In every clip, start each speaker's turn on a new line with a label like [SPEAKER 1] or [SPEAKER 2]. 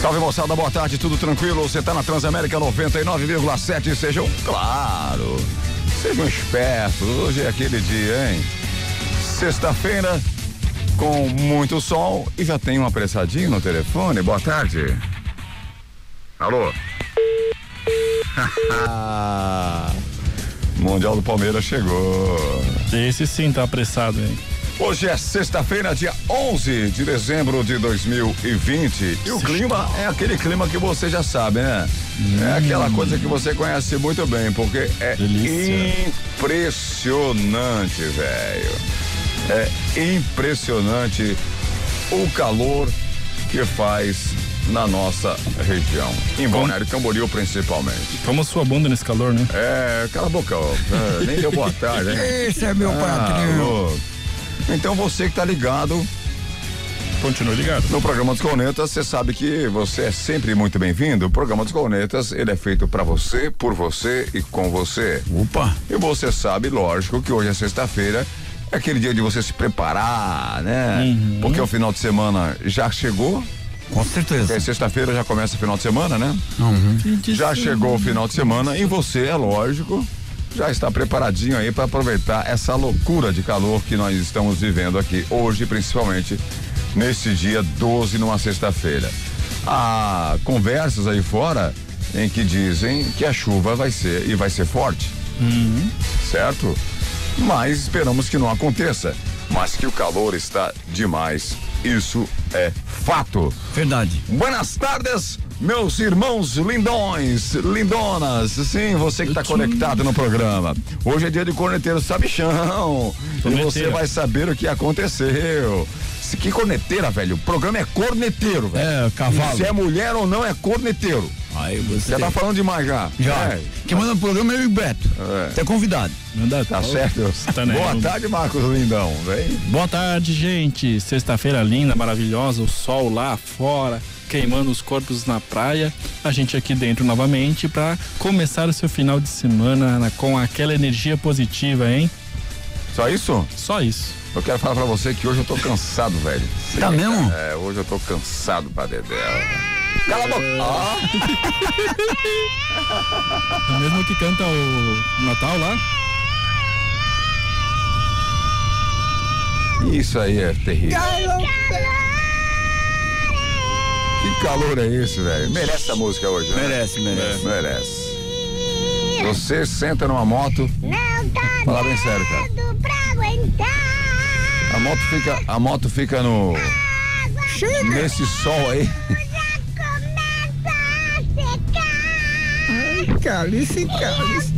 [SPEAKER 1] Salve moçada, boa tarde, tudo tranquilo? Você tá na Transamérica 99,7. Sejam, um- claro, sejam espertos. Hoje é aquele dia, hein? Sexta-feira, com muito sol e já tem um apressadinho no telefone. Boa tarde. Alô? Mundial do Palmeiras chegou.
[SPEAKER 2] Esse sim tá apressado, hein?
[SPEAKER 1] Hoje é sexta-feira, dia 11 de dezembro de 2020. E o clima é aquele clima que você já sabe, né?
[SPEAKER 2] Hum.
[SPEAKER 1] É aquela coisa que você conhece muito bem, porque é
[SPEAKER 2] Delícia.
[SPEAKER 1] impressionante, velho. É impressionante o calor que faz na nossa região. Em Balneário Camboriú, principalmente.
[SPEAKER 2] Toma sua bunda nesse calor, né?
[SPEAKER 1] É, cala a boca, ó. É, nem deu boa tarde, hein? Ah,
[SPEAKER 3] Esse é meu patrão.
[SPEAKER 1] louco. Então você que tá ligado
[SPEAKER 2] Continua ligado.
[SPEAKER 1] no programa dos Cornetas, você sabe que você é sempre muito bem-vindo. O programa dos Cornetas, ele é feito pra você, por você e com você.
[SPEAKER 3] Opa.
[SPEAKER 1] E você sabe, lógico, que hoje é sexta-feira, é aquele dia de você se preparar, né? Porque o final de semana já chegou,
[SPEAKER 3] Uhum. Com
[SPEAKER 1] porque aí
[SPEAKER 3] certeza.
[SPEAKER 1] sexta-feira já começa o final de semana, né? Já chegou o final de semana e você, é lógico, já está preparadinho aí para aproveitar essa loucura de calor que nós estamos vivendo aqui hoje, principalmente nesse dia 12, numa sexta-feira. Há conversas aí fora em que dizem que a chuva vai ser e vai ser forte. Certo? Mas esperamos que não aconteça. Mas que o calor está demais. Isso é fato.
[SPEAKER 3] Verdade.
[SPEAKER 1] Buenas tardes, meus irmãos lindões, lindonas. Sim, você que está conectado no programa. Hoje é dia de corneteiro sabichão. E
[SPEAKER 2] Corneteiro.
[SPEAKER 1] você vai saber o que aconteceu. Se- Que corneteira, velho. O programa é corneteiro, velho.
[SPEAKER 3] É, cavalo.
[SPEAKER 1] Se é mulher ou não, é corneteiro.
[SPEAKER 3] Aí você.
[SPEAKER 1] Já tá falando demais já.
[SPEAKER 3] Já.
[SPEAKER 1] É.
[SPEAKER 3] Quem manda no programa é o Beto.
[SPEAKER 1] É.
[SPEAKER 3] Você é convidado.
[SPEAKER 2] Manda-
[SPEAKER 1] Tá certo?
[SPEAKER 2] Tá, né?
[SPEAKER 1] Boa
[SPEAKER 2] Eu-
[SPEAKER 1] tarde, Marcos Lindão. Vem.
[SPEAKER 2] Boa tarde, gente. Sexta-feira linda, maravilhosa, o sol lá fora, queimando os corpos na praia. A gente aqui dentro novamente pra começar o seu final de semana na- com aquela energia positiva, hein?
[SPEAKER 1] Só isso?
[SPEAKER 2] Só isso.
[SPEAKER 1] Eu quero falar pra você que hoje eu tô cansado, velho.
[SPEAKER 3] Tá mesmo?
[SPEAKER 1] É, hoje eu tô cansado pra Dedé. Cala a boca. Ó.
[SPEAKER 2] O é mesmo que canta o Natal lá.
[SPEAKER 1] Isso aí é terrível. Que calor é esse, velho? Merece a música hoje, né?
[SPEAKER 3] Merece, merece.
[SPEAKER 1] Merece. Você senta numa moto,
[SPEAKER 4] Não tá
[SPEAKER 1] Fala bem sério, cara.
[SPEAKER 4] dando pra aguentar.
[SPEAKER 1] a moto fica, a moto fica no
[SPEAKER 4] Água
[SPEAKER 1] nesse sol aí.
[SPEAKER 4] já começa a secar.
[SPEAKER 3] Calice, calice.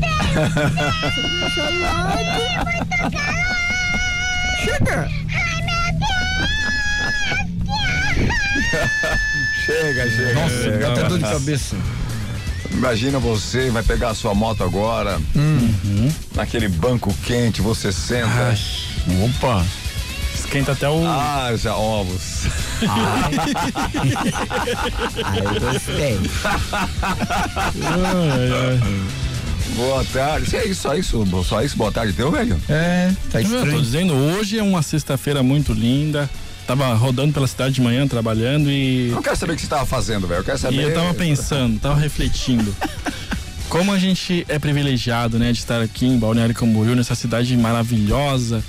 [SPEAKER 3] Chega.
[SPEAKER 1] Chega, chega.
[SPEAKER 3] Nossa,
[SPEAKER 1] chega.
[SPEAKER 3] dá até dor de cabeça.
[SPEAKER 1] Imagina você vai pegar a sua moto agora,
[SPEAKER 3] Hum?
[SPEAKER 1] naquele banco quente, você senta.
[SPEAKER 3] Opa.
[SPEAKER 2] Esquenta até o.
[SPEAKER 1] Haja Ah, ovos.
[SPEAKER 3] Eu gostei.
[SPEAKER 1] Boa tarde. É isso, só isso, só isso. Boa tarde, teu velho.
[SPEAKER 3] É, tá
[SPEAKER 2] Eu tô
[SPEAKER 3] estranho.
[SPEAKER 2] dizendo, hoje é uma sexta-feira muito linda. Tava rodando pela cidade de manhã, trabalhando e,
[SPEAKER 1] Eu quero saber o que você tava fazendo, velho. Eu quero saber.
[SPEAKER 2] e eu tava pensando, tava refletindo. Como a gente é privilegiado, né, de estar aqui em Balneário Camboriú, nessa cidade maravilhosa.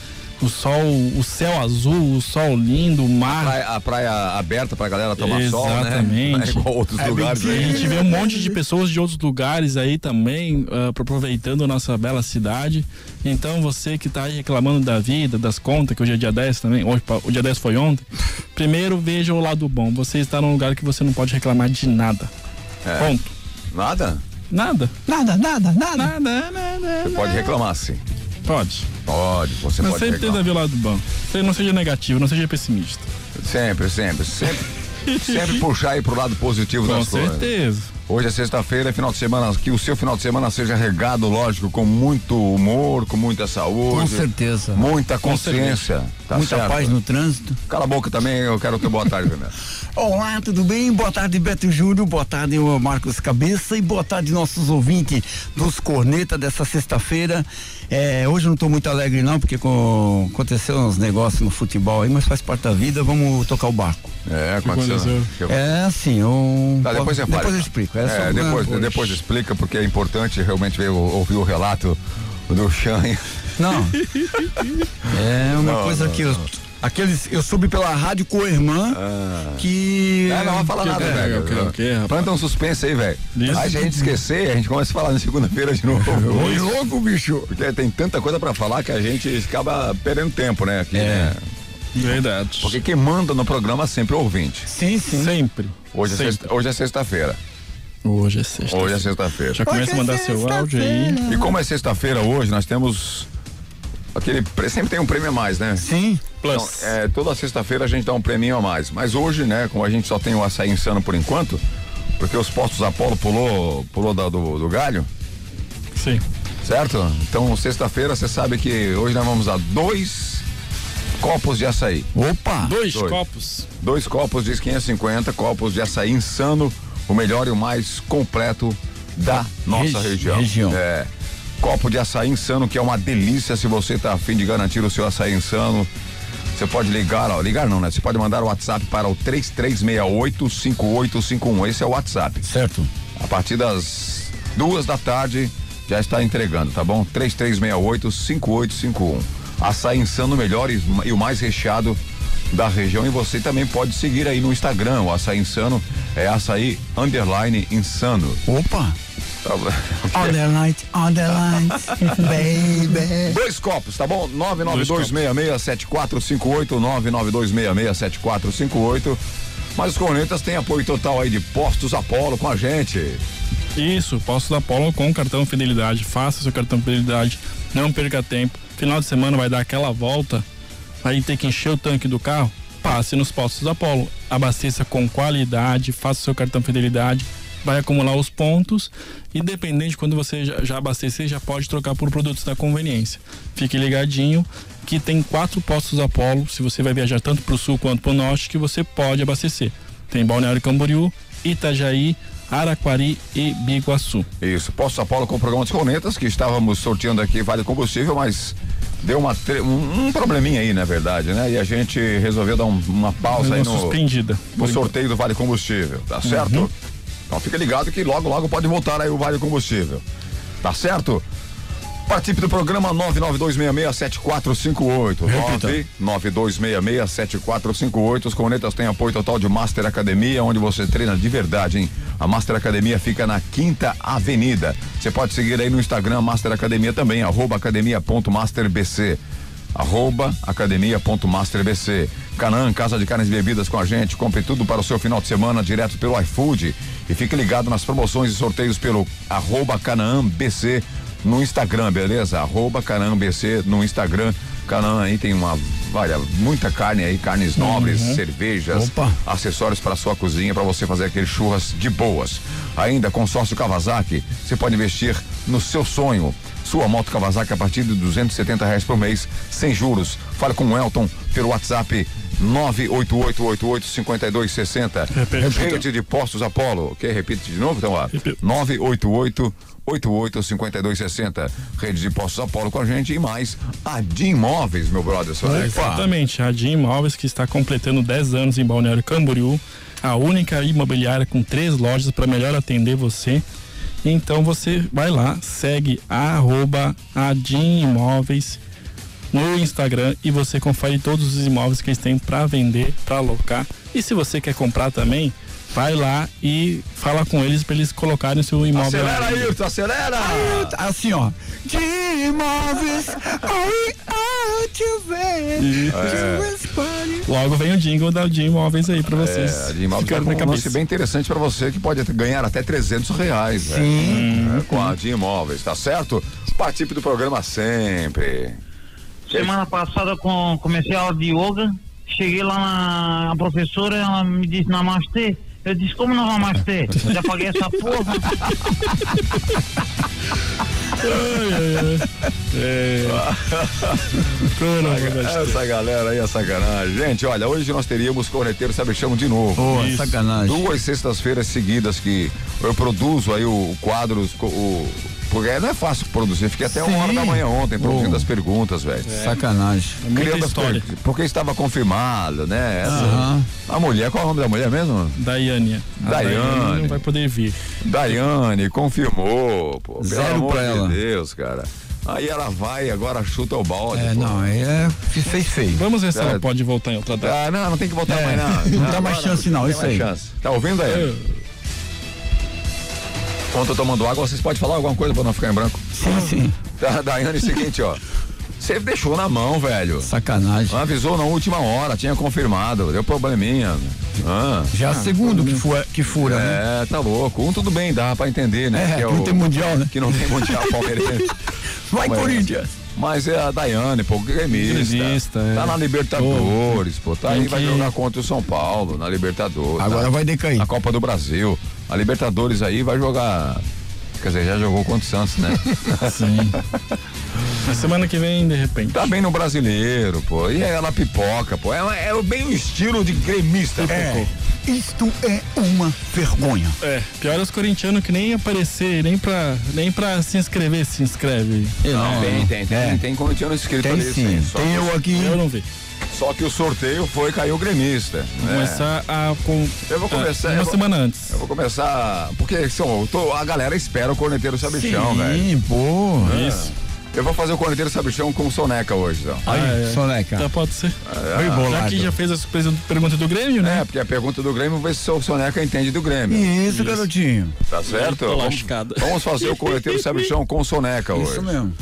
[SPEAKER 2] O sol, o céu azul, o sol lindo, o mar.
[SPEAKER 1] praia- a praia aberta pra galera tomar sol, né?
[SPEAKER 2] Exatamente.
[SPEAKER 1] Não é igual outros lugares
[SPEAKER 2] E a
[SPEAKER 1] aí.
[SPEAKER 2] gente vê um monte de pessoas de outros lugares aí também, ah, aproveitando a nossa bela cidade. Então, você que tá aí reclamando da vida, das contas, que hoje é dia 10 também, hoje, pa- o dia 10 foi ontem. Primeiro, veja o lado bom. Você está num lugar que você não pode reclamar de nada.
[SPEAKER 1] É.
[SPEAKER 2] Ponto.
[SPEAKER 1] Nada?
[SPEAKER 2] Nada.
[SPEAKER 3] Nada, nada, nada.
[SPEAKER 2] Nada, nada.
[SPEAKER 1] Você pode reclamar, sim.
[SPEAKER 2] Pode.
[SPEAKER 1] Pode, você
[SPEAKER 2] Mas
[SPEAKER 1] pode
[SPEAKER 2] sempre tenta
[SPEAKER 1] reclamar.
[SPEAKER 2] ver o lado bom. Você Não seja negativo, não seja pessimista.
[SPEAKER 1] Sempre, sempre, sempre. sempre puxar aí pro lado positivo
[SPEAKER 2] Com
[SPEAKER 1] das coisas.
[SPEAKER 2] certeza.
[SPEAKER 1] Hoje é sexta-feira, final de semana, que o seu final de semana seja regado, lógico, com muito humor, com muita
[SPEAKER 3] Com
[SPEAKER 1] saúde.
[SPEAKER 3] certeza.
[SPEAKER 1] Muita
[SPEAKER 2] Com
[SPEAKER 1] consciência. tá
[SPEAKER 3] Muita
[SPEAKER 1] certo?
[SPEAKER 3] paz no trânsito.
[SPEAKER 1] Cala a boca também, eu quero o teu boa tarde, Renato.
[SPEAKER 5] Olá, tudo bem? Boa tarde, Beto Júlio. Boa tarde, ô Marcos Cabeça. E boa tarde, nossos ouvintes dos Corneta dessa sexta-feira. É, hoje eu não estou muito alegre, não, porque com- aconteceu uns negócios no futebol aí, mas faz parte da vida. Vamos tocar o barco.
[SPEAKER 1] É, aconteceu.
[SPEAKER 2] aconteceu?
[SPEAKER 1] Que-
[SPEAKER 5] É, assim, um.
[SPEAKER 1] Tá, depois você fala.
[SPEAKER 5] Depois eu explico. É, só-
[SPEAKER 1] É, depois,
[SPEAKER 5] não,
[SPEAKER 1] depois explica, porque é importante realmente ver, o- ouvir o relato do Xanha.
[SPEAKER 5] Não. É uma
[SPEAKER 1] Não,
[SPEAKER 5] coisa
[SPEAKER 1] Ah, não,
[SPEAKER 5] que eu. Aqueles, eu soube pela rádio Coermã que.
[SPEAKER 1] É, não vai falar
[SPEAKER 2] Que-
[SPEAKER 1] nada,
[SPEAKER 2] é,
[SPEAKER 1] velho.
[SPEAKER 2] o que- o que, rapaz?
[SPEAKER 1] Planta um suspense aí, velho.
[SPEAKER 2] Isso.
[SPEAKER 1] Aí se a gente esquecer, a gente começa a falar na segunda-feira de novo. Oi, louco, bicho. Porque tem tanta coisa pra falar que a gente acaba perdendo tempo, né? Aqui, né?
[SPEAKER 2] Verdade.
[SPEAKER 1] Porque quem manda no programa é sempre o ouvinte.
[SPEAKER 5] Sim, sim.
[SPEAKER 2] Sempre.
[SPEAKER 1] Hoje é
[SPEAKER 2] Sempre.
[SPEAKER 1] sexta- hoje é sexta-feira.
[SPEAKER 2] Hoje é sexta.
[SPEAKER 1] Hoje é sexta-feira.
[SPEAKER 2] Já começa a mandar seu áudio aí.
[SPEAKER 1] E como é sexta-feira hoje, nós temos aquele. pre- Sempre tem um prêmio a mais, né?
[SPEAKER 5] Sim.
[SPEAKER 1] Então,
[SPEAKER 2] Plus.
[SPEAKER 1] é, toda sexta-feira a gente dá um prêmio a mais. Mas hoje, né, como a gente só tem o açaí insano por enquanto, porque os postos Apolo pulou, pulou da- do, do galho,
[SPEAKER 2] Sim.
[SPEAKER 1] certo? Então, sexta-feira, você sabe que hoje nós vamos dar dois copos de açaí.
[SPEAKER 5] Opa!
[SPEAKER 2] Dois,
[SPEAKER 1] Dois.
[SPEAKER 2] copos.
[SPEAKER 1] Dois copos de 550, copos de açaí insano, o melhor e o mais completo da nossa
[SPEAKER 5] Regi-
[SPEAKER 1] região.
[SPEAKER 5] região.
[SPEAKER 1] É. Copo de açaí insano, que é uma delícia se você tá afim de garantir o seu açaí insano. Você pode ligar, ó, ligar não, né? Você pode mandar o WhatsApp para o 33685851. Esse é o WhatsApp.
[SPEAKER 5] Certo.
[SPEAKER 1] A partir das duas da tarde já está entregando, tá bom? 3368-5851. Açaí Insano melhor e, e o mais recheado da região. E você também pode seguir aí no Instagram. O Açaí Insano é açaí underline insano.
[SPEAKER 5] Opa!
[SPEAKER 1] Tá bom?
[SPEAKER 5] On the light, on the light, baby.
[SPEAKER 1] Dois copos, tá bom? 992667458, 992667458. Mas os cornetas têm apoio total aí de Postos Apolo com a gente.
[SPEAKER 2] Isso, posso da Polo com cartão fidelidade. Faça seu cartão fidelidade, não perca tempo. Final de semana vai dar aquela volta, vai ter que encher o tanque do carro. Passe nos postos da Polo, abasteça com qualidade, faça seu cartão fidelidade, vai acumular os pontos. Independente de quando você já, já abastecer, já pode trocar por produtos da conveniência. Fique ligadinho que tem quatro postos Apolo, se você vai viajar tanto para o sul quanto para o norte, que você pode abastecer. Tem Balneário Camboriú, Itajaí, Araquari e Biguaçu.
[SPEAKER 1] Isso, Posto São Paulo com o programa de cornetas, que estávamos sorteando aqui Vale Combustível, mas deu uma tre- um, um probleminha aí, na verdade, né? E a gente resolveu dar um- uma pausa aí
[SPEAKER 2] Uma
[SPEAKER 1] no,
[SPEAKER 2] suspendida. Uhum.
[SPEAKER 1] no sorteio do Vale Combustível, tá certo? Então fica ligado que logo, logo pode voltar aí o Vale Combustível, tá certo? Participe do programa 992667458. 992667458. Os Cornetas têm apoio total de Master Academia, onde você treina de verdade, hein? A Master Academia fica na Quinta Avenida. Você pode seguir aí no Instagram Master Academia também, arroba academia.masterbc. Arroba academia.masterbc. Canã, Casa de Carnes e Bebidas com a gente. Compre tudo para o seu final de semana direto pelo iFood. E fique ligado nas promoções e sorteios pelo arroba canaãbc no Instagram, beleza? Arroba CanãBC no Instagram. Canã aí tem uma, olha, muita carne aí, carnes nobres, cervejas,
[SPEAKER 5] Opa.
[SPEAKER 1] acessórios para sua cozinha, para você fazer aquele churras de boas. Ainda, consórcio Kawasaki, você pode investir no seu sonho. Sua moto Kawasaki a partir de 270 reais por mês, sem juros. Fale com o Elton pelo WhatsApp 988885260.
[SPEAKER 2] Repete.
[SPEAKER 1] Rede de Postos Apolo. Quer repite de novo? Então, lá. 988 885260 Rede de Postos Apolo com a gente e mais a de Imóveis, meu brother. seu Alex.
[SPEAKER 2] É, Exatamente, a Jim Imóveis que está completando 10 anos em Balneário Camboriú, a única imobiliária com três lojas para melhor atender você. Então você vai lá, segue arroba a Jim Imóveis no Instagram e você confere todos os imóveis que eles têm para vender, para alocar. E se você quer comprar também, vai lá e fala com eles para eles colocarem o seu imóvel. à
[SPEAKER 1] Acelera,
[SPEAKER 2] venda.
[SPEAKER 1] Ayrton, acelera!
[SPEAKER 5] Assim, ó. De imóveis, oi, eu te vejo.
[SPEAKER 1] É.
[SPEAKER 2] Logo vem o jingle da Jim Imóveis aí para vocês.
[SPEAKER 1] É, a de Imóveis tá
[SPEAKER 2] ficarem na
[SPEAKER 1] com um lance
[SPEAKER 2] cabeça.
[SPEAKER 1] bem interessante para você que pode até ganhar até 300 reais. velho. É, com a de Imóveis, tá certo? Participe do programa sempre.
[SPEAKER 6] Semana passada com, comecei a aula de yoga, cheguei lá na a professora, ela me disse namastê. Eu disse, como não namastê? Já paguei essa porra.
[SPEAKER 2] É. Pelo amor de Deus.
[SPEAKER 1] Essa galera aí é sacanagem. Gente, olha, hoje nós teríamos Corneteiro Sabichão de novo.
[SPEAKER 5] Pô,
[SPEAKER 2] Isso.
[SPEAKER 5] sacanagem.
[SPEAKER 1] Duas sextas-feiras seguidas que eu produzo aí o, o quadro, os co- o, porque não é fácil produzir. Fiquei até uma
[SPEAKER 5] Sim.
[SPEAKER 1] hora da manhã ontem produzindo
[SPEAKER 5] Oh.
[SPEAKER 1] as perguntas, velho. É
[SPEAKER 5] Sacanagem. É
[SPEAKER 2] Muita
[SPEAKER 1] Criando as
[SPEAKER 2] história.
[SPEAKER 1] perguntas, porque estava confirmado, né? Essa-
[SPEAKER 5] Aham.
[SPEAKER 1] A mulher, qual é o nome da mulher mesmo?
[SPEAKER 2] Daiane. A
[SPEAKER 1] Daiane.
[SPEAKER 2] não vai poder vir.
[SPEAKER 1] Daiane, confirmou, pô. Pelo
[SPEAKER 5] Zero
[SPEAKER 1] amor
[SPEAKER 5] pra
[SPEAKER 1] de
[SPEAKER 5] ela.
[SPEAKER 1] Deus, cara. Aí ela vai e agora chuta o balde.
[SPEAKER 5] É,
[SPEAKER 1] pô.
[SPEAKER 5] não, aí é. Fez feio.
[SPEAKER 2] Vamos ver se
[SPEAKER 1] É.
[SPEAKER 2] ela pode voltar em outra data.
[SPEAKER 1] Ah, não, não tem que voltar
[SPEAKER 5] É,
[SPEAKER 1] mais, não.
[SPEAKER 5] não dá mais chance, não,
[SPEAKER 1] tem
[SPEAKER 5] isso
[SPEAKER 1] mais
[SPEAKER 5] aí. É.
[SPEAKER 1] chance. Tá ouvindo aí? Enquanto eu tô tomando água, vocês podem falar alguma coisa pra não ficar em branco?
[SPEAKER 5] Sim, sim.
[SPEAKER 1] Da, Daiane, é o seguinte, ó. Você deixou na mão, velho.
[SPEAKER 5] Sacanagem.
[SPEAKER 1] Avisou na última hora, tinha confirmado, deu probleminha. Ah,
[SPEAKER 5] Já é o segundo que, fura, que fura, né?
[SPEAKER 1] é, tá louco. Um tudo bem, dá pra entender, né?
[SPEAKER 5] É,
[SPEAKER 1] que, é
[SPEAKER 5] que não
[SPEAKER 1] o-
[SPEAKER 5] tem mundial, né?
[SPEAKER 1] que não tem mundial palmeirense.
[SPEAKER 5] Vai,
[SPEAKER 1] Mas-
[SPEAKER 5] Corinthians!
[SPEAKER 1] Mas é a Daiane, pô, gremista.
[SPEAKER 2] Gremista, é.
[SPEAKER 1] Tá na Libertadores, pô. Tá
[SPEAKER 2] Tem
[SPEAKER 1] aí, vai
[SPEAKER 2] que-
[SPEAKER 1] jogar contra o São Paulo, na Libertadores.
[SPEAKER 5] Agora
[SPEAKER 1] na,
[SPEAKER 5] vai decair.
[SPEAKER 1] Na Copa do Brasil. A Libertadores aí vai jogar. Quer dizer, já jogou contra o Santos, né?
[SPEAKER 2] Sim. Na semana que vem, de repente.
[SPEAKER 1] tá bem no brasileiro, pô. E aí ela pipoca, pô. Ela é bem o estilo de gremista,
[SPEAKER 5] É,
[SPEAKER 1] pô.
[SPEAKER 5] isto é uma vergonha.
[SPEAKER 2] É, pior é os corintianos que nem aparecer, nem pra, nem pra se inscrever, se inscreve.
[SPEAKER 1] Não, tem, tem, tem.
[SPEAKER 5] É.
[SPEAKER 1] Tem corintiano inscrito
[SPEAKER 5] Tem
[SPEAKER 1] ali,
[SPEAKER 5] sim.
[SPEAKER 1] Só,
[SPEAKER 5] Tem eu aqui.
[SPEAKER 2] Eu não vi.
[SPEAKER 1] só que o sorteio foi, caiu o gremista.
[SPEAKER 2] Vou
[SPEAKER 1] né?
[SPEAKER 2] Começar a. Com,
[SPEAKER 1] Eu vou
[SPEAKER 2] ah,
[SPEAKER 1] começar, eu
[SPEAKER 2] Uma
[SPEAKER 1] vou-
[SPEAKER 2] semana antes.
[SPEAKER 1] Eu vou começar. Porque são, eu tô- a galera espera o corneteiro sabichão, velho. Ah.
[SPEAKER 5] Sim, pô.
[SPEAKER 2] Isso.
[SPEAKER 1] Eu vou fazer o corneteiro sabichão com o soneca hoje, Ah, então.
[SPEAKER 5] Aí,
[SPEAKER 2] Ah, é.
[SPEAKER 5] soneca.
[SPEAKER 2] Tá, pode ser.
[SPEAKER 5] Bem
[SPEAKER 2] Já
[SPEAKER 5] bolado.
[SPEAKER 2] que já fez a surpresa- pergunta do Grêmio, né?
[SPEAKER 1] É, porque a pergunta do Grêmio vai ser se o Soneca entende do Grêmio.
[SPEAKER 5] Isso, garotinho.
[SPEAKER 1] Tá certo?
[SPEAKER 2] Tô
[SPEAKER 1] Vamos,
[SPEAKER 2] lascado.
[SPEAKER 1] vamos fazer o corneteiro sabichão com o Soneca hoje.
[SPEAKER 5] Isso mesmo.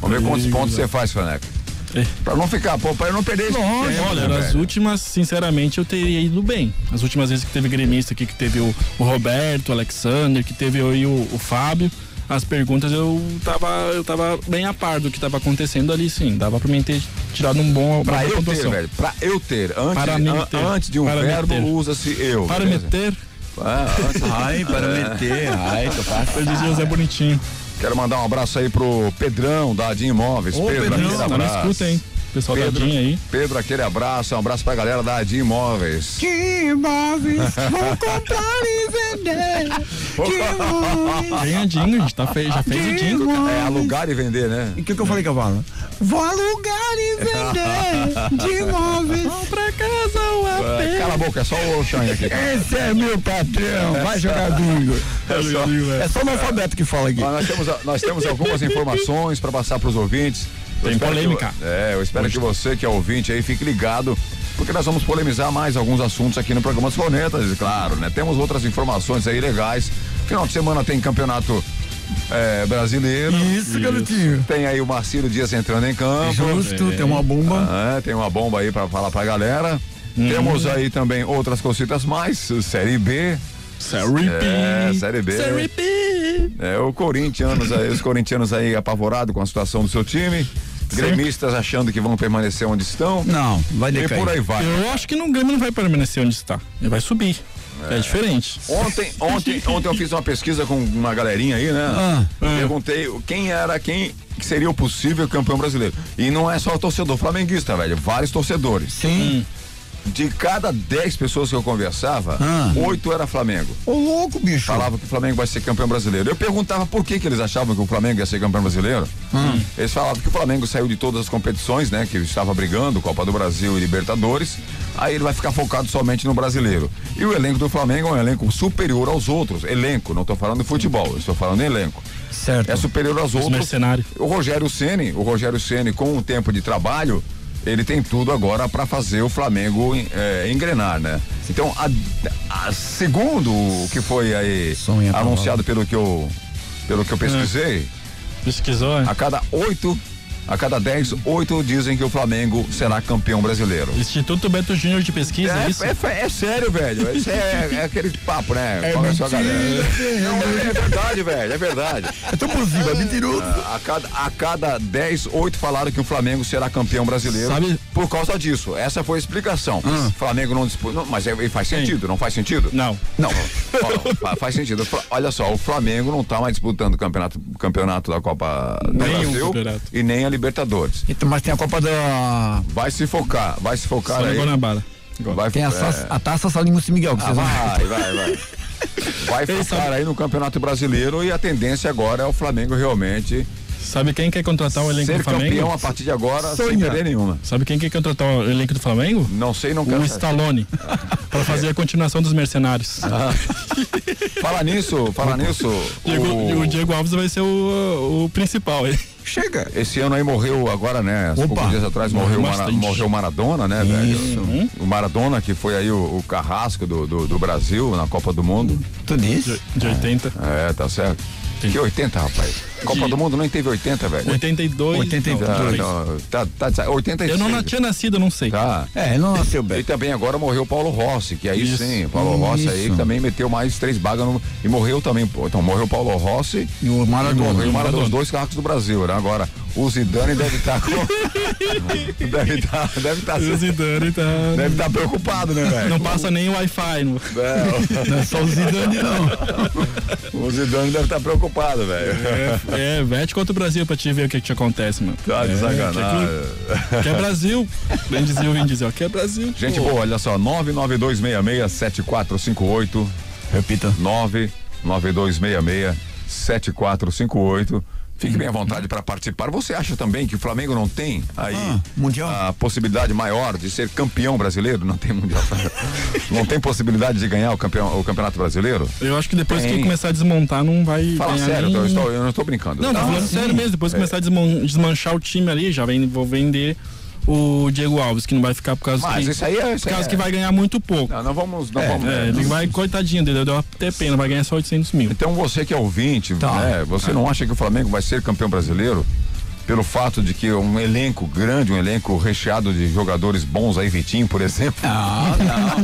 [SPEAKER 1] Vamos ver quantos
[SPEAKER 2] Perigo,
[SPEAKER 1] pontos
[SPEAKER 2] velho.
[SPEAKER 1] você faz, Soneca.
[SPEAKER 2] É.
[SPEAKER 1] Pra não ficar, pô, pra eu não perder esse
[SPEAKER 2] Olha,
[SPEAKER 1] tempo,
[SPEAKER 2] olha,
[SPEAKER 1] né,
[SPEAKER 2] nas
[SPEAKER 1] velho?
[SPEAKER 2] últimas, sinceramente, eu teria ido bem. As últimas vezes que teve gremista aqui, que teve o, o Roberto, o Alexander, que teve aí o, o Fábio, as perguntas eu tava, eu tava bem a par do que tava acontecendo ali, sim. Dava pra mim ter tirado um bom uma
[SPEAKER 1] Pra
[SPEAKER 2] boa
[SPEAKER 1] eu ter,
[SPEAKER 2] pontuação.
[SPEAKER 1] velho. Pra eu ter. Antes,
[SPEAKER 2] Para mim
[SPEAKER 1] an-
[SPEAKER 2] ter.
[SPEAKER 1] antes de um
[SPEAKER 2] Para mim
[SPEAKER 1] verbo,
[SPEAKER 2] ter.
[SPEAKER 1] usa-se eu.
[SPEAKER 2] Para
[SPEAKER 1] beleza?
[SPEAKER 2] meter,
[SPEAKER 1] É, antes-
[SPEAKER 5] Ai, para meter. Ai, tô
[SPEAKER 2] eu dizia o Zé Bonitinho.
[SPEAKER 1] Quero mandar um abraço aí pro Pedrão da Adin Imóveis.
[SPEAKER 5] Ô,
[SPEAKER 1] Pedro,
[SPEAKER 5] Pedrão,
[SPEAKER 1] aquele
[SPEAKER 2] Não, não
[SPEAKER 1] abraço.
[SPEAKER 2] tá escuta, hein? Pessoal da
[SPEAKER 1] Pedro,
[SPEAKER 2] Dinha aí.
[SPEAKER 1] Pedro, aquele abraço. Um abraço pra galera da Adin Imóveis.
[SPEAKER 3] Que imóveis vou comprar e vender. Que imóveis
[SPEAKER 2] Tem a Dinho, a gente tá fe já fez o Dinho.
[SPEAKER 1] É alugar e vender, né?
[SPEAKER 5] E o que, que eu falei, cavalo?
[SPEAKER 3] vou alugar e vender. De imóveis.
[SPEAKER 2] Pra casa um o
[SPEAKER 1] É, Cala a boca, é só o Xang aqui.
[SPEAKER 5] Esse é meu patrão. Vai jogar bingo. É só o analfabeto que fala aqui.
[SPEAKER 1] Mas nós temos, a- nós temos algumas informações para passar para os ouvintes. Eu
[SPEAKER 2] Tem
[SPEAKER 1] espero
[SPEAKER 2] polêmica.
[SPEAKER 1] que vo- é, eu espero que você que é ouvinte aí fique ligado, porque nós vamos polemizar mais alguns assuntos aqui no programa dos Planetas, e claro, né? Temos outras informações aí legais. Final de semana tem campeonato é, brasileiro.
[SPEAKER 5] Isso, garotinho.
[SPEAKER 1] Tem aí o Marcelo Dias entrando em campo.
[SPEAKER 5] Justo, tem uma bomba.
[SPEAKER 1] Ah, tem uma bomba aí para falar pra galera.
[SPEAKER 2] Uhum.
[SPEAKER 1] Temos aí também outras cositas mais, Série B,
[SPEAKER 2] Série B.
[SPEAKER 1] É, Série B.
[SPEAKER 2] Série
[SPEAKER 5] Hum.
[SPEAKER 2] B.
[SPEAKER 1] É, o corintianos aí, os corintianos aí apavorado com a situação do seu time, gremistas achando que vão permanecer onde estão
[SPEAKER 5] Não, vai
[SPEAKER 1] e por aí
[SPEAKER 5] decair.
[SPEAKER 1] vai.
[SPEAKER 2] Eu acho que no Grêmio não vai permanecer onde está. Ele vai subir. É, diferente.
[SPEAKER 1] Ontem, ontem, ontem eu fiz uma pesquisa com uma galerinha aí, né?
[SPEAKER 5] Ah,
[SPEAKER 1] Perguntei quem era, quem que seria o possível campeão brasileiro. E não é só o torcedor flamenguista, velho, vários torcedores. Hum.
[SPEAKER 5] Sim.
[SPEAKER 1] De cada 10 pessoas que eu conversava,
[SPEAKER 5] Ah.
[SPEAKER 1] oito era Flamengo.
[SPEAKER 5] Ô, louco, bicho.
[SPEAKER 1] falava que o Flamengo vai ser campeão brasileiro. Eu perguntava por que, que eles achavam que o Flamengo ia ser campeão brasileiro.
[SPEAKER 3] Hum.
[SPEAKER 1] Eles falavam que o Flamengo saiu de todas as competições, né? Que estava brigando, Copa do Brasil e Libertadores. Aí ele vai ficar focado somente no brasileiro. E o elenco do Flamengo é um elenco superior aos outros. Elenco, não estou falando de futebol, eu estou falando de elenco.
[SPEAKER 5] Certo.
[SPEAKER 1] É superior aos outros.
[SPEAKER 2] mercenários.
[SPEAKER 1] O Rogério Ceni, o Rogério Ceni com o tempo de trabalho, ele tem tudo agora para fazer o Flamengo eh, engrenar, né? Então, a- a- segundo o que foi aí
[SPEAKER 5] Sonha a
[SPEAKER 1] anunciado pelo que eu pelo que eu pesquisei,
[SPEAKER 2] É. Pesquisou, né?
[SPEAKER 1] a cada oito A cada 10, 8 dizem que o Flamengo será campeão brasileiro.
[SPEAKER 2] Instituto Beto Júnior de Pesquisa, é, isso?
[SPEAKER 1] É, é- é sério, velho. Isso é, é aquele papo, né? Fala só, galera. Não, é, é verdade, velho. É verdade.
[SPEAKER 5] É
[SPEAKER 2] Então,
[SPEAKER 5] tão possível, é mentiroso.
[SPEAKER 1] A cada, a cada 10, 8 falaram que o Flamengo será campeão brasileiro
[SPEAKER 2] Sabe- Ah.
[SPEAKER 1] por causa disso. Essa foi a explicação. O Flamengo não disputa. não, mas é, e faz sentido, não faz sentido?
[SPEAKER 2] Não.
[SPEAKER 1] Não, fa- fa- faz sentido. O Fla- Olha só, o Flamengo não tá mais disputando o campeonato, o campeonato da Copa do
[SPEAKER 2] Nem o
[SPEAKER 1] Brasil
[SPEAKER 2] campeonato.
[SPEAKER 1] e nem a Libertadores.
[SPEAKER 5] Então, mas tem a Copa da.
[SPEAKER 1] Vai se focar, vai se focar
[SPEAKER 2] Só no
[SPEAKER 1] aí.
[SPEAKER 2] Guanabara.
[SPEAKER 1] Vai,
[SPEAKER 5] Tem a,
[SPEAKER 1] é,
[SPEAKER 5] sa- a taça Salimos Miguel. que
[SPEAKER 1] ah,
[SPEAKER 5] vocês vão-
[SPEAKER 1] vai, vai, vai. Vai
[SPEAKER 2] Ele
[SPEAKER 1] focar
[SPEAKER 2] sabe-
[SPEAKER 1] aí no Campeonato Brasileiro e a tendência agora é o Flamengo realmente
[SPEAKER 2] Sabe quem quer contratar o elenco
[SPEAKER 1] ser
[SPEAKER 2] do Flamengo?
[SPEAKER 1] campeão a partir de agora sem
[SPEAKER 5] Sonha.
[SPEAKER 1] perder nenhuma.
[SPEAKER 2] Sabe quem quer contratar o elenco do Flamengo?
[SPEAKER 1] Não sei, não quero.
[SPEAKER 2] O
[SPEAKER 1] saber.
[SPEAKER 2] Stallone. pra fazer a continuação dos Mercenários.
[SPEAKER 1] Fala nisso, fala Ah, nisso.
[SPEAKER 2] Diego-
[SPEAKER 1] o-
[SPEAKER 2] O Diego Alves vai ser o, o principal. ele.
[SPEAKER 5] Chega.
[SPEAKER 1] Esse ano aí morreu agora, né? Há
[SPEAKER 5] Opa.
[SPEAKER 1] poucos dias atrás morreu o Mara,
[SPEAKER 2] Bastante.
[SPEAKER 1] morreu o Maradona, né,
[SPEAKER 5] Isso.
[SPEAKER 1] velho? O Maradona, que foi aí o, o carrasco do, do, do Brasil na Copa do Mundo.
[SPEAKER 5] Tu disse?
[SPEAKER 2] De, de 80.
[SPEAKER 1] É, tá certo. Que 80, rapaz. Copa
[SPEAKER 2] De-
[SPEAKER 1] do Mundo nem teve 80, velho.
[SPEAKER 2] 82.
[SPEAKER 5] 82.
[SPEAKER 1] Tá,
[SPEAKER 2] não, dois.
[SPEAKER 1] não, tá, tá, tá, 86.
[SPEAKER 2] Eu não na- tinha nascido, não sei.
[SPEAKER 1] Tá.
[SPEAKER 5] É, ele não nasceu
[SPEAKER 1] E
[SPEAKER 5] bem.
[SPEAKER 1] também agora morreu o Paulo Rossi, que aí
[SPEAKER 2] Isso.
[SPEAKER 1] sim, Paulo Rossi aí
[SPEAKER 5] Isso.
[SPEAKER 1] que também meteu mais três bagas no- e morreu também. pô. Então morreu o Paulo Rossi
[SPEAKER 5] E o
[SPEAKER 1] Bom,
[SPEAKER 5] Maradona.
[SPEAKER 1] veio uma
[SPEAKER 2] Maradona.
[SPEAKER 1] dos dois carros do Brasil, né? Agora, o Zidane deve estar com. deve estar. deve estar
[SPEAKER 2] O Zidane tá...
[SPEAKER 1] deve tá preocupado, né, velho?
[SPEAKER 2] Não passa nem o Wi-Fi. no-
[SPEAKER 1] É,
[SPEAKER 5] Não é só o Zidane, não.
[SPEAKER 1] o o Zidane deve estar preocupado, velho.
[SPEAKER 2] É, vete contra o Brasil pra te ver o que, que te acontece, mano.
[SPEAKER 1] Tá de
[SPEAKER 2] É,
[SPEAKER 1] sacanagem.
[SPEAKER 2] Que, que é Brasil. Bem dizia o Vin Diesel, que é Brasil.
[SPEAKER 1] Gente
[SPEAKER 2] pô.
[SPEAKER 1] boa, olha só, 992667458,
[SPEAKER 5] Repita.
[SPEAKER 1] 992667458. Fique bem à vontade para participar. Você acha também que o Flamengo não tem aí
[SPEAKER 5] Ah, mundial?
[SPEAKER 1] a possibilidade maior de ser campeão brasileiro? Não tem mundial. não tem possibilidade de ganhar o, campeão, o campeonato brasileiro?
[SPEAKER 2] Eu acho que depois
[SPEAKER 1] Tem.
[SPEAKER 2] que começar a desmontar, não vai.
[SPEAKER 1] Fala
[SPEAKER 2] ganhar
[SPEAKER 1] sério,
[SPEAKER 2] nem-
[SPEAKER 1] eu, estou- eu não estou brincando.
[SPEAKER 2] Não, tô
[SPEAKER 1] Tá?
[SPEAKER 2] falando sério mesmo. Depois que começar a desman- desmanchar o time ali, já vem, vou vender o Diego Alves, que não vai ficar por causa
[SPEAKER 1] Mas
[SPEAKER 2] que,
[SPEAKER 1] isso aí é. Isso
[SPEAKER 2] por
[SPEAKER 1] aí
[SPEAKER 2] causa
[SPEAKER 1] é-
[SPEAKER 2] que vai ganhar muito pouco.
[SPEAKER 1] Não, não vamos. Não vamos né?
[SPEAKER 2] É, ele vai, coitadinho dele, deu até pena, vai ganhar só 800 mil.
[SPEAKER 1] Então você que é ouvinte, né, você não acha que o Flamengo vai ser campeão brasileiro? Pelo fato de que um elenco grande, um elenco recheado de jogadores bons aí, Vitinho, por exemplo.
[SPEAKER 5] Não, não.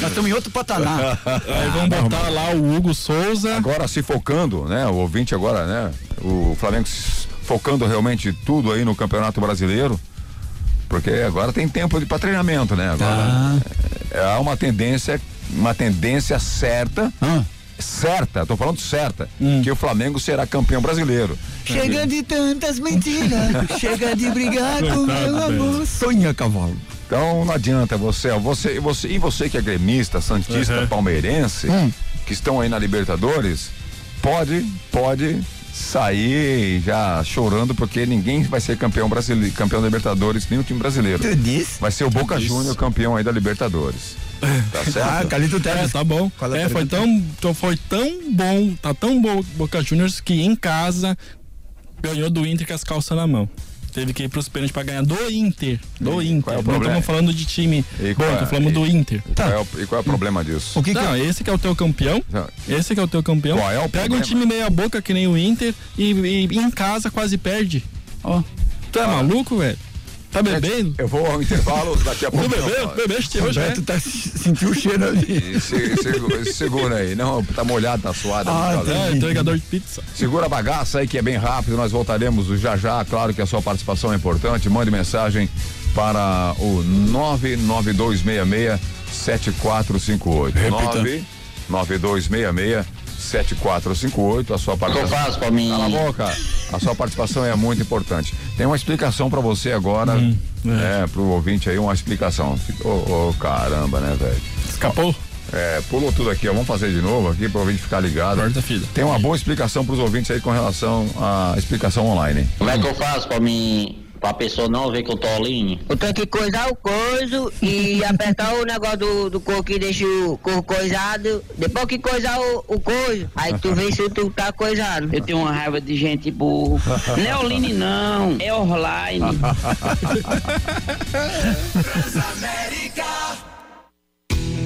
[SPEAKER 5] Nós estamos em outro patamar.
[SPEAKER 2] Aí vão botar lá o Hugo Souza.
[SPEAKER 1] Agora se focando, né? O ouvinte agora, né? O Flamengo se focando realmente tudo aí no Campeonato Brasileiro. Porque agora tem tempo de para treinamento, né? Agora
[SPEAKER 2] Tá.
[SPEAKER 1] é, há uma tendência, uma tendência certa,
[SPEAKER 5] Hã?
[SPEAKER 1] certa, tô falando certa,
[SPEAKER 2] Hum.
[SPEAKER 1] que o Flamengo será campeão brasileiro.
[SPEAKER 5] Chega de tantas mentiras. Chega de brigar com
[SPEAKER 2] Coitado,
[SPEAKER 5] meu amor. Sonha, cavalo.
[SPEAKER 1] Então não adianta você, ó, você, você e você que é gremista, santista,
[SPEAKER 2] Uhum.
[SPEAKER 1] palmeirense,
[SPEAKER 5] Hum.
[SPEAKER 1] que estão aí na Libertadores, pode, pode sair já chorando porque ninguém vai ser campeão brasileiro, campeão da Libertadores, nem o time brasileiro.
[SPEAKER 5] Tu disse?
[SPEAKER 1] Vai ser o Boca Júnior campeão aí da Libertadores. Tá
[SPEAKER 5] Ah,
[SPEAKER 1] certo?
[SPEAKER 5] Calito
[SPEAKER 2] É,
[SPEAKER 5] Teles.
[SPEAKER 2] tá bom.
[SPEAKER 5] Qual é a
[SPEAKER 2] É, foi tão, tão- foi tão bom, tá tão bom o Boca Juniors que em casa ganhou do Inter com as calças na mão. Teve que ir pros pênaltis pra ganhar do Inter. Do
[SPEAKER 1] E
[SPEAKER 2] Inter.
[SPEAKER 1] qual é o
[SPEAKER 2] Não
[SPEAKER 1] problema?
[SPEAKER 2] estamos falando de time
[SPEAKER 1] E
[SPEAKER 2] bom,
[SPEAKER 1] qual é?
[SPEAKER 2] estamos falando
[SPEAKER 1] E-
[SPEAKER 2] do Inter.
[SPEAKER 1] Qual é o- e qual é o problema disso?
[SPEAKER 5] O que que
[SPEAKER 2] não, esse que é o teu campeão.
[SPEAKER 1] Não.
[SPEAKER 2] Esse que é o teu campeão.
[SPEAKER 1] Qual é o
[SPEAKER 2] Pega um
[SPEAKER 1] problema?
[SPEAKER 2] time meia boca que nem o Inter e, e em casa quase perde. Ó. Tu é maluco, velho? Tá bebendo?
[SPEAKER 1] É, Eu vou ao intervalo daqui a pouco.
[SPEAKER 2] Tu bebeu? Bebeste hoje, né?
[SPEAKER 5] Roberto tá, sentiu o cheiro ali.
[SPEAKER 1] E se- se- se Segura aí, não, tá molhado, tá suado.
[SPEAKER 5] Ah,
[SPEAKER 1] tá
[SPEAKER 5] entendi.
[SPEAKER 1] leve.
[SPEAKER 2] É, entregador de pizza.
[SPEAKER 1] Segura a bagaça aí que é bem rápido, nós voltaremos já já. Claro que a sua participação é importante. Mande mensagem para o 992667458.
[SPEAKER 5] Repita.
[SPEAKER 1] 992667458. A sua participação.
[SPEAKER 7] faz pra mim?
[SPEAKER 1] Cala a boca. A sua participação é muito importante. Tem uma explicação para você agora, né, pro ouvinte aí, uma explicação. Ô, ô, caramba, né, velho?
[SPEAKER 2] Escapou?
[SPEAKER 1] É, pulou tudo aqui, ó. Vamos fazer de novo aqui para o ouvinte ficar ligado.
[SPEAKER 2] Corta, filho.
[SPEAKER 1] Tem uma boa explicação para os ouvintes aí com relação à explicação online.
[SPEAKER 7] Como é que eu faço pra mim, pra pessoa não ver que eu tô online?
[SPEAKER 8] Eu tenho que coisar o coiso e apertar o negócio do, do coco que deixa o coco coisado. Depois que coisar o, o coiso, aí tu vê se tu tá coisado.
[SPEAKER 9] Eu tenho uma raiva de gente burro. Não é online, não. É online.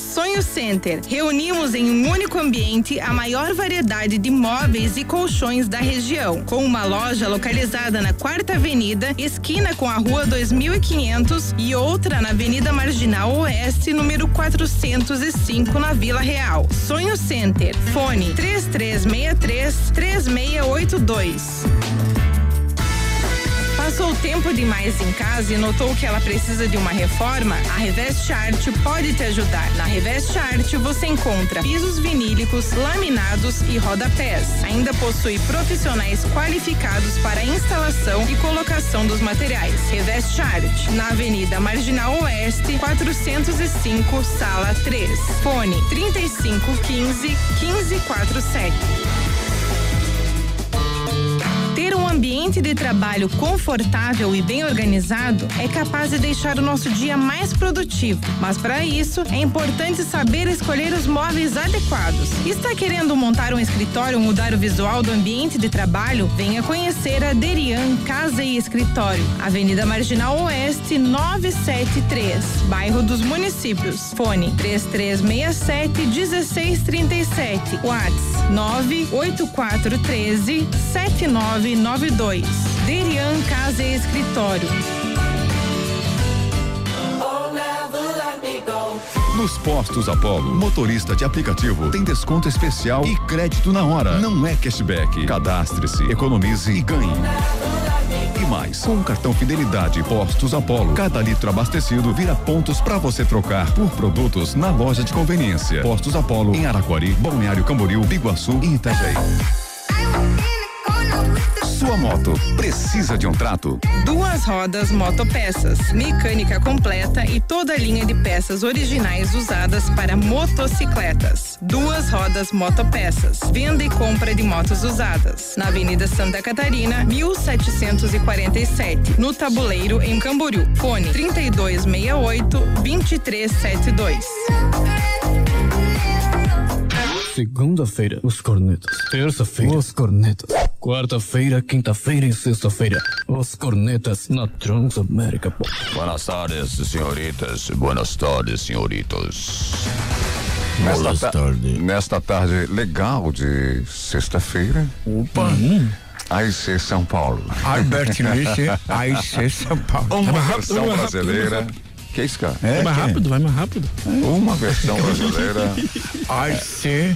[SPEAKER 10] Sonho Center. Reunimos em um único ambiente a maior variedade de móveis e colchões da região, com uma loja localizada na Quarta Avenida, esquina com a Rua 2500 e outra na Avenida Marginal Oeste, número 405, na Vila Real. Sonho Center. Fone 3363 3682. Passou tempo demais em casa e notou que ela precisa de uma reforma? A Revest Art pode te ajudar. Na Revest Art você encontra pisos vinílicos, laminados e rodapés. Ainda possui profissionais qualificados para a instalação e colocação dos materiais. Revest Art, na Avenida Marginal Oeste, 405, sala 3. Fone 3515 1547. Ter um ambiente de trabalho confortável e bem organizado é capaz de deixar o nosso dia mais produtivo. Mas para isso, é importante saber escolher os móveis adequados. Está querendo montar um escritório ou mudar o visual do ambiente de trabalho? Venha conhecer a Derian Casa e Escritório, Avenida Marginal Oeste, 973, bairro dos Municípios. Fone 3367 1637. Whats 98413 79 992. Derian Casa e Escritório.
[SPEAKER 11] Nos postos Apollo, motorista de aplicativo tem desconto especial e crédito na hora. Não é cashback. Cadastre-se, economize e ganhe. E mais, com o cartão Fidelidade Postos Apollo, cada litro abastecido vira pontos para você trocar por produtos na loja de conveniência. Postos Apollo em Araquari, Balneário Camboriú, Biguaçu e Itajaí. Sua moto precisa de um trato?
[SPEAKER 10] Duas rodas motopeças, mecânica completa e toda a linha de peças originais usadas para motocicletas. Duas rodas motopeças, venda e compra de motos usadas. Na Avenida Santa Catarina, 1747, no Tabuleiro, em Camboriú. Fone 3268-2372.
[SPEAKER 12] Segunda-feira, os cornetas. Terça-feira, os cornetas. Quarta-feira, quinta-feira e sexta-feira, os cornetas na Transamérica. Pô.
[SPEAKER 13] Buenas tardes, senhoritas. Buenas tardes, senhoritos.
[SPEAKER 1] Nesta, ta tarde. nesta tarde legal de sexta-feira. Opa! Aí ser São Paulo.
[SPEAKER 5] Hum. Albert Nietzsche, aí ser São Paulo. Vai
[SPEAKER 1] Uma
[SPEAKER 5] mais
[SPEAKER 1] versão
[SPEAKER 5] rápido, vai mais
[SPEAKER 1] brasileira.
[SPEAKER 5] rápido,
[SPEAKER 1] que é isso, cara?
[SPEAKER 5] É,
[SPEAKER 2] vai mais
[SPEAKER 5] quem?
[SPEAKER 2] rápido, vai mais rápido. É.
[SPEAKER 1] Uma versão brasileira.
[SPEAKER 5] Aí ser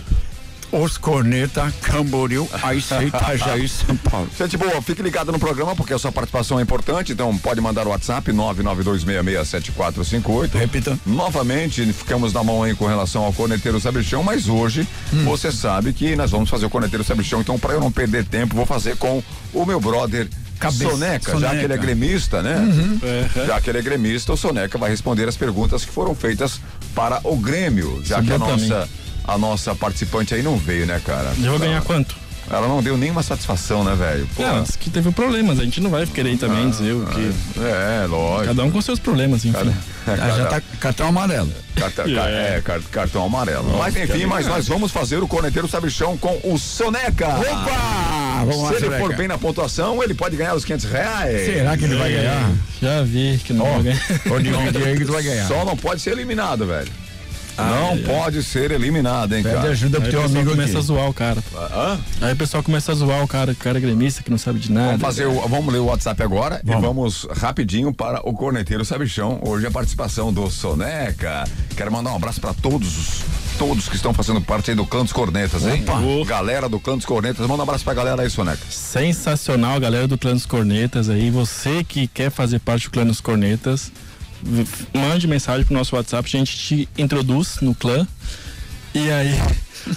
[SPEAKER 5] os corneta, Camboriú, aí ser Itajaí, São Paulo.
[SPEAKER 1] Gente boa, fique ligado no programa porque a sua participação é importante, então pode mandar o WhatsApp 992667458.
[SPEAKER 5] Repita.
[SPEAKER 1] Novamente, ficamos na mão aí com relação ao Corneteiro Sabichão, mas hoje
[SPEAKER 5] Hum.
[SPEAKER 1] você sabe que nós vamos fazer o Corneteiro Sabichão, então para eu não perder tempo, vou fazer com o meu brother
[SPEAKER 5] Cabeça-
[SPEAKER 1] Soneca, já
[SPEAKER 5] Soneca.
[SPEAKER 1] que ele é gremista, né?
[SPEAKER 5] Uhum.
[SPEAKER 1] Já que ele é gremista, o Soneca vai responder as perguntas que foram feitas para o Grêmio, já que a
[SPEAKER 2] Exatamente.
[SPEAKER 1] nossa, a nossa participante aí não veio, né, cara?
[SPEAKER 2] Eu vou ganhar
[SPEAKER 1] Ela-
[SPEAKER 2] quanto?
[SPEAKER 1] Ela não deu nenhuma satisfação, né, velho? Pô, Ah,
[SPEAKER 2] Não, disse que teve problemas, a gente não vai querer também dizer o que.
[SPEAKER 1] É, lógico.
[SPEAKER 2] Cada um com seus problemas, enfim.
[SPEAKER 1] já tá
[SPEAKER 5] cartão amarelo.
[SPEAKER 1] Carta- ca- é, car- cartão amarelo.
[SPEAKER 2] Nossa,
[SPEAKER 1] mas enfim,
[SPEAKER 2] que
[SPEAKER 1] mas
[SPEAKER 2] alegria.
[SPEAKER 1] nós vamos fazer o Corneteiro Sabichão com o Soneca.
[SPEAKER 5] Opa! Vamos lá,
[SPEAKER 1] Se ele
[SPEAKER 5] Soneca.
[SPEAKER 1] for bem na pontuação, ele pode ganhar os 500 reais.
[SPEAKER 5] Será que ele vai ganhar?
[SPEAKER 2] Já vi que não vai ganhar.
[SPEAKER 5] Ô, Nilvinho, aí que tu vai ganhar.
[SPEAKER 1] Só não pode ser eliminado, velho. não pode ser eliminado, hein,
[SPEAKER 2] Pede
[SPEAKER 1] cara?
[SPEAKER 2] ajuda pro Aí teu o pessoal amigo começa aqui. a zoar o cara.
[SPEAKER 1] Hã?
[SPEAKER 2] Aí o pessoal começa a zoar o cara, que o cara é gremista, que não sabe de nada.
[SPEAKER 1] Vamos, fazer o- vamos ler o WhatsApp agora e vamos rapidinho para o Corneteiro Sabichão. Hoje a participação do Soneca. Quero mandar um abraço para todos os- todos que estão fazendo parte aí do Clã dos Cornetas, hein? Uhum. Galera do Clã dos Cornetas, manda um abraço pra galera aí, Soneca.
[SPEAKER 2] Sensacional, galera do Clã dos Cornetas aí. Você que quer fazer parte do Clã dos Cornetas, v- mande mensagem pro nosso WhatsApp, a gente te introduz no clã. E aí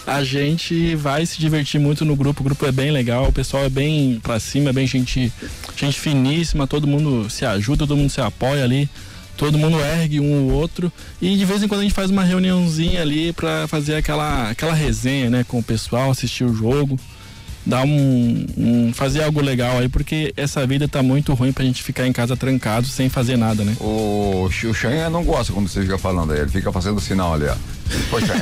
[SPEAKER 2] a gente vai se divertir muito no grupo. O grupo é bem legal, o pessoal é bem pra cima, é bem gente, gente finíssima, todo mundo se ajuda, todo mundo se apoia ali. Todo mundo ergue um o outro e de vez em quando a gente faz uma reuniãozinha ali pra fazer aquela, aquela resenha, né, com o pessoal, assistir o jogo dar um, um- fazer algo legal aí, porque essa vida tá muito ruim pra gente ficar em casa trancado sem fazer nada, né?
[SPEAKER 1] O Xuxanha não gosta quando você fica falando aí, ele fica fazendo sinal ali, ó. Poxa,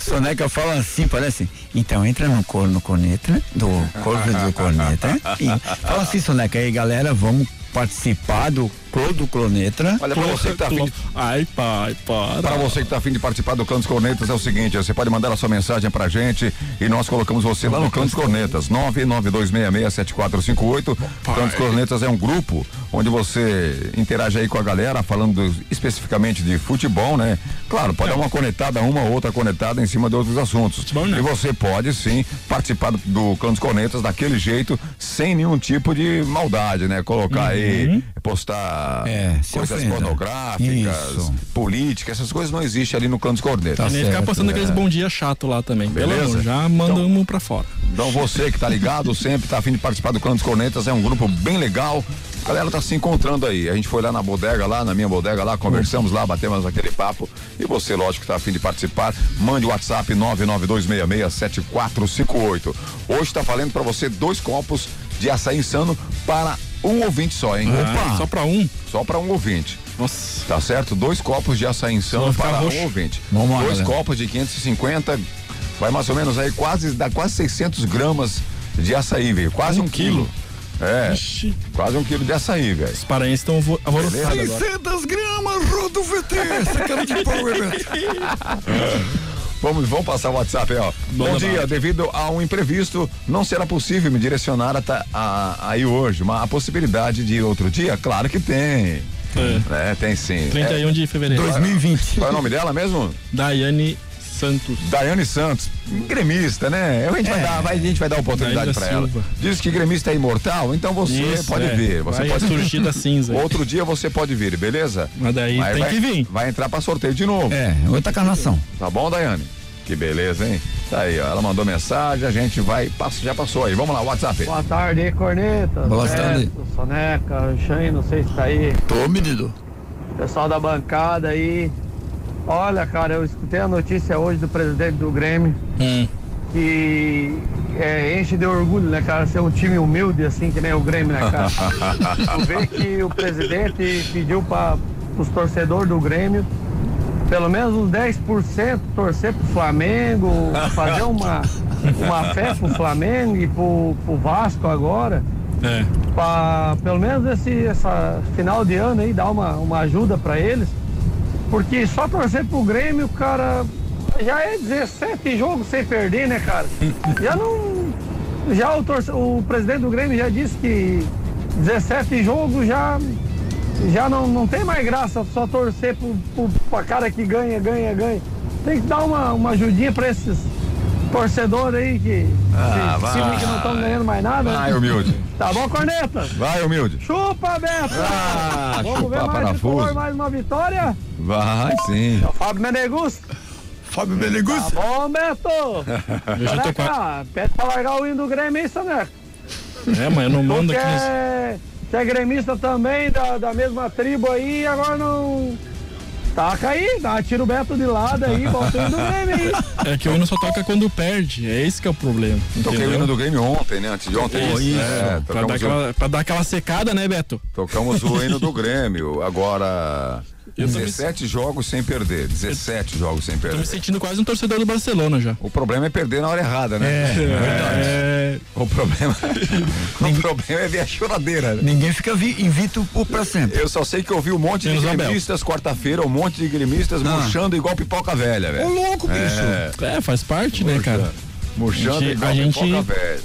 [SPEAKER 5] Soneca fala assim, parece. Então entra no corno corneta, né? do corvo do corneta. né? E fala assim, Soneca, aí galera, vamos participar do Clô do Clonetra.
[SPEAKER 1] Olha, pra você que tá afim de...
[SPEAKER 2] Ai, pai, para.
[SPEAKER 1] Pra você que tá afim de participar do Clã dos Cornetas, é o seguinte, você pode mandar a sua mensagem pra gente e nós colocamos você lá no Clã dos Cornetas, 992667458. Clã dos Cornetas é um grupo onde você interage aí com a galera, falando especificamente de futebol, né? Claro,
[SPEAKER 2] É.
[SPEAKER 1] pode dar uma conectada, uma ou outra conectada em cima de outros assuntos.
[SPEAKER 2] né?
[SPEAKER 1] E você pode sim participar do, do Clã dos Cornetas daquele jeito, sem nenhum tipo de maldade, né? Colocar
[SPEAKER 2] Uhum.
[SPEAKER 1] aí, postar
[SPEAKER 5] É, se
[SPEAKER 1] coisas
[SPEAKER 5] ofenda.
[SPEAKER 1] pornográficas,
[SPEAKER 5] Isso. Tá
[SPEAKER 1] política, essas coisas não existem ali no canto dos cornetas.
[SPEAKER 2] e nem ficar passando Tá aqueles bom dia chato lá também. Pelo
[SPEAKER 1] tá é. Beleza?
[SPEAKER 2] amor, já mandamos pra fora.
[SPEAKER 1] Então você que tá ligado, sempre tá afim de participar do Canto dos Cornetas, é um grupo bem legal. A galera tá se encontrando aí. A gente foi lá na bodega, lá na minha bodega, lá conversamos lá, batemos aquele papo. E você, lógico, que tá afim de participar, mande o WhatsApp 992667458. Hoje tá valendo pra você dois copos de açaí insano para um ouvinte só, hein?
[SPEAKER 2] Ah, só pra um?
[SPEAKER 1] Só pra um ouvinte.
[SPEAKER 2] Nossa.
[SPEAKER 1] Tá certo? Dois copos de açaí
[SPEAKER 2] Senão vai
[SPEAKER 1] insano
[SPEAKER 2] ficar
[SPEAKER 1] para um
[SPEAKER 2] roxo.
[SPEAKER 1] ouvinte.
[SPEAKER 5] Vamos lá,
[SPEAKER 1] dois
[SPEAKER 5] galera.
[SPEAKER 1] copos de 550, vai mais ou menos aí quase, dá quase 600 gramas de açaí, velho. Quase um, quilo. É, quase um quilo de açaí, velho. Os
[SPEAKER 2] paraenses estão alvoroçados agora.
[SPEAKER 5] 600 gramas, Rodo VT, essa cara de pau, é Roberto.
[SPEAKER 1] Vamos, vamos passar o WhatsApp aí, ó. Bom
[SPEAKER 5] Manda
[SPEAKER 1] dia,
[SPEAKER 5] bala.
[SPEAKER 1] devido a um imprevisto, não será possível me direcionar até a- aí hoje, mas a possibilidade de ir outro dia, claro que tem. É, tem sim.
[SPEAKER 2] 31
[SPEAKER 1] é,
[SPEAKER 2] de fevereiro.
[SPEAKER 1] 2020. Qual é o nome dela mesmo?
[SPEAKER 2] Daiane Santos.
[SPEAKER 1] Daiane Santos, gremista, né? A gente, vai,
[SPEAKER 2] É.
[SPEAKER 1] dar, vai- a gente vai dar
[SPEAKER 2] Daiane
[SPEAKER 1] oportunidade
[SPEAKER 2] da
[SPEAKER 1] pra ela.
[SPEAKER 2] Silva.
[SPEAKER 1] Diz que gremista é imortal, então você
[SPEAKER 2] Isso,
[SPEAKER 1] pode
[SPEAKER 2] é.
[SPEAKER 1] vir. Você
[SPEAKER 2] Vai
[SPEAKER 1] pode
[SPEAKER 2] surgir da cinza aí.
[SPEAKER 1] Outro dia você pode vir, beleza?
[SPEAKER 2] Mas daí
[SPEAKER 1] Aí
[SPEAKER 2] tem
[SPEAKER 1] vai,
[SPEAKER 2] que vir.
[SPEAKER 1] Vai entrar pra sorteio de novo.
[SPEAKER 5] É, outra carnação.
[SPEAKER 1] Tá bom, Daiane? Que beleza, hein? Tá aí, ó. Ela mandou mensagem, a gente vai. passa- já passou aí. Vamos lá, WhatsApp.
[SPEAKER 14] Boa tarde, Corneta.
[SPEAKER 1] Boa tarde.
[SPEAKER 14] Soneca, Xan, não sei se tá aí.
[SPEAKER 5] Tô, menino.
[SPEAKER 14] Pessoal da bancada aí. Olha, cara, eu escutei a notícia hoje do presidente do Grêmio. Que é, enche de orgulho, né, cara? Ser um time humilde, assim, que nem o Grêmio, né, cara? tu vê que o presidente pediu para os torcedores do Grêmio pelo menos uns 10% torcer pro Flamengo, fazer uma, uma fé pro Flamengo e pro, pro Vasco agora.
[SPEAKER 2] É.
[SPEAKER 14] Pra, pelo menos esse essa final de ano aí, dar uma, uma ajuda pra eles. Porque só torcer pro Grêmio, cara, já é 17 jogos sem perder, né, cara? Já não. Já o, torce, o presidente do Grêmio já disse que 17 jogos já já não, não tem mais graça só torcer pro, pro, pra cara que ganha, ganha, ganha. Tem que dar uma, uma ajudinha pra esses torcedores aí que,
[SPEAKER 1] Ah,
[SPEAKER 14] que,
[SPEAKER 1] vai.
[SPEAKER 14] sim, que não
[SPEAKER 2] tá
[SPEAKER 14] estão ganhando mais nada. né?
[SPEAKER 1] Vai, humilde.
[SPEAKER 14] Tá bom, Corneta?
[SPEAKER 1] Vai, humilde.
[SPEAKER 14] Chupa, Beto! Vamos ver
[SPEAKER 1] chupa
[SPEAKER 14] mais
[SPEAKER 1] parafuso.
[SPEAKER 14] tricolor, mais uma vitória. É
[SPEAKER 1] Vai sim.
[SPEAKER 14] Fábio Menegusto.
[SPEAKER 1] Fábio Menegusto.
[SPEAKER 14] Tá bom, Beto.
[SPEAKER 1] Eu já tô com
[SPEAKER 14] Careca, pede pra largar o hino do Grêmio, hein, Soneca?
[SPEAKER 2] É, mas eu não
[SPEAKER 14] Tu
[SPEAKER 2] mando
[SPEAKER 14] que
[SPEAKER 2] aqui. nesse-
[SPEAKER 14] é, que é gremista também, da, da mesma tribo aí, agora não... Taca aí, dá, tira o Beto de lado aí, um volta o hino do Grêmio, hein?
[SPEAKER 2] É que o hino só toca quando perde. É esse que é o problema.
[SPEAKER 1] Toquei o
[SPEAKER 2] entendeu?
[SPEAKER 1] hino do Grêmio ontem, né? Antes de ontem.
[SPEAKER 2] Isso.
[SPEAKER 1] É,
[SPEAKER 2] pra,
[SPEAKER 1] tocamos
[SPEAKER 2] dar
[SPEAKER 1] o-
[SPEAKER 2] aquela, pra dar aquela secada, né, Beto?
[SPEAKER 1] Tocamos o hino do Grêmio. Agora,
[SPEAKER 2] Eu tô me-
[SPEAKER 1] 17 jogos sem perder. 17 jogos sem
[SPEAKER 2] Tô me
[SPEAKER 1] perder.
[SPEAKER 2] sentindo quase um torcedor do Barcelona já.
[SPEAKER 1] O problema é perder na hora errada, né?
[SPEAKER 2] É, é verdade.
[SPEAKER 1] O problema, o problema é ver a choradeira. né?
[SPEAKER 5] Ninguém fica vi, invito por, pra sempre.
[SPEAKER 1] Eu só sei que eu vi um monte de
[SPEAKER 5] Menos Abel.
[SPEAKER 1] gremistas quarta-feira, um monte de gremistas
[SPEAKER 5] Ah.
[SPEAKER 1] murchando igual pipoca velha, velho.
[SPEAKER 5] Ô, louco,
[SPEAKER 2] bicho. É, faz parte, né, cara?
[SPEAKER 1] Murchando
[SPEAKER 2] A gente-
[SPEAKER 1] igual
[SPEAKER 2] a gente-
[SPEAKER 1] um pipoca velha.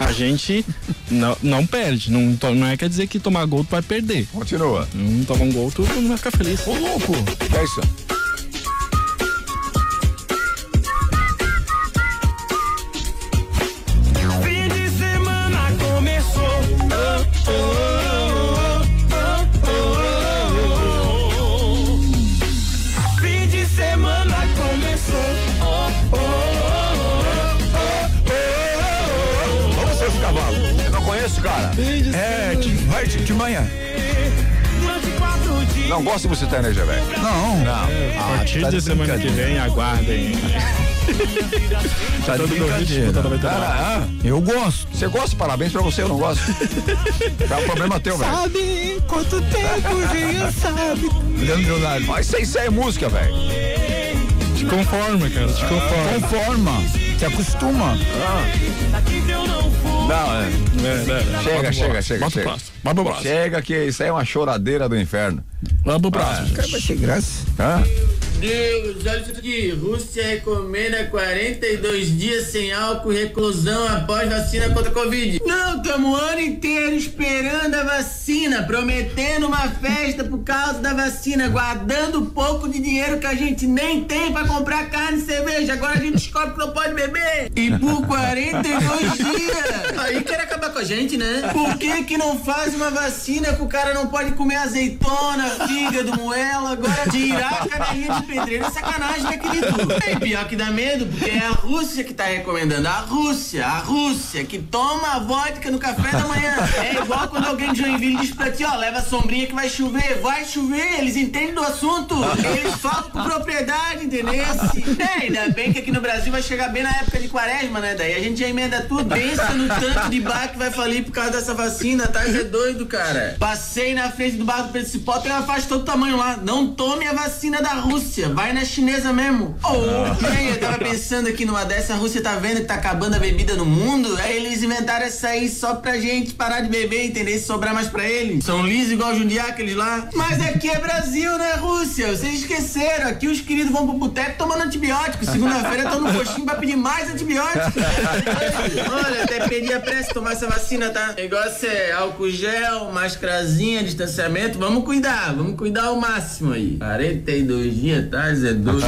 [SPEAKER 2] A gente não, não perde. Não, to- não é quer dizer que tomar gol tu vai perder.
[SPEAKER 1] Continua.
[SPEAKER 2] Não tomar um gol, tu não vai ficar feliz.
[SPEAKER 1] Ô, louco! É isso.
[SPEAKER 3] Fim de semana começou. Oh, oh, oh, oh, oh, oh. Fim de semana começou. Oh, oh, oh, oh, oh,
[SPEAKER 1] Olha seus cavalos. Eu não conheço, cara.
[SPEAKER 5] É, de, vai de, de manhã.
[SPEAKER 3] oh. Durante quatro dias.
[SPEAKER 1] Não gosto de sertaneja, velho.
[SPEAKER 5] Não.
[SPEAKER 1] Não.
[SPEAKER 2] É,
[SPEAKER 1] Ah,
[SPEAKER 2] A partir de semana que vem, aguardem.
[SPEAKER 1] Tá de
[SPEAKER 2] Todo meu
[SPEAKER 1] brincadeira.
[SPEAKER 2] ritmo, todo meu trabalho.
[SPEAKER 1] Ah, ah,
[SPEAKER 5] Eu gosto.
[SPEAKER 1] Você gosta? Parabéns pra você, eu não gosto. Tá um problema teu, velho.
[SPEAKER 3] Sabe quanto tempo já é, sabe.
[SPEAKER 1] Leandro Leonardo. Mas sem ser é música, velho.
[SPEAKER 2] Te conforma, cara. Te conforma.
[SPEAKER 5] Conforma. Se acostuma.
[SPEAKER 1] Não, Ah. é.
[SPEAKER 2] né? Bota
[SPEAKER 1] Chega,
[SPEAKER 2] o
[SPEAKER 1] chega,
[SPEAKER 2] braço,
[SPEAKER 1] chega,
[SPEAKER 2] bota o
[SPEAKER 1] chega.
[SPEAKER 2] braço, bota o braço.
[SPEAKER 1] Chega que isso aí é uma choradeira do inferno. Ah,
[SPEAKER 2] Vamos pro
[SPEAKER 1] próximo.
[SPEAKER 5] Vai ser graça.
[SPEAKER 1] Hã?
[SPEAKER 15] Deus, olha isso aqui. Rússia recomenda 42 dias sem álcool e reclusão após vacina contra a Covid. Não, estamos o ano inteiro esperando a vacina, prometendo uma festa por causa da vacina, guardando um pouco de dinheiro que a gente nem tem pra comprar carne e cerveja. Agora a gente descobre que não pode beber. E por 42 dias. Aí quer acabar com a gente, né? Por que que não faz uma vacina que o cara não pode comer azeitona, fígado, moela, agora tirar a canelinha de pedreiro é sacanagem, né, querido? E pior que dá medo, porque é a Rússia que tá recomendando. A Rússia, a Rússia, que toma a vodka no café da manhã. É igual quando alguém de Joinville diz pra ti, ó, leva a sombrinha que vai chover. Vai chover, eles entendem do assunto. Eles falam com propriedade, entendeu? É, ainda bem que aqui no Brasil vai chegar bem na época de quaresma, né? Daí a gente já emenda tudo. Pensa no tanto de bar que vai falir por causa dessa vacina, tá? Isso é doido, cara. Passei na frente do bar do principal, tem uma faixa de todo tamanho lá. Não tome a vacina da Rússia, vai na chinesa mesmo. Oh, e aí, eu tava pensando aqui numa dessa, a Rússia tá vendo que tá acabando a bebida no mundo, aí eles inventaram essa aí só pra gente parar de beber, entendeu? Se sobrar mais pra eles. São lisos igual Jundiá, aqueles lá. Mas aqui é Brasil, né, Rússia? Vocês esqueceram, aqui os queridos vão pro boteco tomando antibiótico. Segunda-feira estão no coxinho pra pedir mais antibiótico. Olha, até perdi a pressa tomar essa vacina, tá? O negócio é álcool gel, máscarazinha, distanciamento. Vamos cuidar, vamos cuidar ao máximo aí. 42 dias atrás é doido.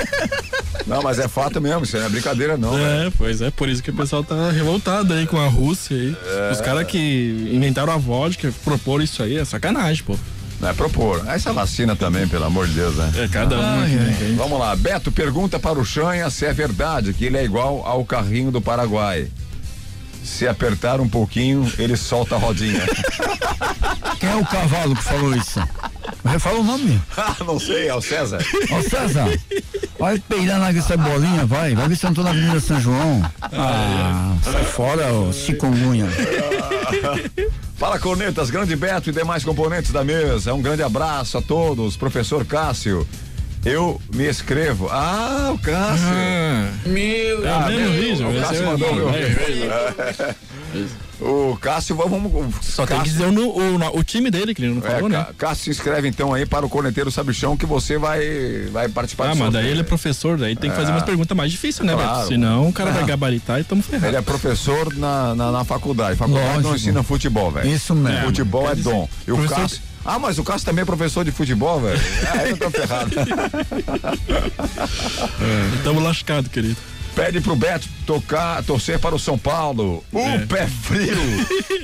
[SPEAKER 1] Não, mas é fato mesmo, isso aí não é brincadeira, não. velho.
[SPEAKER 2] É, pois é, por isso que o pessoal tá revoltado aí com a Rússia aí.
[SPEAKER 1] É.
[SPEAKER 2] Os caras que inventaram a vodka, proporam isso aí, é sacanagem, pô.
[SPEAKER 1] Não é propor. Essa vacina também, pelo amor de Deus, né?
[SPEAKER 2] É, cada um aqui, né?
[SPEAKER 1] Vamos lá. Beto pergunta para o Chanha se é verdade que ele é igual ao carrinho do Paraguai. Se apertar um pouquinho, ele solta a rodinha.
[SPEAKER 5] Quem é o cavalo que falou isso? Refala o nome.
[SPEAKER 1] Ah, não sei, é o César.
[SPEAKER 5] Ó, César, vai peidar na essa bolinha, vai. Vai ver se eu não tô na Avenida São João. Ah, sai fora, ô, chikungunya.
[SPEAKER 1] Fala, cornetas, grande Beto e demais componentes da mesa. Um grande abraço a todos. Professor Cássio, eu me escrevo. Ah, o Cássio.
[SPEAKER 15] Meu
[SPEAKER 2] É o
[SPEAKER 1] Ah,
[SPEAKER 2] mesmo
[SPEAKER 1] meu,
[SPEAKER 2] vídeo,
[SPEAKER 1] o
[SPEAKER 2] esse
[SPEAKER 1] Cássio
[SPEAKER 2] é o
[SPEAKER 1] mandou
[SPEAKER 2] mesmo,
[SPEAKER 1] meu.
[SPEAKER 2] é o mesmo.
[SPEAKER 1] O Cássio,
[SPEAKER 2] É,
[SPEAKER 1] vamos. vamos-
[SPEAKER 2] Só tem que
[SPEAKER 1] Cássio-
[SPEAKER 2] dizer o, no- o, na- o time dele, que ele não
[SPEAKER 1] É,
[SPEAKER 2] falou, né?
[SPEAKER 1] Cá- Cássio, se inscreve então aí para o Corneteiro Sabichão que você vai, vai participar
[SPEAKER 2] Ah,
[SPEAKER 1] do
[SPEAKER 2] mas
[SPEAKER 1] sorteio.
[SPEAKER 2] daí ele é professor, daí tem que fazer
[SPEAKER 1] É.
[SPEAKER 2] umas perguntas mais difíceis, né,
[SPEAKER 1] Claro.
[SPEAKER 2] Beto? Senão o cara vai
[SPEAKER 1] Ah.
[SPEAKER 2] gabaritar e tamo ferrado.
[SPEAKER 1] Ele é professor na, na, na faculdade. Faculdade não
[SPEAKER 5] Lógico.
[SPEAKER 1] ensina futebol, velho.
[SPEAKER 5] Isso mesmo.
[SPEAKER 1] Futebol é dom. E o
[SPEAKER 2] Professor-
[SPEAKER 1] Cássio. Ah, mas o Cássio também é professor de futebol, velho? Aí eu tô ferrado.
[SPEAKER 2] É, Tamo lascado, querido.
[SPEAKER 1] Pede pro Beto tocar, torcer para o São Paulo. O
[SPEAKER 2] É.
[SPEAKER 1] pé frio.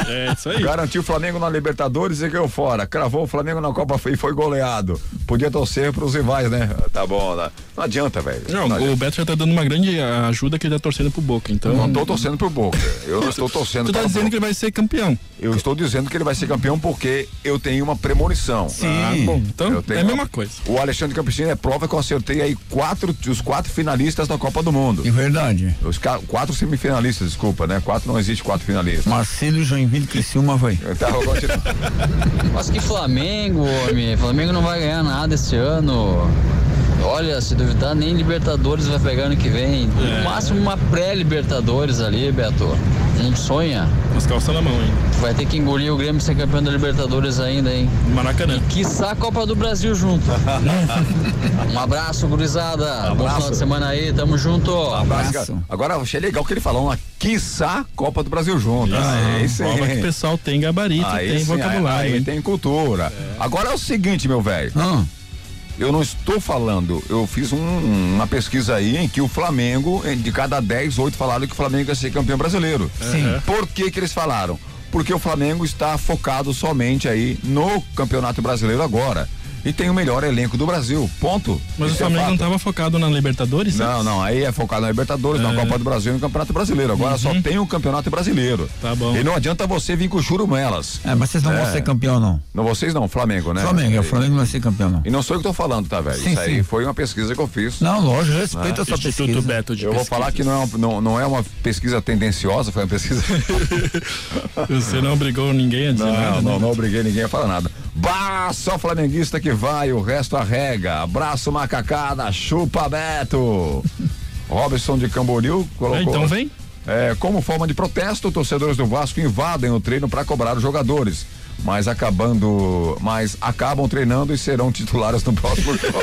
[SPEAKER 2] É isso aí.
[SPEAKER 1] Garantiu o Flamengo na Libertadores e ganhou fora. Cravou o Flamengo na Copa e foi goleado. Podia torcer pros rivais, né? Tá bom, né? Não adianta, velho.
[SPEAKER 2] Não, o Beto já tá dando uma grande ah, ajuda que ele tá torcendo pro Boca, então.
[SPEAKER 1] Eu não tô torcendo pro Boca. Eu não estou torcendo
[SPEAKER 2] Tu tá
[SPEAKER 1] para o
[SPEAKER 2] dizendo que ele vai ser campeão.
[SPEAKER 1] Eu estou dizendo que ele vai ser campeão porque eu tenho uma premonição. Ah, Sim.
[SPEAKER 2] bom, então é a mesma coisa.
[SPEAKER 1] O Alexandre Campesino é prova que eu acertei aí quatro, os quatro finalistas da Copa do Mundo.
[SPEAKER 5] E o Verdade.
[SPEAKER 1] Os ca- quatro semifinalistas, desculpa, né? Quatro não existe quatro finalistas.
[SPEAKER 5] Marcelo, Joinville, Criciúma, vai.
[SPEAKER 1] Tá, vou continuar.
[SPEAKER 16] Mas que Flamengo, homem. Flamengo não vai ganhar nada esse ano. Olha, se duvidar, nem Libertadores vai pegar ano que vem.
[SPEAKER 2] É.
[SPEAKER 16] No máximo uma pré-Libertadores ali, Beto. Não sonha.
[SPEAKER 2] Mas calça na mão, hein?
[SPEAKER 16] Vai ter que engolir o Grêmio ser campeão da Libertadores ainda, hein?
[SPEAKER 2] Maracanã.
[SPEAKER 16] E quiçá a Copa do Brasil junto. um abraço, gurizada. Bom
[SPEAKER 1] Abraço.
[SPEAKER 16] final de semana aí, tamo junto.
[SPEAKER 1] Agora, achei legal que ele falou uma quiçá Copa do Brasil junto.
[SPEAKER 2] Ah,
[SPEAKER 1] é isso aí.
[SPEAKER 2] prova que o pessoal tem gabarito, e
[SPEAKER 1] Aí
[SPEAKER 2] tem
[SPEAKER 1] sim,
[SPEAKER 2] vocabulário.
[SPEAKER 1] Aí, aí
[SPEAKER 2] hein?
[SPEAKER 1] tem cultura. Agora é o seguinte, meu velho. Eu não estou falando, eu fiz um- uma pesquisa aí em que o Flamengo, eh, de cada 10, 8 falaram que o Flamengo ia ser campeão brasileiro. É.
[SPEAKER 5] Sim.
[SPEAKER 1] Por que que eles falaram? Porque o Flamengo está focado somente aí no Campeonato Brasileiro agora. E tem o melhor elenco do Brasil. Ponto.
[SPEAKER 2] Mas o
[SPEAKER 1] Isso é
[SPEAKER 2] Flamengo não
[SPEAKER 1] fato.
[SPEAKER 2] tava focado na Libertadores? né?
[SPEAKER 1] Não, não, aí é focado na Libertadores, na Copa do Brasil e no Campeonato Brasileiro. Agora só
[SPEAKER 2] Uhum.
[SPEAKER 1] tem o Campeonato Brasileiro. Tá bom. E não adianta você vir com churumelas.
[SPEAKER 5] É, mas vocês não vão ser campeão, não.
[SPEAKER 1] Não, vocês não, Flamengo, né?
[SPEAKER 5] Flamengo, é, o Flamengo não vai ser campeão, não.
[SPEAKER 1] E não sou eu que tô falando, tá, velho?
[SPEAKER 5] Sim,
[SPEAKER 1] Isso aí
[SPEAKER 5] sim.
[SPEAKER 1] foi uma pesquisa que eu fiz.
[SPEAKER 5] Não, lógico, respeita a sua
[SPEAKER 1] Instituto
[SPEAKER 5] pesquisa.
[SPEAKER 1] Beto de eu vou falar que não é, uma, não, não é uma pesquisa tendenciosa, foi uma pesquisa.
[SPEAKER 2] Você não obrigou ninguém a dizer
[SPEAKER 1] não,
[SPEAKER 2] nada,
[SPEAKER 1] Não,
[SPEAKER 2] né?
[SPEAKER 1] não obriguei ninguém a falar nada. Bah, só flamenguista que vai, o resto arrega. Abraço, macacada, chupa, Beto. Robson de Camboriú colocou.
[SPEAKER 2] É, então vem.
[SPEAKER 1] É, como forma de protesto, torcedores do Vasco invadem o treino para cobrar os jogadores, mas acabando, mas acabam treinando e serão titulares no próximo jogo.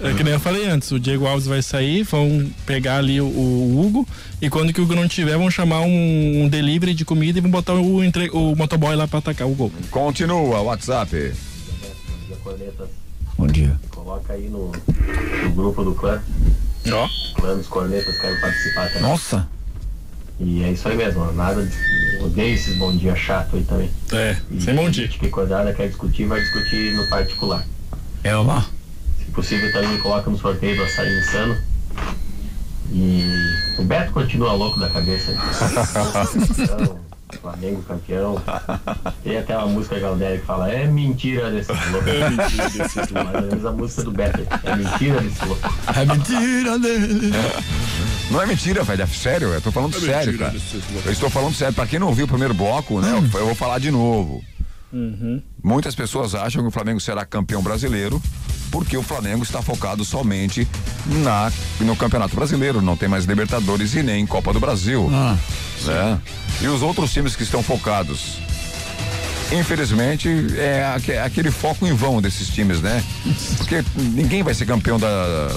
[SPEAKER 2] É que nem eu falei antes, o Diego Alves vai sair, vão pegar ali o, o Hugo, e quando que o Hugo não tiver, vão chamar um, um delivery de comida e vão botar o, entre, o motoboy lá pra atacar o gol.
[SPEAKER 1] Continua, WhatsApp.
[SPEAKER 5] Bom dia.
[SPEAKER 17] Coloca aí no, no grupo do clã.
[SPEAKER 2] Ó.
[SPEAKER 17] Clã dos cornetas, quero participar também.
[SPEAKER 5] Nossa.
[SPEAKER 17] E é isso aí mesmo, nada de. Odeio esses bom dia chato aí também.
[SPEAKER 2] É, sem bom dia.
[SPEAKER 17] Que coisada quer discutir, vai discutir no particular.
[SPEAKER 5] É lá.
[SPEAKER 17] Se possível também coloca no sorteio do açaí insano. E o Beto continua louco da cabeça. né? Então, Flamengo campeão. Tem até uma música Galdério que fala, é mentira desse louco. É mentira desse louco. Mais ou menos a música do Beto. É mentira desse louco.
[SPEAKER 5] É mentira né? dele.
[SPEAKER 1] Não é mentira, velho. É sério, eu tô falando
[SPEAKER 17] É
[SPEAKER 1] sério,
[SPEAKER 17] mentira,
[SPEAKER 1] cara.
[SPEAKER 17] vocês
[SPEAKER 1] Eu estou falando sério. Pra quem não ouviu o primeiro bloco, né?
[SPEAKER 5] Hum.
[SPEAKER 1] Eu vou falar de novo.
[SPEAKER 2] Uhum.
[SPEAKER 1] Muitas pessoas acham que o Flamengo será campeão brasileiro porque o Flamengo está focado somente na, no Campeonato Brasileiro, não tem mais Libertadores e nem Copa do Brasil. né? E os outros times que estão focados? Infelizmente, é aque- aquele foco em vão desses times, né? Porque ninguém vai ser campeão da,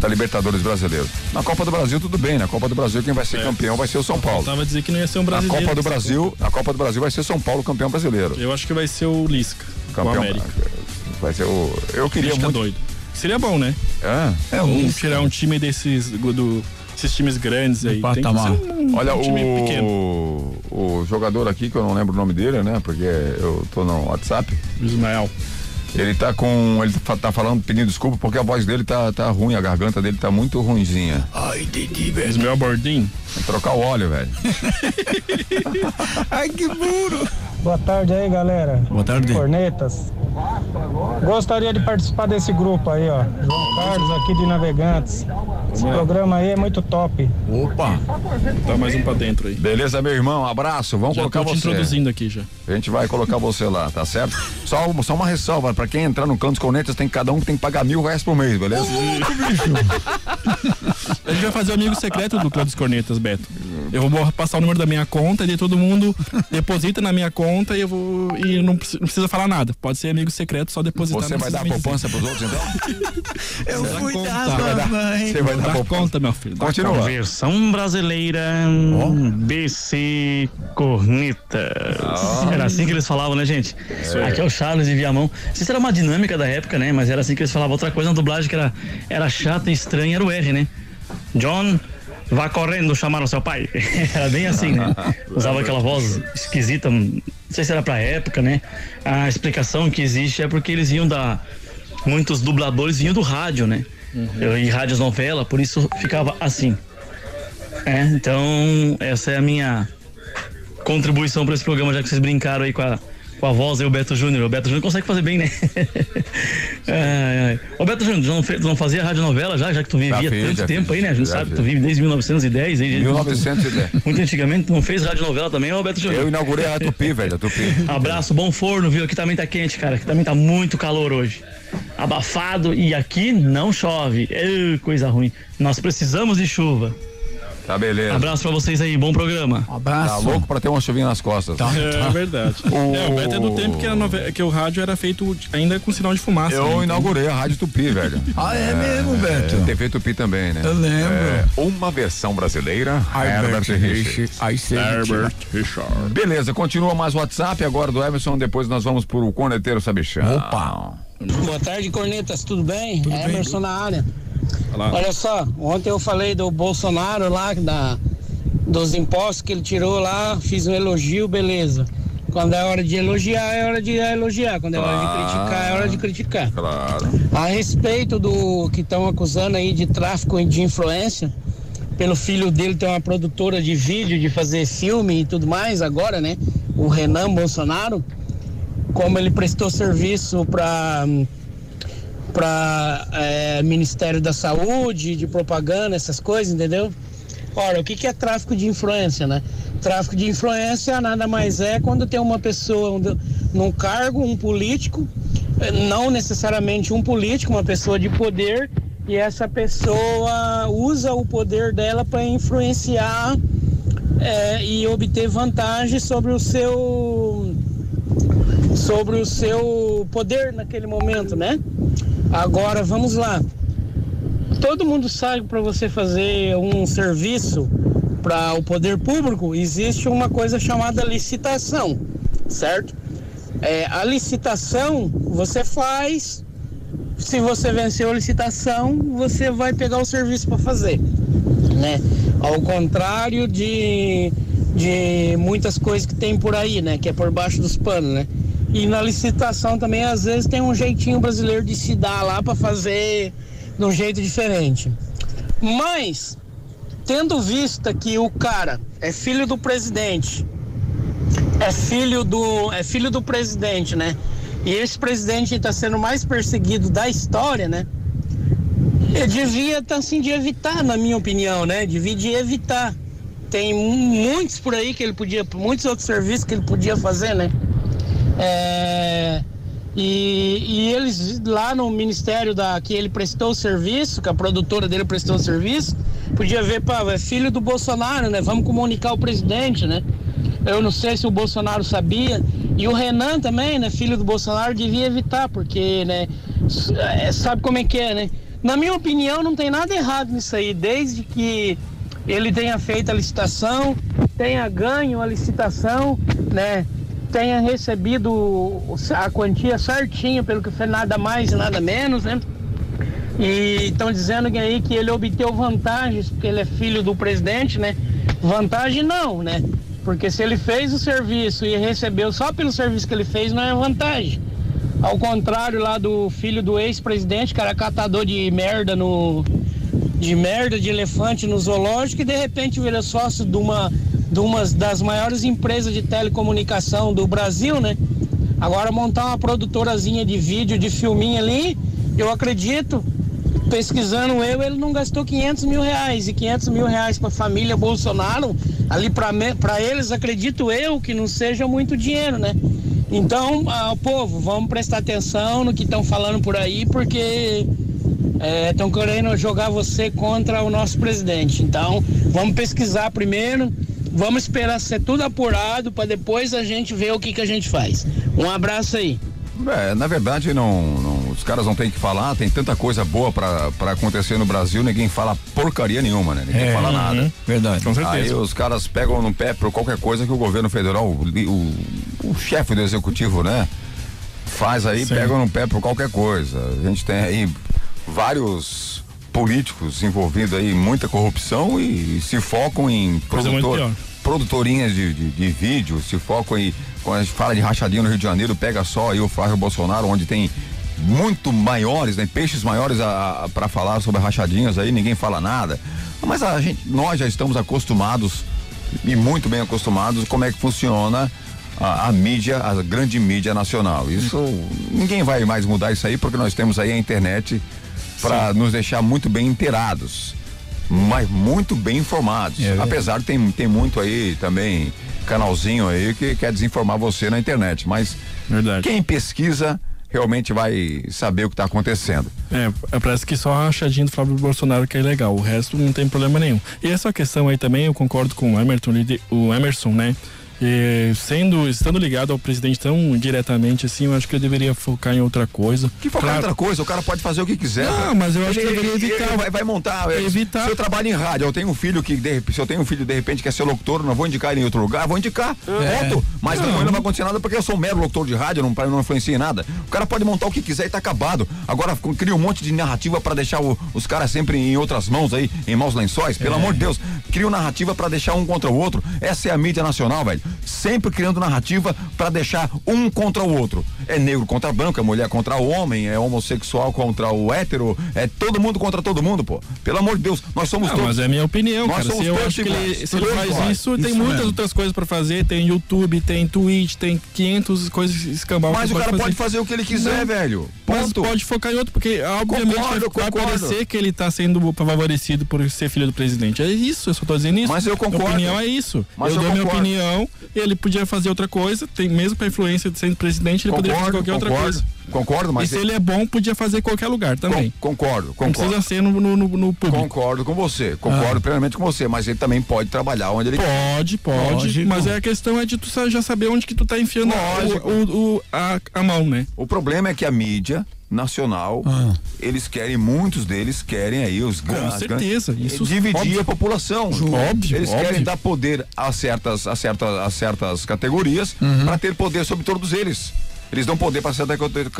[SPEAKER 1] da Libertadores brasileiro. Na Copa do Brasil, tudo bem. Na Copa do Brasil, quem vai ser campeão vai ser o São Paulo.
[SPEAKER 2] Tava dizer que não ia ser um
[SPEAKER 1] Na
[SPEAKER 2] brasileiro.
[SPEAKER 1] Copa É. do
[SPEAKER 2] essa
[SPEAKER 1] Brasil, na Copa do Brasil vai ser São Paulo campeão brasileiro.
[SPEAKER 2] Eu acho que vai ser o Lisca.
[SPEAKER 1] Campeão.
[SPEAKER 2] O América.
[SPEAKER 1] Vai ser o. Eu queria
[SPEAKER 2] Lisca
[SPEAKER 1] muito.
[SPEAKER 2] doido. Seria bom, né?
[SPEAKER 1] É,
[SPEAKER 2] É um tirar um time desses do, esses times grandes aí. Tem que ser um,
[SPEAKER 1] Olha,
[SPEAKER 2] um time pequeno.
[SPEAKER 1] o, o jogador aqui, que eu não lembro o nome dele, né? Porque eu tô no WhatsApp.
[SPEAKER 2] Ismael.
[SPEAKER 1] Ele tá com. Ele fa- tá falando, pedindo desculpa, porque a voz dele tá, tá ruim, a garganta dele tá muito ruinzinha.
[SPEAKER 5] Ai, Didi,
[SPEAKER 2] Ismael Bordim.
[SPEAKER 1] Vai trocar o óleo, velho.
[SPEAKER 5] Ai, que burro.
[SPEAKER 18] Boa tarde aí, galera.
[SPEAKER 5] Boa tarde.
[SPEAKER 18] Cornetas. Gostaria de participar desse grupo aí, ó. João Carlos, aqui de Navegantes. Esse programa aí é muito top.
[SPEAKER 1] Opa!
[SPEAKER 2] Tá mais um pra dentro aí.
[SPEAKER 1] Beleza, meu irmão? Abraço. Vamos
[SPEAKER 2] Já
[SPEAKER 1] colocar
[SPEAKER 2] tô te
[SPEAKER 1] você.
[SPEAKER 2] introduzindo aqui já.
[SPEAKER 1] A gente vai colocar você lá, tá certo? Só, um- só uma ressalva, pra quem entrar no Clã dos Cornetas, tem cada um que tem que pagar mil reais por mês, beleza?
[SPEAKER 2] A gente vai fazer o amigo secreto do Clã dos Cornetas, Beto. Eu vou bo- passar o número da minha conta e daí todo mundo deposita na minha conta e eu vou. E não, preci- não precisa falar nada. Pode ser amigo secreto, só depositar
[SPEAKER 1] Você
[SPEAKER 2] não
[SPEAKER 1] vai
[SPEAKER 2] precisa
[SPEAKER 1] dar
[SPEAKER 2] me
[SPEAKER 1] poupança pros outros, então?
[SPEAKER 5] Eu fui
[SPEAKER 1] Uhum.
[SPEAKER 5] da
[SPEAKER 2] Você vai dar-
[SPEAKER 5] mamãe.
[SPEAKER 2] Você vai dar poupança. Tá. conta, meu filho.
[SPEAKER 1] Continua.
[SPEAKER 19] Versão brasileira BC Cornetas. Era assim que eles falavam, né, gente?
[SPEAKER 1] É.
[SPEAKER 19] Aqui é o Charles de Viamão. Não sei se era uma dinâmica da época, né? Mas era assim que eles falavam. Outra coisa na dublagem que era, era chata e estranha era o R, né? John, vá correndo chamar o seu pai. era bem assim, né? Usava aquela voz esquisita. Não sei se era pra época, né? A explicação que existe é porque eles vinham da. Muitos dubladores vinham do rádio, né? Eu em rádios novela, por isso ficava assim. É, então essa é a minha contribuição para esse programa, já que vocês brincaram aí com a com a voz aí, o Beto Júnior. O Beto Júnior consegue fazer bem, né? ai, ai. Ô, Beto Júnior, tu não, fe- tu não fazia radionovela já, já que tu
[SPEAKER 1] Já
[SPEAKER 19] vivia
[SPEAKER 1] fiz,
[SPEAKER 19] tanto
[SPEAKER 1] já
[SPEAKER 19] tempo
[SPEAKER 1] fiz.
[SPEAKER 19] aí, né? A gente
[SPEAKER 1] Já
[SPEAKER 19] sabe que
[SPEAKER 1] fiz.
[SPEAKER 19] tu vive desde 1910. Aí,
[SPEAKER 1] 1910.
[SPEAKER 19] Muito antigamente, tu não fez radionovela também, ô, Beto Júnior?
[SPEAKER 1] Eu inaugurei a Tupi, velho, a Tupi.
[SPEAKER 19] Abraço, bom forno, viu? Aqui também tá quente, cara. Aqui também tá muito calor hoje. Abafado e aqui não chove. Ê, coisa ruim. Nós precisamos de chuva.
[SPEAKER 1] Tá beleza.
[SPEAKER 19] Abraço pra vocês aí, bom programa.
[SPEAKER 1] Tá louco pra ter uma chuvinha nas costas.
[SPEAKER 2] É verdade. É, o Beto é do tempo que, a nove- que o rádio era feito ainda com sinal de fumaça.
[SPEAKER 1] Eu
[SPEAKER 2] né? Então-
[SPEAKER 1] inaugurei a Rádio Tupi, velho.
[SPEAKER 2] Ah, é mesmo, Beto?
[SPEAKER 1] é, TV Tupi também, né?
[SPEAKER 2] Eu lembro.
[SPEAKER 1] É, uma versão brasileira, Herbert
[SPEAKER 11] Herbert
[SPEAKER 1] Richard.
[SPEAKER 11] it.
[SPEAKER 1] Herbert Richard. Beleza, continua mais WhatsApp agora do Emerson, depois nós vamos pro Corneteiro Sabichão. Opa!
[SPEAKER 20] Boa tarde, Cornetas, tudo bem?
[SPEAKER 1] Tudo
[SPEAKER 20] é
[SPEAKER 1] bem.
[SPEAKER 20] Emerson na área.
[SPEAKER 1] Olá.
[SPEAKER 20] Olha só, ontem eu falei do Bolsonaro lá, da, dos impostos que ele tirou lá, fiz um elogio, beleza. Quando é hora de elogiar, é hora de elogiar. Quando é hora de criticar, é hora de criticar.
[SPEAKER 1] Claro.
[SPEAKER 20] A respeito do que estão acusando aí de tráfico de influência, pelo filho dele ter uma produtora de vídeo, de fazer filme e tudo mais agora, né? O Renan Bolsonaro, como ele prestou serviço hum, para para é, Ministério da Saúde, de propaganda, essas coisas, entendeu? Ora, o que, que é tráfico de influência, né? Tráfico de influência nada mais é quando tem uma pessoa um- num cargo, um político, eh, não necessariamente um político, uma pessoa de poder, e essa pessoa usa o poder dela para influenciar eh, e obter vantagem sobre o seu sobre o seu poder naquele momento, né? Agora vamos lá. Todo mundo sabe para você fazer um serviço para o poder público existe uma coisa chamada licitação, certo? É, a licitação você faz. Se você venceu a licitação, você vai pegar o serviço para fazer né? Ao contrário de, de muitas coisas que tem por aí, né? Que é por baixo dos panos, né? E na licitação também, às vezes, tem um jeitinho brasileiro de se dar lá para fazer de um jeito diferente. Mas, tendo vista que o cara é filho do presidente, é filho do é filho do presidente, né? E esse presidente está sendo mais perseguido da história, né? Eu devia estar assim de evitar, na minha opinião, né? Devia de evitar. Tem mu- muitos por aí que ele podia, muitos outros serviços que ele podia fazer, né? É, e, e eles lá no ministério da que ele prestou o serviço, que a produtora dele prestou o serviço, podia ver, pá, é filho do Bolsonaro, né? Vamos comunicar o presidente, né? Eu não sei se o Bolsonaro sabia. E o Renan também, né? Filho do Bolsonaro, devia evitar, porque, né? s- é, Sabe como é que é, né? Na minha opinião, não tem nada errado nisso aí, desde que ele tenha feito a licitação, tenha ganho a licitação, né? Tenha recebido o- a quantia certinha, pelo que foi nada mais e nada menos, né? E estão dizendo que aí que ele obteve vantagens, porque ele é filho do presidente, né? Vantagem não, né? Porque se ele fez o serviço e recebeu só pelo serviço que ele fez, não é vantagem. Ao contrário lá do filho do ex-presidente, que era catador de merda no. de merda de elefante no zoológico e de repente vira sócio de uma, de umas das maiores empresas de telecomunicação do Brasil, né? Agora montar uma produtorazinha de vídeo, de filminho ali, eu acredito, pesquisando eu, ele não gastou 500 mil reais. E 500 mil reais para a família Bolsonaro, ali para eles, acredito eu, que não seja muito dinheiro, né? Então, ah, povo, vamos prestar atenção no que estão falando por aí, porque estão É, querendo jogar você contra o nosso presidente. Então, vamos pesquisar primeiro, vamos esperar ser tudo apurado para depois a gente ver o que, que a gente faz. Um abraço aí.
[SPEAKER 1] É, na verdade, não, não- os caras não têm que falar, tem tanta coisa boa pra, pra acontecer no Brasil, ninguém fala porcaria nenhuma, né? Ninguém
[SPEAKER 5] É,
[SPEAKER 1] fala
[SPEAKER 5] uhum,
[SPEAKER 1] nada.
[SPEAKER 5] verdade. Com certeza.
[SPEAKER 1] Aí os caras pegam no pé por qualquer coisa que o governo federal, o, li- o- o chefe do executivo, né? Faz aí,
[SPEAKER 11] Sim.
[SPEAKER 1] pegam no pé por qualquer coisa. A gente tem aí vários políticos envolvidos aí em muita corrupção e, se focam em
[SPEAKER 2] Coisa muito
[SPEAKER 1] produtor,
[SPEAKER 2] pior.
[SPEAKER 1] produtorinhas de, de, de vídeo, se focam em. Quando a gente fala de rachadinha no Rio de Janeiro, pega só aí o Flávio Bolsonaro, onde tem muito maiores, né? Peixes maiores a, a, para falar sobre rachadinhas aí, ninguém fala nada. Mas a gente, nós já estamos acostumados, e muito bem acostumados, como é que funciona a, a mídia, a grande mídia nacional. Isso ninguém vai mais mudar isso aí porque nós temos aí a internet para nos deixar muito bem inteirados, mas muito bem
[SPEAKER 2] É
[SPEAKER 1] informados. Apesar de tem tem muito aí também canalzinho aí que quer desinformar você na internet, mas quem pesquisa realmente vai saber o que está acontecendo.
[SPEAKER 2] É, é, parece que só a rachadinha do Flávio Bolsonaro que é legal, o resto não tem problema nenhum. E essa questão aí também, eu concordo com o Emerson, lide- o Emerson né? E sendo, estando ligado ao presidente tão diretamente assim, eu acho que eu deveria focar em outra coisa.
[SPEAKER 1] Que focar em outra coisa, o cara pode fazer o que quiser.
[SPEAKER 2] Não,
[SPEAKER 1] cara.
[SPEAKER 2] mas eu acho
[SPEAKER 1] Ele-
[SPEAKER 2] que deveria
[SPEAKER 1] ele-
[SPEAKER 2] evitar.
[SPEAKER 1] ele Vai, vai montar. é,
[SPEAKER 2] Evitar.
[SPEAKER 1] Se eu trabalho em rádio, eu tenho um filho que, de, rep- se eu tenho um filho de repente que é ser locutor, eu não vou indicar ele em outro lugar, vou indicar
[SPEAKER 11] É.
[SPEAKER 1] outro. Mas
[SPEAKER 11] Não.
[SPEAKER 1] não, não vai acontecer nada porque eu sou um mero locutor de rádio, não, não influencia em nada. O cara pode montar o que quiser e tá acabado. Agora com- cria um monte de narrativa pra deixar o- os caras sempre em outras mãos aí, em maus lençóis.
[SPEAKER 2] É.
[SPEAKER 1] Pelo amor de Deus, cria uma narrativa pra deixar um contra o outro. Essa é a mídia nacional, velho. Sempre criando narrativa pra deixar um contra o outro. É negro contra branco, é mulher contra homem, é homossexual contra o hétero, é todo mundo contra todo mundo, pô. Pelo amor de Deus, nós somos
[SPEAKER 2] Ah,
[SPEAKER 1] todos.
[SPEAKER 2] mas é a minha opinião,
[SPEAKER 1] Nós
[SPEAKER 2] cara.
[SPEAKER 1] somos
[SPEAKER 2] Se eu
[SPEAKER 1] todos
[SPEAKER 2] acho que ele,
[SPEAKER 1] iguais.
[SPEAKER 2] se ele
[SPEAKER 1] Todos
[SPEAKER 2] faz
[SPEAKER 1] iguais.
[SPEAKER 2] isso, tem
[SPEAKER 1] Isso
[SPEAKER 2] muitas
[SPEAKER 1] mesmo.
[SPEAKER 2] outras coisas pra fazer. Tem YouTube, tem Twitch, tem 500 coisas escambau.
[SPEAKER 1] Mas
[SPEAKER 2] que
[SPEAKER 1] o cara
[SPEAKER 2] Então, fazer.
[SPEAKER 1] pode fazer o que ele quiser, velho.
[SPEAKER 2] Mas pode focar em outro, porque obviamente vai,
[SPEAKER 1] Concordo,
[SPEAKER 2] vai
[SPEAKER 1] concordo.
[SPEAKER 2] parecer que ele tá sendo favorecido por ser filho do presidente. É isso, eu só tô dizendo isso.
[SPEAKER 1] Mas eu concordo.
[SPEAKER 2] Minha opinião é isso.
[SPEAKER 1] Mas
[SPEAKER 2] eu,
[SPEAKER 1] eu
[SPEAKER 2] dou minha
[SPEAKER 1] concordo.
[SPEAKER 2] opinião, ele podia fazer outra coisa, tem mesmo com a influência de sendo presidente, ele poderia fazer
[SPEAKER 1] Concordo,
[SPEAKER 2] qualquer outra
[SPEAKER 1] concordo,
[SPEAKER 2] coisa.
[SPEAKER 1] concordo, mas
[SPEAKER 2] E se
[SPEAKER 1] ele-
[SPEAKER 2] ele é bom, podia fazer em qualquer lugar também.
[SPEAKER 1] Con- concordo,
[SPEAKER 2] Não
[SPEAKER 1] concordo.
[SPEAKER 2] precisa ser no, no, no- no público. Ah.
[SPEAKER 1] Concordo com você, concordo plenamente com você, mas ele também pode trabalhar onde ele
[SPEAKER 2] Pode, pode, mas é a questão é de tu sa- já saber onde que tu tá enfiando o, o- o- a, a mão, né? Ah.
[SPEAKER 1] O problema é que a mídia nacional, eles querem, muitos deles querem aí os
[SPEAKER 2] Com
[SPEAKER 1] grandes.
[SPEAKER 2] certeza, isso
[SPEAKER 1] Ah, dividir
[SPEAKER 2] óbvio.
[SPEAKER 1] a população.
[SPEAKER 2] Ju- óbvio,
[SPEAKER 1] Eles
[SPEAKER 2] óbvio.
[SPEAKER 1] querem dar poder a certas, a certas, a certas categorias
[SPEAKER 2] Uhum.
[SPEAKER 1] para ter poder sobre todos eles. Eles dão poder para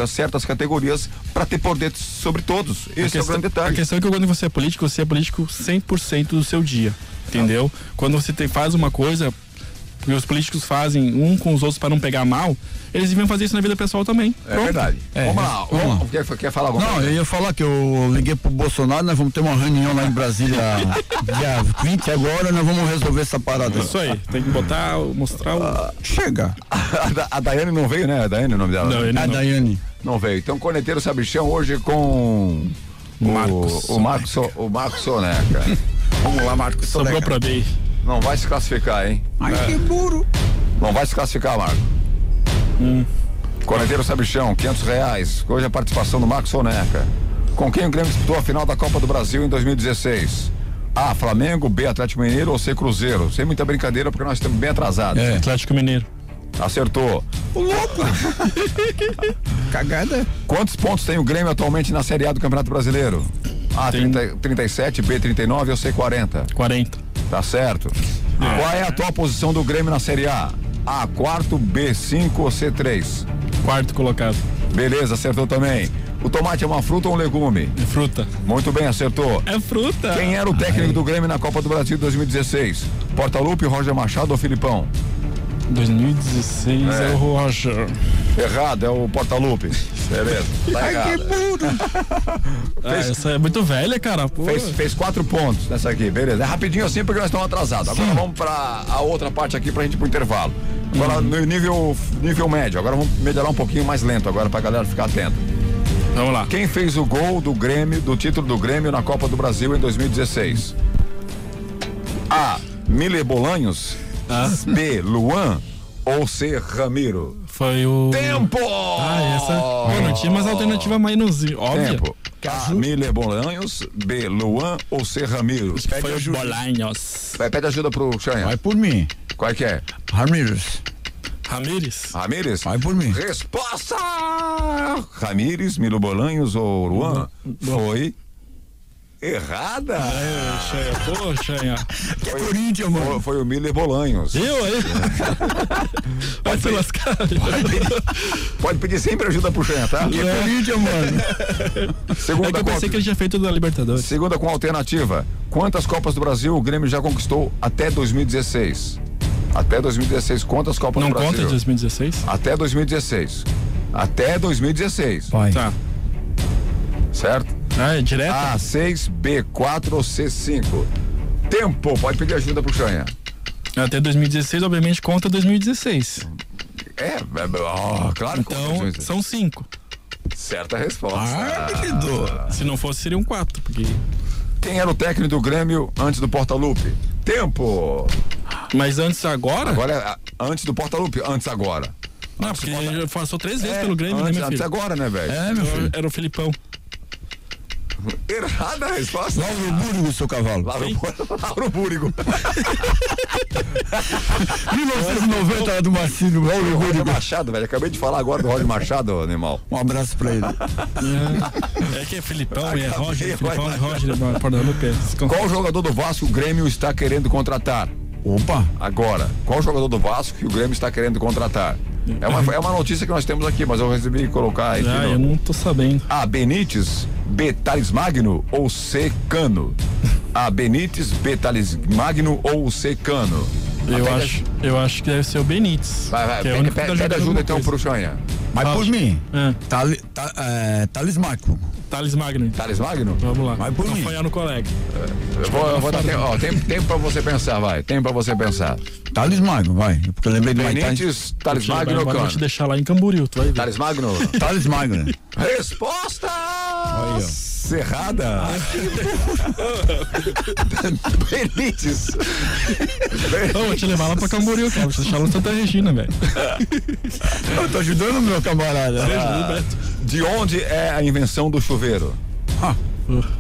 [SPEAKER 1] certas categorias para ter poder sobre todos. Esse é o grande
[SPEAKER 2] a
[SPEAKER 1] detalhe.
[SPEAKER 2] questão é que quando você é político, você é político 100% do seu dia, entendeu? Quando você te- faz uma coisa e os políticos fazem um com os outros para não pegar mal, eles deviam fazer isso na vida pessoal também.
[SPEAKER 1] É verdade. vamos lá,
[SPEAKER 5] vamos
[SPEAKER 1] vamos-
[SPEAKER 5] lá.
[SPEAKER 1] Quer, quer falar alguma
[SPEAKER 5] Não, eu ia falar que eu liguei pro Bolsonaro, nós vamos ter uma reunião lá em Brasília dia 20 agora, nós vamos resolver essa parada. Ah.
[SPEAKER 2] Isso aí, tem que botar, mostrar o.
[SPEAKER 5] chega.
[SPEAKER 1] A, Da- a Daiane não veio, né? A Daiane é o nome dela.
[SPEAKER 2] Não, ele
[SPEAKER 1] a
[SPEAKER 2] não.
[SPEAKER 1] Daiane. Não veio. Então, Corneteiro Sabichão hoje com. O Marcos. O Marcos, So- o Marcos Soneca. Vamos lá, Marcos
[SPEAKER 2] Sobrou
[SPEAKER 1] Soneca.
[SPEAKER 2] pra mim.
[SPEAKER 1] Não vai se classificar, hein?
[SPEAKER 5] Ai,
[SPEAKER 1] É.
[SPEAKER 5] que burro.
[SPEAKER 1] Não vai se classificar, Marco.
[SPEAKER 2] Hum.
[SPEAKER 1] Corneteiro Sabichão, 500 reais. Hoje a participação do Marcos Soneca. Com quem o Grêmio disputou a final da Copa do Brasil em 2016? A, Flamengo, B, Atlético Mineiro ou C, Cruzeiro? Sem muita brincadeira, porque nós estamos bem
[SPEAKER 2] É.
[SPEAKER 1] atrasados.
[SPEAKER 2] Atlético Mineiro.
[SPEAKER 1] Acertou.
[SPEAKER 5] O louco! Cagada.
[SPEAKER 1] Quantos pontos tem o Grêmio atualmente na Série A do Campeonato Brasileiro? A, 30,
[SPEAKER 2] um.
[SPEAKER 1] 37, B, 39 ou C, 40?
[SPEAKER 2] 40.
[SPEAKER 1] Tá certo. Qual é a atual posição do Grêmio na Série A? A, quarto, B, 5 ou C, 3?
[SPEAKER 2] Quarto colocado.
[SPEAKER 1] Beleza, acertou também. O tomate é uma fruta ou um legume?
[SPEAKER 2] É fruta.
[SPEAKER 1] Muito bem, acertou.
[SPEAKER 2] É fruta.
[SPEAKER 1] Quem era o técnico do Grêmio na Copa do Brasil 2016? Portaluppi, Roger Machado ou Filipão?
[SPEAKER 2] 2016 é,
[SPEAKER 1] É.
[SPEAKER 2] o Roger.
[SPEAKER 1] Errado, é o Portaluppi. Beleza. Tá errado.
[SPEAKER 2] Ah, essa é muito velha, cara. Pô.
[SPEAKER 1] Fez, fez quatro pontos nessa aqui, beleza. É rapidinho assim porque nós estamos atrasados. Agora vamos para a outra parte aqui pra gente ir pro intervalo. Agora
[SPEAKER 2] Uhum.
[SPEAKER 1] no nível, nível médio, agora vamos melhorar um pouquinho mais lento agora pra galera ficar atenta.
[SPEAKER 2] Vamos lá.
[SPEAKER 1] Quem fez o gol do Grêmio, do título do Grêmio na Copa do Brasil em 2016? A. Miller Bolanhos.
[SPEAKER 2] Ah.
[SPEAKER 1] B. Luan. Ou C. Ramiro.
[SPEAKER 2] Foi o.
[SPEAKER 1] Tempo!
[SPEAKER 2] Ah, essa. Pô, não tinha mais alternativa mais nozinha, óbvio.
[SPEAKER 1] Tempo.
[SPEAKER 5] é
[SPEAKER 1] A. Miller Bolanhos. B. Luan ou C. Ramiro.
[SPEAKER 2] Foi o Bolanhos.
[SPEAKER 1] Vai, pede ajuda pro Xanha.
[SPEAKER 5] Vai por mim.
[SPEAKER 1] Qual é que é?
[SPEAKER 5] Ramírez.
[SPEAKER 2] Ramírez.
[SPEAKER 1] Ramírez?
[SPEAKER 5] Vai por mim.
[SPEAKER 1] Resposta! Ramírez, Milo Bolanhos ou Luan? Foi errada!
[SPEAKER 2] É, poxa,
[SPEAKER 1] Que
[SPEAKER 5] Corinthians, mano.
[SPEAKER 1] Foi, foi o Miller Bolanhos. É.
[SPEAKER 2] Eu aí?
[SPEAKER 1] Pode
[SPEAKER 2] se lascar.
[SPEAKER 1] Pode, pode pedir sempre ajuda pro Xanha, tá?
[SPEAKER 5] Que Corinthians, mano.
[SPEAKER 1] Segunda
[SPEAKER 2] é que eu
[SPEAKER 1] com
[SPEAKER 2] pensei
[SPEAKER 1] alter-
[SPEAKER 2] que ele tinha feito da Libertadores.
[SPEAKER 1] Segunda com alternativa. Quantas Copas do Brasil o Grêmio já conquistou até 2016? Até 2016, quantas Copas
[SPEAKER 2] Não
[SPEAKER 1] do Brasil?
[SPEAKER 2] conta de 2016?
[SPEAKER 1] Até 2016. Até 2016.
[SPEAKER 2] Tá.
[SPEAKER 1] Certo?
[SPEAKER 2] Ah, é direto?
[SPEAKER 1] A6, B4 ou C5. Tempo, pode pedir ajuda pro Chanha.
[SPEAKER 2] Até 2016, obviamente, conta 2016.
[SPEAKER 1] É, é- ó, claro que
[SPEAKER 2] Então, são cinco.
[SPEAKER 1] Certa resposta.
[SPEAKER 2] Se não fosse, seriam quatro. Porque...
[SPEAKER 1] Quem era o técnico do Grêmio antes do Porta Lupe? Tempo!
[SPEAKER 2] Mas antes agora?
[SPEAKER 1] Agora, é, a- antes do Porta Lupe, antes agora.
[SPEAKER 2] Não, porque ele já passou três vezes
[SPEAKER 1] Ah, É,
[SPEAKER 2] pelo Grêmio, né,
[SPEAKER 1] antes-
[SPEAKER 2] meu filho?
[SPEAKER 1] antes agora, né, velho?
[SPEAKER 2] É, meu filho. Era o Filipão.
[SPEAKER 1] Errada a resposta.
[SPEAKER 3] Lauro Búrigo, seu cavalo.
[SPEAKER 1] Lauro, Bú- Lauro Búrigo.
[SPEAKER 3] 1990 era do Marcílio, Lauro
[SPEAKER 1] Roger
[SPEAKER 3] Búrigo.
[SPEAKER 1] Machado, velho. Acabei de falar agora do Roger Machado, animal.
[SPEAKER 3] Um abraço pra ele.
[SPEAKER 2] É que é Filipão, é
[SPEAKER 1] Acabei,
[SPEAKER 2] Roger, é
[SPEAKER 1] vai
[SPEAKER 2] Filipão,
[SPEAKER 1] lá.
[SPEAKER 2] é Roger, é Porta Lupe.
[SPEAKER 1] Qual jogador do Vasco o Grêmio está querendo contratar? Opa! Agora, qual jogador do Vasco que o Grêmio está querendo contratar? É uma, é uma notícia que nós temos aqui, mas eu recebi colocar aqui.
[SPEAKER 2] Ah,
[SPEAKER 1] no-
[SPEAKER 2] eu não tô sabendo.
[SPEAKER 1] A. Ah, Benítez, B. Thales Magno ou C. Cano? A. Benítez, B. Thales Magno ou C. Cano?
[SPEAKER 2] Eu
[SPEAKER 1] Até que-
[SPEAKER 2] acho, eu acho que deve ser o Benítez.
[SPEAKER 1] Vai, vai,
[SPEAKER 2] que é o
[SPEAKER 1] pede,
[SPEAKER 2] único que
[SPEAKER 1] pede,
[SPEAKER 2] tá
[SPEAKER 1] pede
[SPEAKER 2] jogando
[SPEAKER 1] ajuda
[SPEAKER 2] alguma coisa.
[SPEAKER 1] então pro Chanha.
[SPEAKER 3] Mas por mim,
[SPEAKER 2] É.
[SPEAKER 3] Tali, ta, é, Talismaco.
[SPEAKER 2] Thales Magno.
[SPEAKER 1] Thales Magno?
[SPEAKER 2] Vamos lá.
[SPEAKER 3] Mas por
[SPEAKER 2] Pra
[SPEAKER 3] mim.
[SPEAKER 2] apanhar no colega.
[SPEAKER 1] Eu vou, eu vou dar tempo, ó, tempo, tempo pra você pensar, vai. Tempo pra você pensar.
[SPEAKER 3] Thales Magno, vai. Porque eu lembrei do
[SPEAKER 1] Benítez, Thales
[SPEAKER 2] Vai-
[SPEAKER 1] Magno ou
[SPEAKER 2] vai
[SPEAKER 1] Cano?
[SPEAKER 2] te deixar lá em Camboriú, tu vai ver.
[SPEAKER 1] Thales Magno?
[SPEAKER 3] Thales Magno.
[SPEAKER 1] Resposta! Cerrada! Benítez!
[SPEAKER 2] Eu vou te levar lá pra Camboriú, cara. Vou te deixar lá em Santa Regina, né, velho.
[SPEAKER 1] É.
[SPEAKER 3] Eu tô ajudando o meu camarada.
[SPEAKER 1] Ah, de onde é a invenção do chuveiro?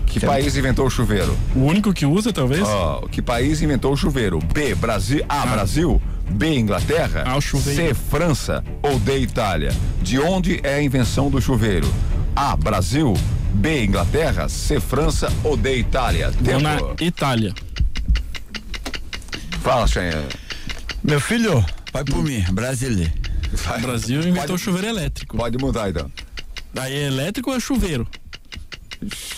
[SPEAKER 1] Que país inventou o chuveiro?
[SPEAKER 2] O único que usa, talvez?
[SPEAKER 1] Ó, que país inventou o chuveiro? B, Brasil. A, Brasil. B, Inglaterra.
[SPEAKER 2] Ah, o chuveiro.
[SPEAKER 1] C, França. Ou D, Itália. De onde é a invenção do chuveiro? A, Brasil. B, Inglaterra. C, França. Ou D, Itália.
[SPEAKER 2] Vou
[SPEAKER 1] Tempo.
[SPEAKER 2] na Itália.
[SPEAKER 1] Fala, Xanha.
[SPEAKER 3] Meu filho, vai por mim, brasileiro.
[SPEAKER 1] Vai.
[SPEAKER 2] Brasil inventou
[SPEAKER 1] Pode-
[SPEAKER 2] o chuveiro elétrico.
[SPEAKER 1] Pode mudar, então.
[SPEAKER 2] Daí é elétrico ou é chuveiro?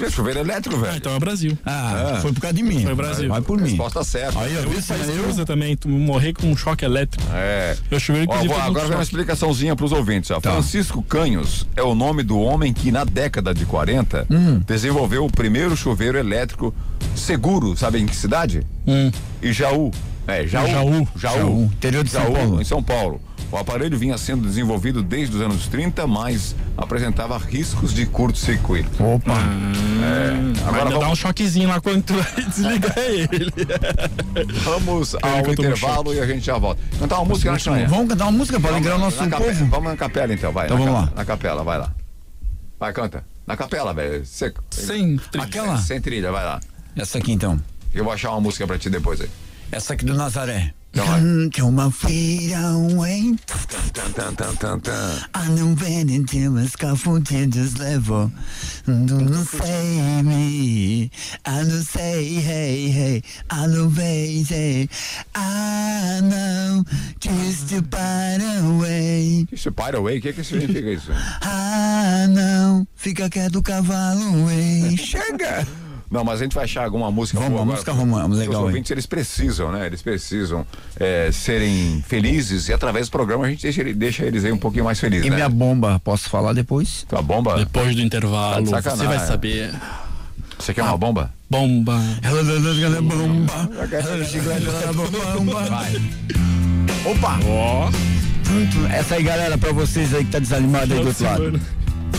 [SPEAKER 1] É chuveiro elétrico,
[SPEAKER 2] Ah,
[SPEAKER 1] velho.
[SPEAKER 2] então é Brasil.
[SPEAKER 3] Ah,
[SPEAKER 1] É.
[SPEAKER 3] foi por causa de mim.
[SPEAKER 2] Foi Brasil.
[SPEAKER 3] Vai por mim.
[SPEAKER 1] Resposta certa. um
[SPEAKER 3] Aí, ó,
[SPEAKER 2] Eu
[SPEAKER 3] viu?
[SPEAKER 2] país que
[SPEAKER 3] eu-
[SPEAKER 2] usa também, tu morrer com um choque elétrico.
[SPEAKER 1] É.
[SPEAKER 2] Eu chuveiro que
[SPEAKER 1] Ó,
[SPEAKER 2] podia
[SPEAKER 1] vou-
[SPEAKER 2] ter um
[SPEAKER 1] agora vem uma
[SPEAKER 2] choque.
[SPEAKER 1] explicaçãozinha para os ouvintes.
[SPEAKER 3] Tá.
[SPEAKER 1] ó. Francisco Canhos é o nome do homem que, na década de 40,
[SPEAKER 3] Hum.
[SPEAKER 1] desenvolveu o primeiro chuveiro elétrico seguro, sabe em que cidade? E Jaú. É, Jaú.
[SPEAKER 3] Jaú. Jaú, interior de São Paulo.
[SPEAKER 1] em São Paulo. O aparelho vinha sendo desenvolvido desde os anos 30, mas apresentava riscos de curto-circuito.
[SPEAKER 3] Opa.
[SPEAKER 1] É.
[SPEAKER 2] Agora
[SPEAKER 1] Agora
[SPEAKER 2] dá um
[SPEAKER 1] vamos,
[SPEAKER 2] choquezinho lá quando tu vai desligar ele.
[SPEAKER 1] vamos
[SPEAKER 2] que
[SPEAKER 1] ao
[SPEAKER 2] eu tomo
[SPEAKER 1] intervalo e a gente já volta. Cantar uma música, né, Chanha?
[SPEAKER 3] Vamos cantar uma música pra alegrar o nosso
[SPEAKER 1] na capela,
[SPEAKER 3] povo?
[SPEAKER 1] Vamos na capela então, vai.
[SPEAKER 3] Então
[SPEAKER 1] na
[SPEAKER 3] vamos
[SPEAKER 1] ca-
[SPEAKER 3] lá.
[SPEAKER 1] Na capela, vai lá. Vai, canta. Na capela, velho. Cê-
[SPEAKER 2] Sem trilha.
[SPEAKER 3] Aquela?
[SPEAKER 1] Sem trilha, vai lá.
[SPEAKER 3] É. Essa aqui então.
[SPEAKER 1] Eu vou achar uma música pra ti depois aí.
[SPEAKER 3] Essa aqui do Nazaré.
[SPEAKER 1] Então vai.
[SPEAKER 3] Cante Hum, uma feira, um hein? Ah,
[SPEAKER 1] Tan, tan, tan, tan, tan.
[SPEAKER 3] I know many demons confronting this level. Don't say me. I don't say hey hey. I don't say hey. I know just to by the way.
[SPEAKER 1] Isso, by the way, o que que significa isso?
[SPEAKER 3] Ah, não, fica quieto, cavalo, hein? Chega!
[SPEAKER 1] Não, mas a gente vai achar alguma música
[SPEAKER 3] Vamos,
[SPEAKER 1] boa
[SPEAKER 3] uma
[SPEAKER 1] agora,
[SPEAKER 3] música romântica,
[SPEAKER 1] porque
[SPEAKER 3] legal,
[SPEAKER 1] Os
[SPEAKER 3] hein?
[SPEAKER 1] ouvintes, eles precisam, né? Eles precisam eh, serem felizes e através do programa a gente deixa, ele- deixa eles aí um pouquinho mais felizes,
[SPEAKER 3] E
[SPEAKER 1] né?
[SPEAKER 3] minha bomba, posso falar depois?
[SPEAKER 1] Tua bomba?
[SPEAKER 2] Depois do intervalo,
[SPEAKER 1] Tá de
[SPEAKER 2] você
[SPEAKER 1] sacanagem.
[SPEAKER 2] vai saber.
[SPEAKER 1] Você
[SPEAKER 2] Ah.
[SPEAKER 1] quer é uma bomba?
[SPEAKER 2] Bomba.
[SPEAKER 3] Ela
[SPEAKER 5] tá
[SPEAKER 3] dando bomba, ela chiclete, ela bomba.
[SPEAKER 1] Vai.
[SPEAKER 3] Opa!
[SPEAKER 2] Ó,
[SPEAKER 3] Tanto- Essa aí, galera, pra vocês aí que tá desanimado aí do outro lado.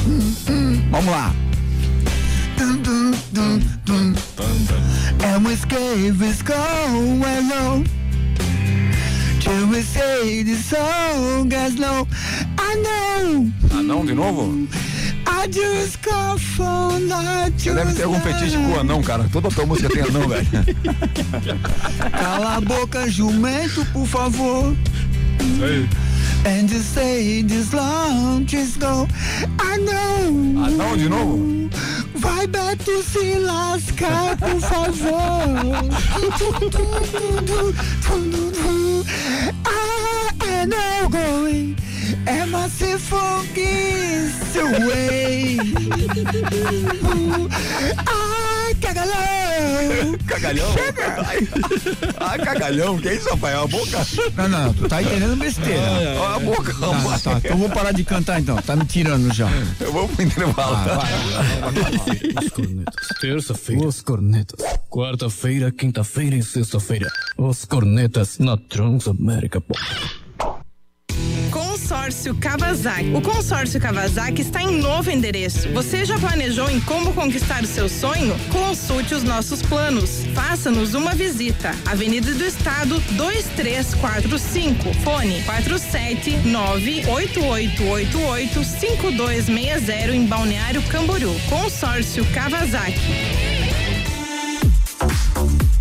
[SPEAKER 3] Hum, Vamos lá. Dum, dum, dum, dum. É And we escape is going alone. To we say the song as low. I know.
[SPEAKER 1] Ah, não, de novo?
[SPEAKER 3] I just go for not
[SPEAKER 1] Você deve ter algum fetiche com o anão, cara. Toda tua música tem anão, velho.
[SPEAKER 3] Cala a boca, jumento, por favor. And you say this long just go. I know.
[SPEAKER 1] Anão Ah, um de novo?
[SPEAKER 3] Vai, Beto, se lascar, por favor. I know going. É você foguice away. Ai, cagalão.
[SPEAKER 1] Cagalhão? Chega! Ah, cagalhão, que isso, rapaz? É uma boca?
[SPEAKER 3] Não, não, tu tá entendendo besteira.
[SPEAKER 1] É uma boca,
[SPEAKER 3] Ah,
[SPEAKER 1] rapaz.
[SPEAKER 3] tá. Então eu vou parar de cantar então. Tá me tirando já.
[SPEAKER 1] Eu vou pro intervalo,
[SPEAKER 12] Ah,
[SPEAKER 1] tá?
[SPEAKER 12] Os cornetas. Terça-feira. Os cornetas. Quarta-feira, quinta-feira e sexta-feira. Os cornetas na Transamérica. Pô.
[SPEAKER 10] Com o sol Consórcio Kawasaki. O Consórcio Kawasaki está em novo endereço. Você já planejou em como conquistar o seu sonho? Consulte os nossos planos. Faça-nos uma visita. Avenida do Estado 2345. Fone 479-8888-5260 em Balneário Camboriú. Consórcio Kawasaki.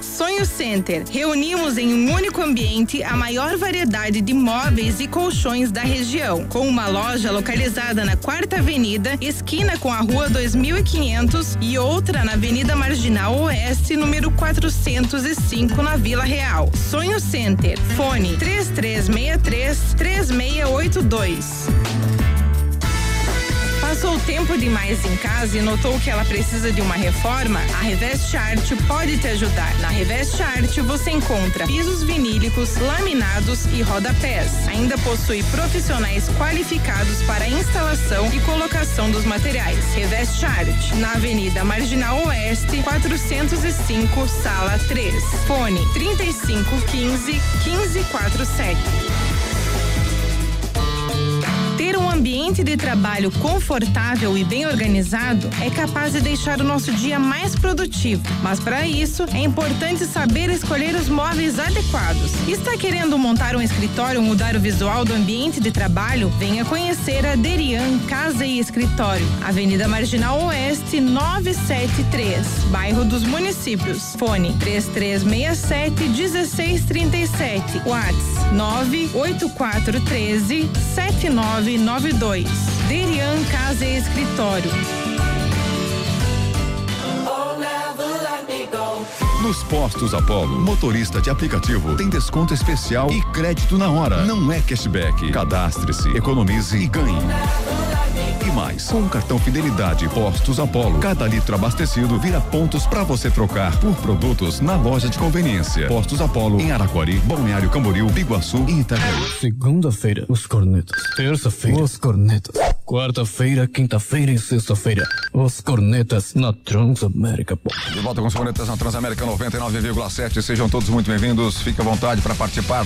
[SPEAKER 10] Sonho Center. Reunimos em um único ambiente a maior variedade de móveis e colchões da região, com uma loja localizada na Quarta Avenida, esquina com a Rua 2500 e outra na Avenida Marginal Oeste, número 405, na Vila Real. Sonho Center. Fone 3363 3682. Passou tempo demais em casa e notou que ela precisa de uma reforma? A Revest Art pode te ajudar. Na Revest Art você encontra pisos vinílicos, laminados e rodapés. Ainda possui profissionais qualificados para a instalação e colocação dos materiais. Revest Art, na Avenida Marginal Oeste, 405, sala 3. Fone 3515 1547. Ter um ambiente de trabalho confortável e bem organizado é capaz de deixar o nosso dia mais produtivo. Mas para isso, é importante saber escolher os móveis adequados. Está querendo montar um escritório ou mudar o visual do ambiente de trabalho? Venha conhecer a Derian Casa e Escritório, Avenida Marginal Oeste, 973, bairro dos Municípios. Fone 3367 1637. Whats 98413 79 992. Derian Casa e Escritório.
[SPEAKER 11] Nos postos Apollo, motorista de aplicativo tem desconto especial e crédito na hora. Não é cashback. Cadastre-se, economize e ganhe. E mais, com o cartão Fidelidade Postos Apollo, cada litro abastecido vira pontos para você trocar por produtos na loja de conveniência. Postos Apollo em Araquari, Balneário Camboriú, Biguaçu e Itajaí.
[SPEAKER 12] Segunda-feira, os cornetas. Terça-feira, os cornetas. Quarta-feira, quinta-feira e sexta-feira, os cornetas na Transamérica. pô.
[SPEAKER 1] De volta com os conectas na Transamérica 99,7. Sejam todos muito bem-vindos. Fique à vontade para participar.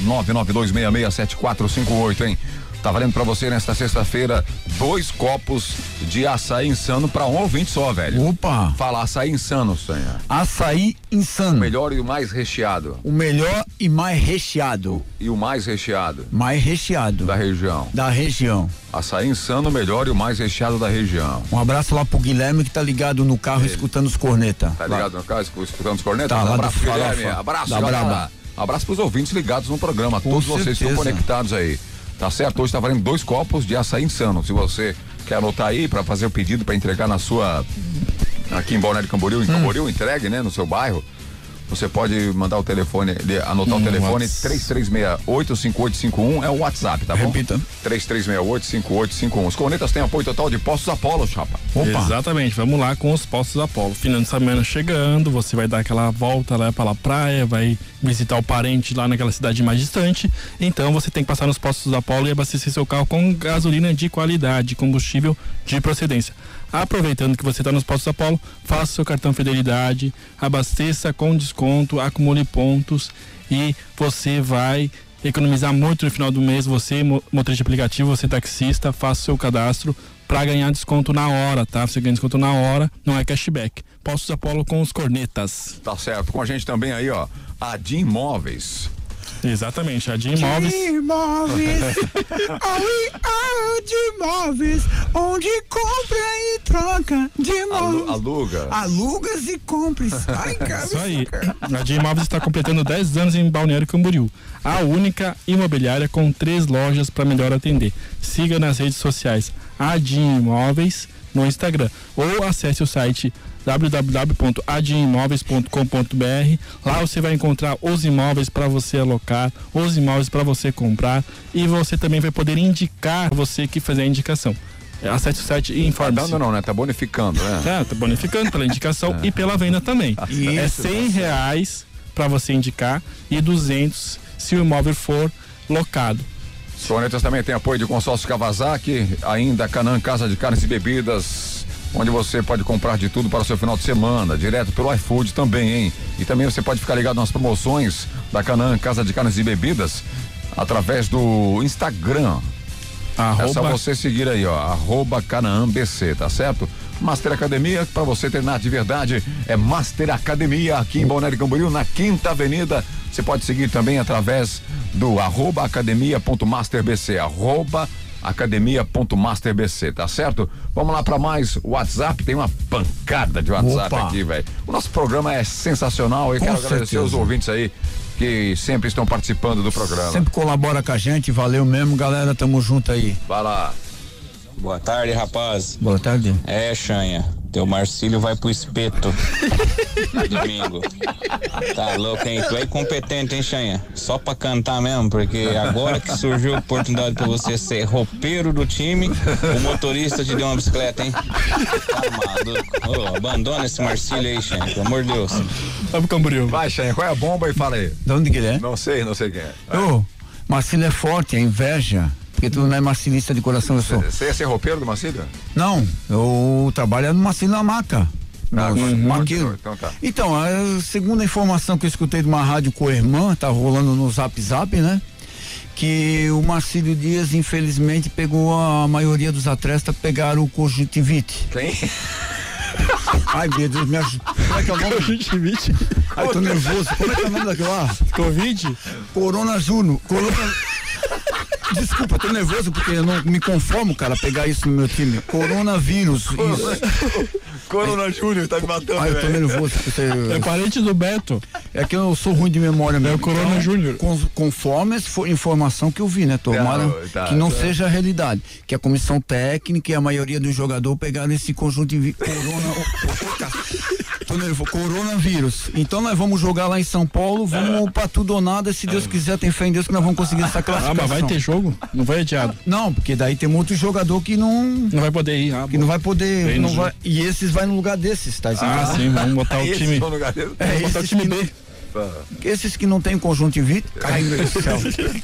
[SPEAKER 1] 992667458, hein? Tá valendo para você nesta sexta-feira dois copos de açaí insano para um ouvinte só, velho.
[SPEAKER 5] Opa!
[SPEAKER 1] Fala açaí insano, Sanha.
[SPEAKER 5] Açaí insano.
[SPEAKER 1] O melhor e o mais recheado.
[SPEAKER 5] O melhor e mais recheado.
[SPEAKER 1] E o mais recheado.
[SPEAKER 5] Mais recheado.
[SPEAKER 1] Da região.
[SPEAKER 5] Da região.
[SPEAKER 1] Açaí insano, o melhor e o mais recheado da região.
[SPEAKER 5] Um abraço lá pro Guilherme que tá ligado no carro escutando os corneta.
[SPEAKER 1] Tá ligado no caso? Escutando os cornetas?
[SPEAKER 5] Tá, lá
[SPEAKER 1] abraço,
[SPEAKER 5] do Farofa.
[SPEAKER 1] Guilherme. Abraço,
[SPEAKER 5] Da
[SPEAKER 1] galera.
[SPEAKER 5] Braba.
[SPEAKER 1] Abraço pros ouvintes ligados no programa.
[SPEAKER 5] Com
[SPEAKER 1] Todos vocês que
[SPEAKER 5] certeza.
[SPEAKER 1] estão conectados aí. Tá certo? Hoje tá valendo dois copos de açaí insano. Se você quer anotar aí pra fazer o pedido pra entregar na sua. Aqui em Balneário
[SPEAKER 5] Hum.
[SPEAKER 1] Camboriú, em Camboriú, entregue, né? No seu bairro. Você pode mandar o telefone, de- anotar o
[SPEAKER 5] Hum,
[SPEAKER 1] telefone
[SPEAKER 5] whats-
[SPEAKER 1] 33685851 é o WhatsApp, tá bom? Repita. 33685851. Os cornetas têm apoio total de Postos Apolo, chapa.
[SPEAKER 2] Exatamente, vamos lá com os postos Apolo. Final de semana chegando, você vai dar aquela volta lá pela praia, vai visitar o parente lá naquela cidade mais distante. Então você tem que passar nos postos Apolo e abastecer seu carro com gasolina de qualidade, combustível de procedência. Aproveitando que você está nos postos Apolo, faça seu cartão fidelidade, abasteça com desconto, acumule pontos e você vai economizar muito no final do mês. Você, mo- motorista de aplicativo, você taxista, faça o seu cadastro para ganhar desconto na hora, tá? Você ganha desconto na hora, não é cashback. Postos Apolo com os cornetas.
[SPEAKER 1] Tá certo. Com a gente também aí, ó, a Jim Imóveis.
[SPEAKER 2] Exatamente, a Jim Imóveis.
[SPEAKER 3] De móveis, Aui, aui, de móveis, onde compra e troca de móveis.
[SPEAKER 1] Aluga.
[SPEAKER 3] Alugas e compras. Ai, cara.
[SPEAKER 2] Isso aí. A J Imóveis está completando 10 anos em Balneário Camboriú. A única imobiliária com três lojas para melhor atender. Siga nas redes sociais adimóveis no Instagram. Ou acesse o site www.adimóveis.com.br. Lá você vai encontrar os imóveis para você alocar, os imóveis para você comprar e você também vai poder indicar você que fazer a indicação. Acesse o site e informe.
[SPEAKER 1] Não, não, né? Tá bonificando, né?
[SPEAKER 2] Tá, tá bonificando pela indicação e pela venda também. é
[SPEAKER 1] Isso,
[SPEAKER 2] 100 reais para você indicar e 200 se o imóvel for locado.
[SPEAKER 1] Sonetas também tem apoio de consórcio Kawasaki, ainda Canã Casa de Carnes e Bebidas, onde você pode comprar de tudo para o seu final de semana, direto pelo iFood também, hein? E também você pode ficar ligado nas promoções da Canã Casa de Carnes e Bebidas através do Instagram. É só
[SPEAKER 2] Arroba-
[SPEAKER 1] você seguir aí, ó, arroba CanaãBC, tá certo? Master Academia, para você treinar de verdade, é Master Academia aqui em Balneário Camboriú, na Quinta Avenida. Você pode seguir também através do arroba academia.masterbc, arroba academia.masterbc, tá certo? Vamos lá para mais WhatsApp, tem uma pancada de WhatsApp
[SPEAKER 5] Opa.
[SPEAKER 1] aqui, velho. O nosso programa é sensacional e
[SPEAKER 5] Com
[SPEAKER 1] quero agradecer
[SPEAKER 5] certeza.
[SPEAKER 1] os ouvintes aí que sempre estão participando do programa.
[SPEAKER 5] Sempre colabora com a gente, valeu mesmo, galera. Tamo junto aí.
[SPEAKER 1] Vai lá.
[SPEAKER 21] Boa tarde, rapaz.
[SPEAKER 5] Boa tarde.
[SPEAKER 21] É, Chanha, teu Marcílio vai pro espeto no domingo. Tá louco, hein? Tu é incompetente, hein, Chanha? Só pra cantar mesmo, porque agora que surgiu a oportunidade pra você ser roupeiro do time, o motorista te deu uma bicicleta, hein? Tá maluco. Ô, abandona esse Marcílio aí, Chanha, pelo amor de Deus.
[SPEAKER 2] Vamos, Camboriú.
[SPEAKER 1] Vai, Xen, qual é a bomba e fala aí.
[SPEAKER 5] De onde que ele é?
[SPEAKER 1] Não sei, não sei quem é.
[SPEAKER 5] Ô, Marcílio é forte, é inveja. Porque tu não é marcilista de coração, eu sou.
[SPEAKER 1] Você ia ser roupeiro do Macílio?
[SPEAKER 5] Não, eu trabalho no Marcílio na maca.
[SPEAKER 1] Ah,
[SPEAKER 5] Não,
[SPEAKER 1] agora-
[SPEAKER 5] Maquilo.
[SPEAKER 1] Então tá.
[SPEAKER 5] Então, a segunda informação que eu escutei de uma rádio co-irmã, tá rolando no Zap Zap, né? Que o Marcílio Dias, infelizmente, pegou a maioria dos atletas, pegaram o conjuntivite.
[SPEAKER 1] Quem?
[SPEAKER 5] Ai, meu Deus, me ajuda. Como é que é o nome?
[SPEAKER 2] Conjuntivite.
[SPEAKER 5] Ai, tô nervoso. Como é que é o nome daquilo lá?
[SPEAKER 2] Covid?
[SPEAKER 5] Corona Juno. Corona... Desculpa, tô nervoso porque eu não me conformo, cara, pegar isso no meu time. Coronavírus. Isso.
[SPEAKER 1] Corona Júnior, tá me matando.
[SPEAKER 5] Ai, eu tô nervoso. Porque
[SPEAKER 2] É parente do Beto.
[SPEAKER 5] É que eu sou ruim de memória mesmo. É o
[SPEAKER 2] Corona Júnior.
[SPEAKER 5] Conforme essa for informação que eu vi, né? Tomara
[SPEAKER 1] Não, tá,
[SPEAKER 5] que não
[SPEAKER 1] tá.
[SPEAKER 5] seja a realidade. Que a comissão técnica e a maioria dos jogadores pegaram esse conjunto de vi- corona. Tô nervoso. Coronavírus. Então nós vamos jogar lá em São Paulo, vamos pra tudo ou nada. Se Deus quiser, tem fé em Deus que nós vamos conseguir essa
[SPEAKER 2] Ah,
[SPEAKER 5] classificação.
[SPEAKER 2] mas vai ter jogo? Não vai adiado.
[SPEAKER 5] Não, porque daí tem muito jogador que não. Não
[SPEAKER 2] vai poder ir. ah,
[SPEAKER 5] que não vai poder.
[SPEAKER 2] Bem
[SPEAKER 5] não
[SPEAKER 2] no
[SPEAKER 5] vai-
[SPEAKER 2] jogo.
[SPEAKER 5] e esses vai no lugar desses, tá?
[SPEAKER 2] Ah, sim, vamos botar o
[SPEAKER 5] Esses
[SPEAKER 2] time.
[SPEAKER 5] vão no lugar desses. É,
[SPEAKER 2] botar o
[SPEAKER 5] esses
[SPEAKER 2] time
[SPEAKER 5] que
[SPEAKER 2] B.
[SPEAKER 5] não- Esses que não têm conjuntivite, caindo do céu.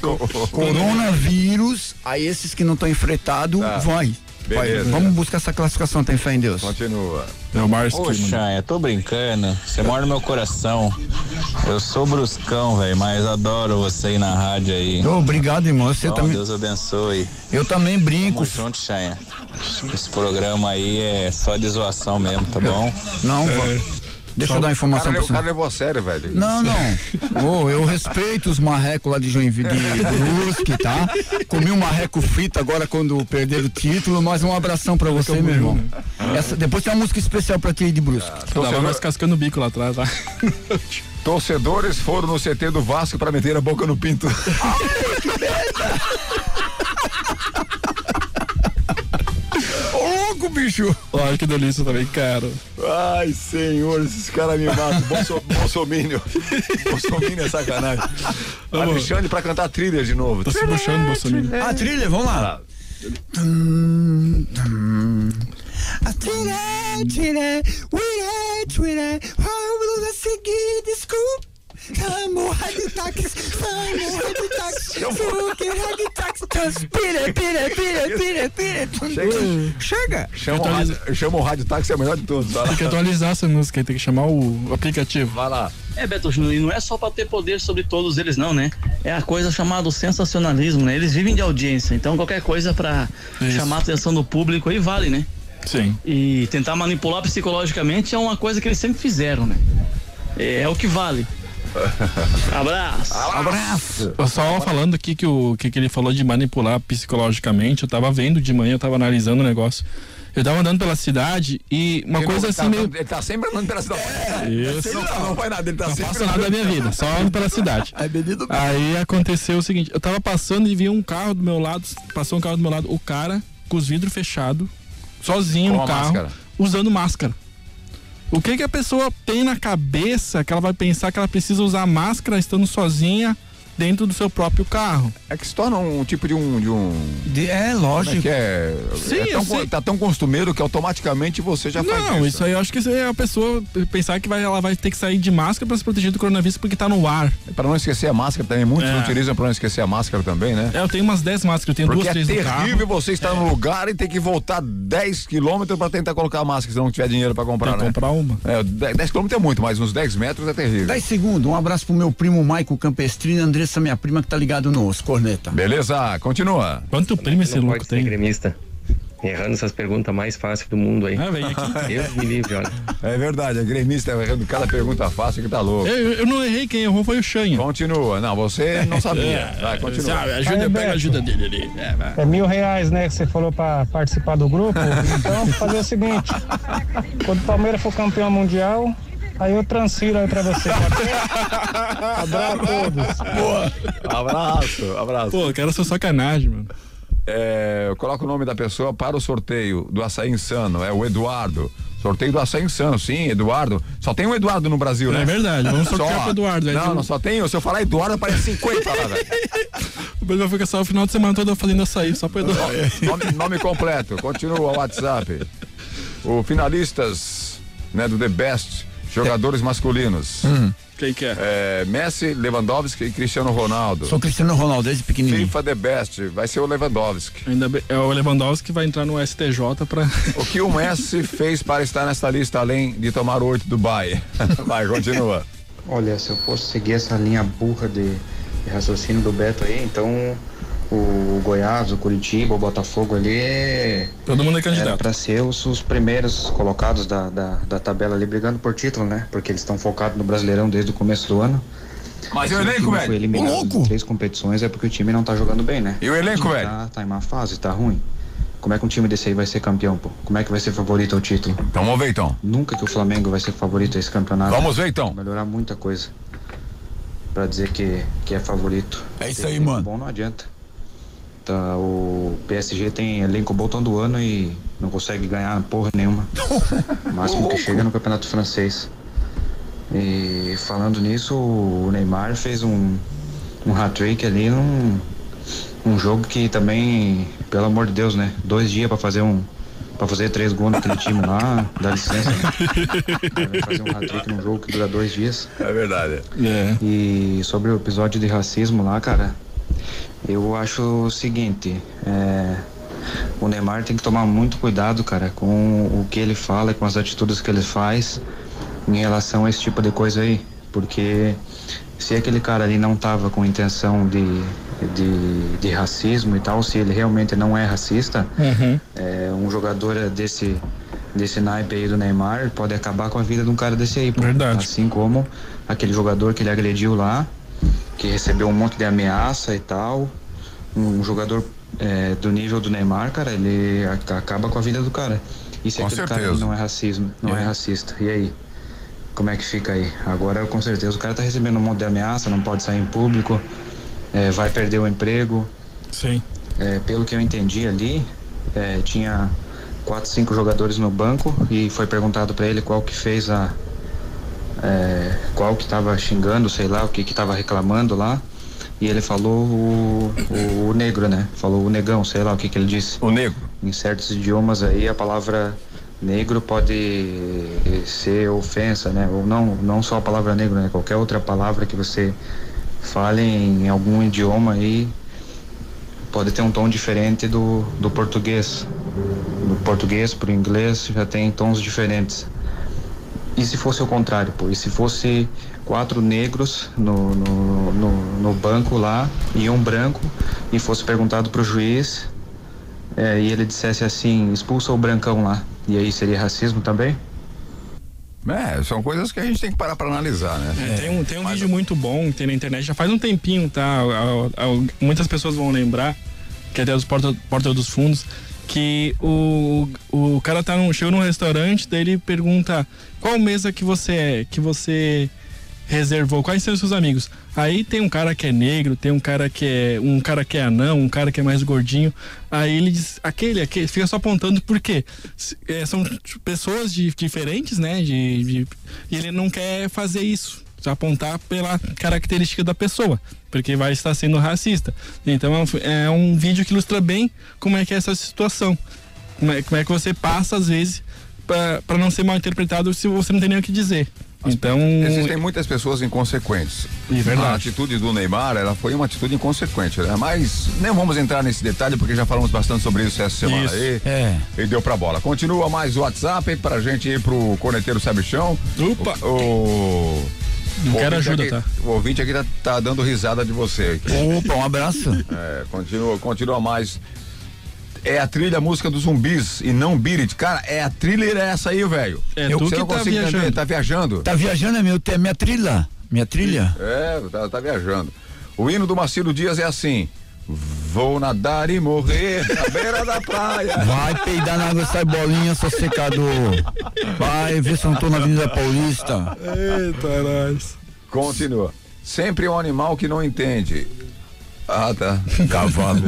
[SPEAKER 5] Coronavírus, a esses que não estão enfrentados,
[SPEAKER 2] Tá.
[SPEAKER 5] vai. Vai.
[SPEAKER 21] Beleza.
[SPEAKER 5] Vamos buscar essa classificação, tem fé em Deus.
[SPEAKER 1] Continua.
[SPEAKER 5] É
[SPEAKER 21] Ô, Chanha, tô brincando. Você mora no meu coração. Eu sou bruscão, velho, mas adoro você aí na rádio aí.
[SPEAKER 5] Obrigado, irmão. Você
[SPEAKER 21] Então,
[SPEAKER 5] também.
[SPEAKER 21] Deus abençoe.
[SPEAKER 5] Eu também brinco.
[SPEAKER 21] Tamo junto, Chanha. Esse programa aí é só de zoação mesmo, tá bom?
[SPEAKER 5] Não, vó. Deixa eu dar uma informação
[SPEAKER 1] É.
[SPEAKER 5] pra
[SPEAKER 1] cara, O cara
[SPEAKER 5] você.
[SPEAKER 1] levou a sério,
[SPEAKER 2] é
[SPEAKER 1] velho.
[SPEAKER 5] Não, não. Ô, eu respeito os marrecos lá de Joinville de Brusque, tá? Comi um marreco frito agora quando perderam o título, mas um abração pra você, meu irmão.
[SPEAKER 2] né?
[SPEAKER 5] Essa- depois tem uma música especial pra ti aí de Brusque.
[SPEAKER 2] Tava nós cascando o bico lá atrás. Lá.
[SPEAKER 1] Torcedores foram no CT do Vasco pra meter a boca no pinto.
[SPEAKER 5] Louco, bicho!
[SPEAKER 2] Olha que delícia também, cara.
[SPEAKER 1] Ai, senhor, esses caras me matam. Bolso, Bolsomínio. Bolsomínio é sacanagem. Alexandre pra cantar trilha de novo. Ah,
[SPEAKER 2] Tá se puxando, Bolsonaro.
[SPEAKER 5] A trilha, vamos lá.
[SPEAKER 3] Tire, tire, uire, tire, vamos a seguir, desculpa. Amo ragtax, amo ragtax, suque ragtax, transpira, pira, pira, pira, pira.
[SPEAKER 1] Chega.
[SPEAKER 3] Chega.
[SPEAKER 1] Chama o,
[SPEAKER 2] Atualiza-
[SPEAKER 1] rádio, chama o rádio táxi, é o melhor de todos. Vai lá.
[SPEAKER 2] Tem que atualizar essa música aí, tem que chamar o aplicativo.
[SPEAKER 1] Vai lá.
[SPEAKER 19] É, Beto Júnior, e não é só pra ter poder sobre todos eles, não, né? É a coisa chamada sensacionalismo, né? Eles vivem de audiência, então qualquer coisa pra chamar a atenção do público aí vale, né?
[SPEAKER 2] É Sim.
[SPEAKER 19] E tentar manipular psicologicamente é uma coisa que eles sempre fizeram, né? É, é o que vale. Abraço!
[SPEAKER 5] Abraço!
[SPEAKER 2] Só falando aqui que o que, que ele falou de manipular psicologicamente, eu tava vendo de manhã, eu tava analisando o negócio. Eu tava andando pela cidade e uma
[SPEAKER 1] Ele
[SPEAKER 2] coisa
[SPEAKER 1] não-
[SPEAKER 2] assim
[SPEAKER 1] tá-
[SPEAKER 2] meio.
[SPEAKER 1] Ele tá sempre andando pela cidade.
[SPEAKER 2] Isso.
[SPEAKER 1] Não, não vai nada, ele tá
[SPEAKER 2] Não
[SPEAKER 1] sempre É
[SPEAKER 2] faço nada da minha vida, só ando pela cidade. Aí aconteceu o seguinte, eu tava passando e vi um carro do meu lado, passou um carro do meu lado, o cara com os vidros fechados, sozinho
[SPEAKER 1] Com
[SPEAKER 2] no
[SPEAKER 1] a
[SPEAKER 2] carro,
[SPEAKER 1] máscara.
[SPEAKER 2] usando máscara. O que que a pessoa tem na cabeça que ela vai pensar que ela precisa usar máscara estando sozinha dentro do seu próprio carro?
[SPEAKER 1] É que se torna um tipo de um. De um...
[SPEAKER 5] é,
[SPEAKER 1] Como é que é?
[SPEAKER 2] Sim,
[SPEAKER 1] É tão
[SPEAKER 2] eu
[SPEAKER 1] co-
[SPEAKER 2] sei.
[SPEAKER 1] Tá tão costumeiro que automaticamente você já faz
[SPEAKER 2] Não, isso aí eu acho que isso aí é a pessoa pensar que vai, ela vai ter que sair de máscara pra se proteger do coronavírus porque tá no ar.
[SPEAKER 1] É Pra não esquecer a máscara também, muitos
[SPEAKER 2] É.
[SPEAKER 1] utilizam pra não esquecer a máscara também, né?
[SPEAKER 2] É, eu tenho umas 10 máscaras, eu tenho
[SPEAKER 1] Porque
[SPEAKER 2] duas, três
[SPEAKER 1] é
[SPEAKER 2] no carro.
[SPEAKER 1] terrível você estar no lugar e ter que voltar 10 quilômetros pra tentar colocar a máscara, se não tiver dinheiro pra comprar,
[SPEAKER 5] Tem que
[SPEAKER 1] né?
[SPEAKER 2] comprar uma.
[SPEAKER 1] É, 10 10 quilômetros é muito, mas uns 10 metros é terrível.
[SPEAKER 5] 10 segundos, um abraço pro meu primo Maico Campestrini, Andressa, minha prima, que tá ligado nos corneta.
[SPEAKER 1] Beleza, continua.
[SPEAKER 2] Quanto primo esse
[SPEAKER 4] louco pode tem? Ser gremista. Errando essas perguntas mais fáceis do mundo aí.
[SPEAKER 2] Ah, vem aqui.
[SPEAKER 4] Deus me livre, olha.
[SPEAKER 1] É verdade, é gremista errando cada pergunta fácil que tá louco.
[SPEAKER 2] Eu, eu não errei, quem errou foi o Xanha.
[SPEAKER 1] Continua, não, você não sabia.
[SPEAKER 2] É,
[SPEAKER 1] Vai, continua.
[SPEAKER 2] sabe, ajuda,
[SPEAKER 1] Vai,
[SPEAKER 2] pega
[SPEAKER 1] Beto.
[SPEAKER 2] a ajuda dele ali. É, vai.
[SPEAKER 18] É mil reais, né? Que você falou pra participar do grupo. Então, fazer o seguinte: quando o Palmeiras for campeão mundial, aí eu transfiro aí pra você. pode ser? Abraço a todos.
[SPEAKER 1] Boa. Abraço, abraço.
[SPEAKER 2] Pô, cara, sou sacanagem, mano.
[SPEAKER 1] É, eu coloco o nome da pessoa para o sorteio do Açaí Insano, é o Eduardo. Sorteio do Açaí Insano, sim, Eduardo. Só tem um Eduardo no Brasil, né?
[SPEAKER 2] É verdade, vamos sortear
[SPEAKER 1] só.
[SPEAKER 2] pro Eduardo, tá velho.
[SPEAKER 1] Não, não, só tem um. Se eu falar Eduardo, aparece 50 lá, velho.
[SPEAKER 2] O Brasil fica só o final de semana todo fazendo açaí, só pra Eduardo.
[SPEAKER 1] nome, nome completo. Continua o WhatsApp. O finalistas né, do The Best, jogadores masculinos.
[SPEAKER 2] Quem que é?
[SPEAKER 1] Messi, Lewandowski e Cristiano Ronaldo.
[SPEAKER 5] Sou Cristiano Ronaldo desde pequenininho.
[SPEAKER 1] FIFA The Best, vai ser o Lewandowski.
[SPEAKER 2] Ainda bem, é o Lewandowski que vai entrar no STJ pra.
[SPEAKER 1] O que o Messi fez para estar nessa lista, além de tomar o oito do Bahia? Vai, continua.
[SPEAKER 22] Olha, se eu fosse seguir essa linha burra de, de raciocínio do Beto aí, então o Goiás, o Curitiba, o Botafogo ali é.
[SPEAKER 2] Todo mundo é candidato.
[SPEAKER 22] Era pra ser os, os primeiros colocados da, da, da tabela ali brigando por título, né? Porque eles estão focados no Brasileirão desde o começo do ano.
[SPEAKER 1] Mas
[SPEAKER 22] Se
[SPEAKER 1] e o elenco,
[SPEAKER 22] time
[SPEAKER 1] velho?
[SPEAKER 22] Foi eliminado
[SPEAKER 1] Ô,
[SPEAKER 22] louco. três competições é porque o time não tá jogando bem, né?
[SPEAKER 1] E o elenco, velho?
[SPEAKER 22] Tá, tá em má fase, tá ruim. Como é que um time desse aí vai ser campeão, pô? Como é que vai ser favorito ao título?
[SPEAKER 1] Então vamos ver, então.
[SPEAKER 22] Nunca que o Flamengo vai ser favorito a esse campeonato.
[SPEAKER 1] Vamos ver, então.
[SPEAKER 22] Melhorar muita coisa. Pra dizer que, que é favorito. É isso aí, mano. Bom não adianta. Tá, o PSG tem elenco botão do ano e não consegue ganhar porra nenhuma. O máximo que chega é no campeonato francês. E falando nisso, o Neymar fez um, um hat-trick ali num um jogo que também, pelo amor de Deus, né? Dois dias pra fazer um. Pra fazer três gols naquele time lá, dá licença. né? Vai fazer um hat-trick num jogo que dura dois dias.
[SPEAKER 1] É verdade.
[SPEAKER 22] E sobre o episódio de racismo lá, cara, eu acho o seguinte, é, o Neymar tem que tomar muito cuidado, cara, com o que ele fala, e com as atitudes que ele faz em relação a esse tipo de coisa aí, porque se aquele cara ali não tava com intenção de, de, de racismo e tal, se ele realmente não é racista, é, um jogador desse desse naipe aí do Neymar pode acabar com a vida de um cara desse aí. Pô. Verdade. Assim como aquele jogador que ele agrediu lá, que recebeu um monte de ameaça e tal. Um jogador é, do nível do Neymar, cara, ele ac- acaba com a vida do cara. E se
[SPEAKER 1] Com
[SPEAKER 22] aquele cara
[SPEAKER 1] certeza.
[SPEAKER 22] não é racismo, não é. racista, e aí? Como é que fica aí? Agora, com certeza, o cara tá recebendo um monte de ameaça, não pode sair em público, é, vai perder o emprego.
[SPEAKER 2] Sim.
[SPEAKER 22] É, pelo que eu entendi ali, é, tinha quatro, cinco jogadores no banco e foi perguntado pra ele qual que fez a é, qual que tava xingando, sei lá, o que que tava reclamando lá. E ele falou o, o, o negro, né? Falou o negão, sei lá o que que ele disse.
[SPEAKER 1] O negro.
[SPEAKER 22] Em certos idiomas aí a palavra negro pode ser ofensa, né? Ou não, não só a palavra negro, né? Qualquer outra palavra que você fale em algum idioma aí pode ter um tom diferente do, do português. Do português para o inglês já tem tons diferentes. E se fosse o contrário, pô? E se fosse quatro negros no, no, no, no banco lá e um branco e fosse perguntado para o juiz é, e ele dissesse assim: expulsa o brancão lá? E aí seria racismo também?
[SPEAKER 1] É, são coisas que a gente tem que parar pra analisar, né?
[SPEAKER 2] É, tem um, tem um vídeo muito bom que tem na internet, já faz um tempinho, tá? Al- al- muitas pessoas vão lembrar, que é até os porta, porta dos fundos, que o, o cara tá num, chegou num restaurante, daí ele pergunta qual mesa que você é, que você reservou, quais são os seus amigos? Aí tem um cara que é negro, tem um cara que é um cara que é anão, um cara que é mais gordinho. Aí ele diz, aquele, aquele, fica só apontando por quê? Se- é, são t- pessoas de- diferentes, né? De, de- e ele não quer fazer isso. Apontar pela característica da pessoa, porque vai estar sendo racista. Então é um fi- é um vídeo que ilustra bem como é que é essa situação como é, como é que você passa às vezes para não ser mal interpretado se você não tem nem o que dizer. Então,
[SPEAKER 1] Existem muitas pessoas inconsequentes.
[SPEAKER 2] É verdade.
[SPEAKER 1] A atitude do Neymar, ela foi uma atitude inconsequente, né? Mas nem vamos entrar nesse detalhe porque já falamos bastante sobre isso essa semana.
[SPEAKER 2] Isso.
[SPEAKER 1] E,
[SPEAKER 5] É.
[SPEAKER 1] e deu pra bola. Continua mais o WhatsApp pra gente ir pro Corneteiro Sabichão.
[SPEAKER 2] Opa!
[SPEAKER 1] O, o-
[SPEAKER 2] Não
[SPEAKER 1] o
[SPEAKER 2] quero
[SPEAKER 1] ouvinte
[SPEAKER 2] ajuda,
[SPEAKER 1] aqui-
[SPEAKER 2] tá?
[SPEAKER 1] O ouvinte aqui tá, tá dando risada de você.
[SPEAKER 5] Opa, um abraço.
[SPEAKER 1] É, continua, continua mais. É a trilha música dos zumbis e não Birit. Cara, é a thriller essa aí, velho.
[SPEAKER 5] É
[SPEAKER 1] Eu
[SPEAKER 5] tu
[SPEAKER 1] você
[SPEAKER 5] que
[SPEAKER 1] não
[SPEAKER 5] tá
[SPEAKER 1] consigo entender,
[SPEAKER 5] viajando.
[SPEAKER 1] Tá viajando?
[SPEAKER 5] Tá viajando, é meu, é minha trilha. Minha trilha.
[SPEAKER 1] É, tá, tá viajando. O hino do Marcelo Dias é assim. Vou nadar e morrer na beira da praia.
[SPEAKER 5] Vai peidar na água, sai bolinha, seu secador. Vai ver se eu não tô na Avenida Paulista.
[SPEAKER 1] Eita, nós. Continua. Sempre um animal que não entende. Ah, tá. Cavalo.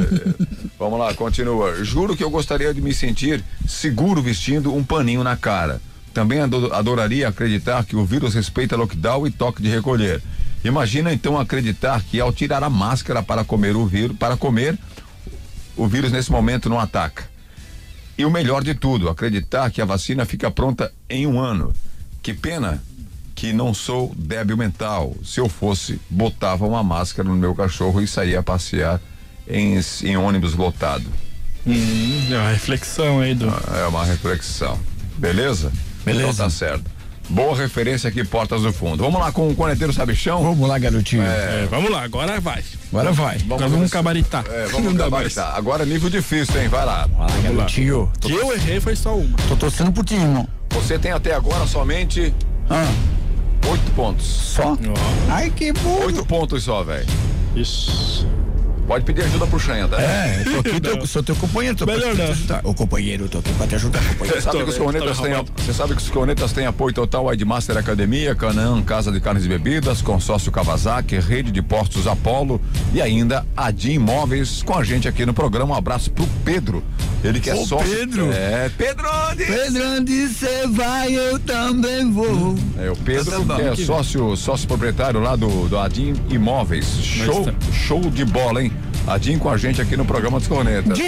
[SPEAKER 1] Vamos lá, continua. Juro que eu gostaria de me sentir seguro vestindo um paninho na cara. Também ado- adoraria acreditar que o vírus respeita lockdown e toque de recolher. Imagina então acreditar que ao tirar a máscara para comer o vírus, para comer, o vírus nesse momento não ataca. E o melhor de tudo, acreditar que a vacina fica pronta em um ano. Que pena que não sou débil mental. Se eu fosse, botava uma máscara no meu cachorro e saía passear em, em ônibus lotado.
[SPEAKER 2] hum, é uma reflexão aí do.
[SPEAKER 1] É uma reflexão. Beleza? Beleza. Então tá certo. Boa referência aqui, Portas do Fundo. Vamos lá com o Coneteiro Sabichão?
[SPEAKER 5] Vamos lá, garotinho.
[SPEAKER 1] É,
[SPEAKER 2] vamos lá, agora vai.
[SPEAKER 5] Agora vai.
[SPEAKER 2] Agora vamos cabaritar.
[SPEAKER 1] É, vamos cabaritar. Agora é nível difícil, hein? Vai lá. Vai lá,
[SPEAKER 5] garotinho.
[SPEAKER 2] Que eu errei foi só um. uma.
[SPEAKER 5] Tô torcendo pro time, irmão.
[SPEAKER 1] Você tem até agora somente oito pontos.
[SPEAKER 5] Ah. Só? Ai, que burro.
[SPEAKER 1] Oito pontos só, velho. Isso. Pode pedir ajuda pro Xanha, tá?
[SPEAKER 5] É, eu tô aqui, teu- sou teu companheiro, tô Melhor pra te ajudar. Ô companheiro, tô aqui pra te ajudar, companheiro.
[SPEAKER 1] Você sabe, que os cornetas têm, você sabe que os cornetas têm apoio total à Edmaster Academia, Canaan, Casa de Carnes e Bebidas, Consórcio Kawasaki, Rede de Postos Apollo e ainda a Dia Imóveis com a gente aqui no programa. Um abraço pro Pedro. Ele que é
[SPEAKER 5] Ô,
[SPEAKER 1] sócio.
[SPEAKER 5] Pedro.
[SPEAKER 1] É, Pedro Andes.
[SPEAKER 5] Pedro Andes, você vai, eu também vou.
[SPEAKER 1] É, o
[SPEAKER 5] Tá
[SPEAKER 1] Pedro
[SPEAKER 5] bom,
[SPEAKER 1] que é
[SPEAKER 5] que-
[SPEAKER 1] sócio, sócio proprietário lá do, do Adim Imóveis. Show, show de bola, hein? Adim com a gente aqui no programa dos cornetas.
[SPEAKER 3] De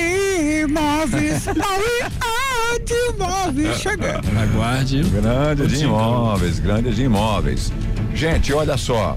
[SPEAKER 3] imóveis, ai, ai, de imóveis, chegando.
[SPEAKER 1] Aguarde. Grande de imóveis, grande de imóveis. Gente, olha só.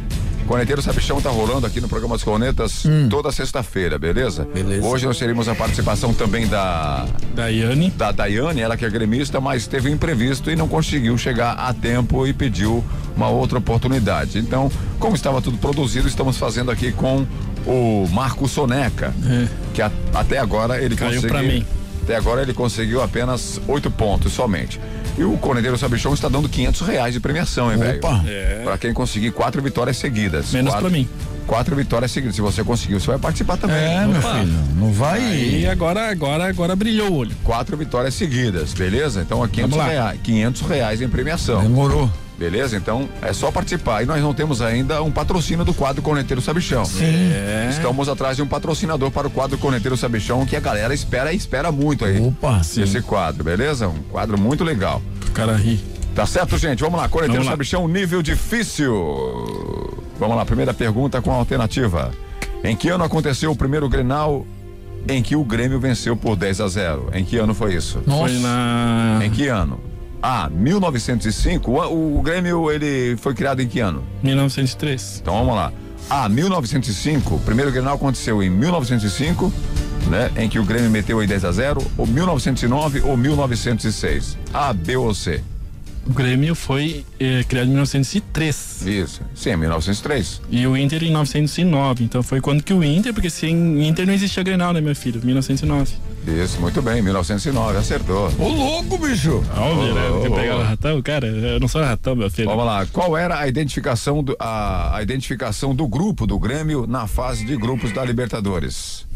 [SPEAKER 1] Corneteiro Sabichão tá rolando aqui no programa dos Cornetas toda sexta-feira, beleza? Beleza. Hoje nós teremos a participação também da.
[SPEAKER 2] Daiane.
[SPEAKER 1] Da Daiane, ela que é gremista, mas teve um imprevisto e não conseguiu chegar a tempo e pediu uma outra oportunidade. Então, como estava tudo produzido, estamos fazendo aqui com o Marco Soneca,
[SPEAKER 2] É,
[SPEAKER 1] que a- até agora ele
[SPEAKER 2] Caiu
[SPEAKER 1] conseguiu.
[SPEAKER 2] pra mim.
[SPEAKER 1] Até agora ele conseguiu apenas oito pontos somente. E o Corneteiro Sabichão está dando 500 reais de premiação, hein, velho?
[SPEAKER 2] Opa. É.
[SPEAKER 1] Pra quem conseguir quatro vitórias seguidas.
[SPEAKER 2] Menos
[SPEAKER 1] Quatro-
[SPEAKER 2] pra mim.
[SPEAKER 1] Quatro vitórias seguidas. Se você conseguiu, você vai participar também.
[SPEAKER 2] É, meu Opa. filho,
[SPEAKER 5] Não vai.
[SPEAKER 2] Aí agora, agora, agora brilhou o olho.
[SPEAKER 1] Quatro vitórias seguidas, beleza? Então é 500
[SPEAKER 2] lá.
[SPEAKER 1] reais, 500 reais em premiação.
[SPEAKER 5] Demorou.
[SPEAKER 1] Beleza? Então é só participar. E nós não temos ainda um patrocínio do quadro Corneteiro Sabichão.
[SPEAKER 5] Sim.
[SPEAKER 2] É.
[SPEAKER 1] Estamos atrás de um patrocinador para o quadro Corneteiro Sabichão, que a galera espera e espera muito aí.
[SPEAKER 5] Opa,
[SPEAKER 1] sim. Esse quadro, beleza? Um quadro muito legal. O
[SPEAKER 2] cara ri.
[SPEAKER 1] Tá certo, gente? Vamos lá, Corneteiro
[SPEAKER 2] Vamos lá.
[SPEAKER 1] Sabichão, nível difícil. Vamos lá, primeira pergunta com a alternativa. Em que ano aconteceu o primeiro Grenal em que o Grêmio venceu por 10 a 0? Em que ano foi isso?
[SPEAKER 2] Nossa. Foi na-
[SPEAKER 1] Em que ano? Ah, 1905. O, o Grêmio ele foi criado em que ano?
[SPEAKER 2] 1903.
[SPEAKER 1] Então vamos lá. Ah, 1905, o primeiro Grenal aconteceu em 1905, né? Em que o Grêmio meteu em 10 a 0, ou 1909 ou 1906. A, B ou C?
[SPEAKER 2] O Grêmio foi eh, criado em 1903.
[SPEAKER 1] Isso. Sim, 1903.
[SPEAKER 2] E o Inter em 1909. Então foi quando que o Inter, porque sem Inter não existia Grenal, né, meu filho? 1909.
[SPEAKER 1] Isso, muito bem, 1909, acertou.
[SPEAKER 5] Ô louco, bicho!
[SPEAKER 2] Óbvio, né? Porque
[SPEAKER 1] Ô, ô,
[SPEAKER 2] pegar o
[SPEAKER 1] ô.
[SPEAKER 2] ratão, cara, eu não sou um ratão, meu filho.
[SPEAKER 1] Vamos lá, qual era a identificação do, a, a identificação do grupo do Grêmio na fase de grupos da Libertadores?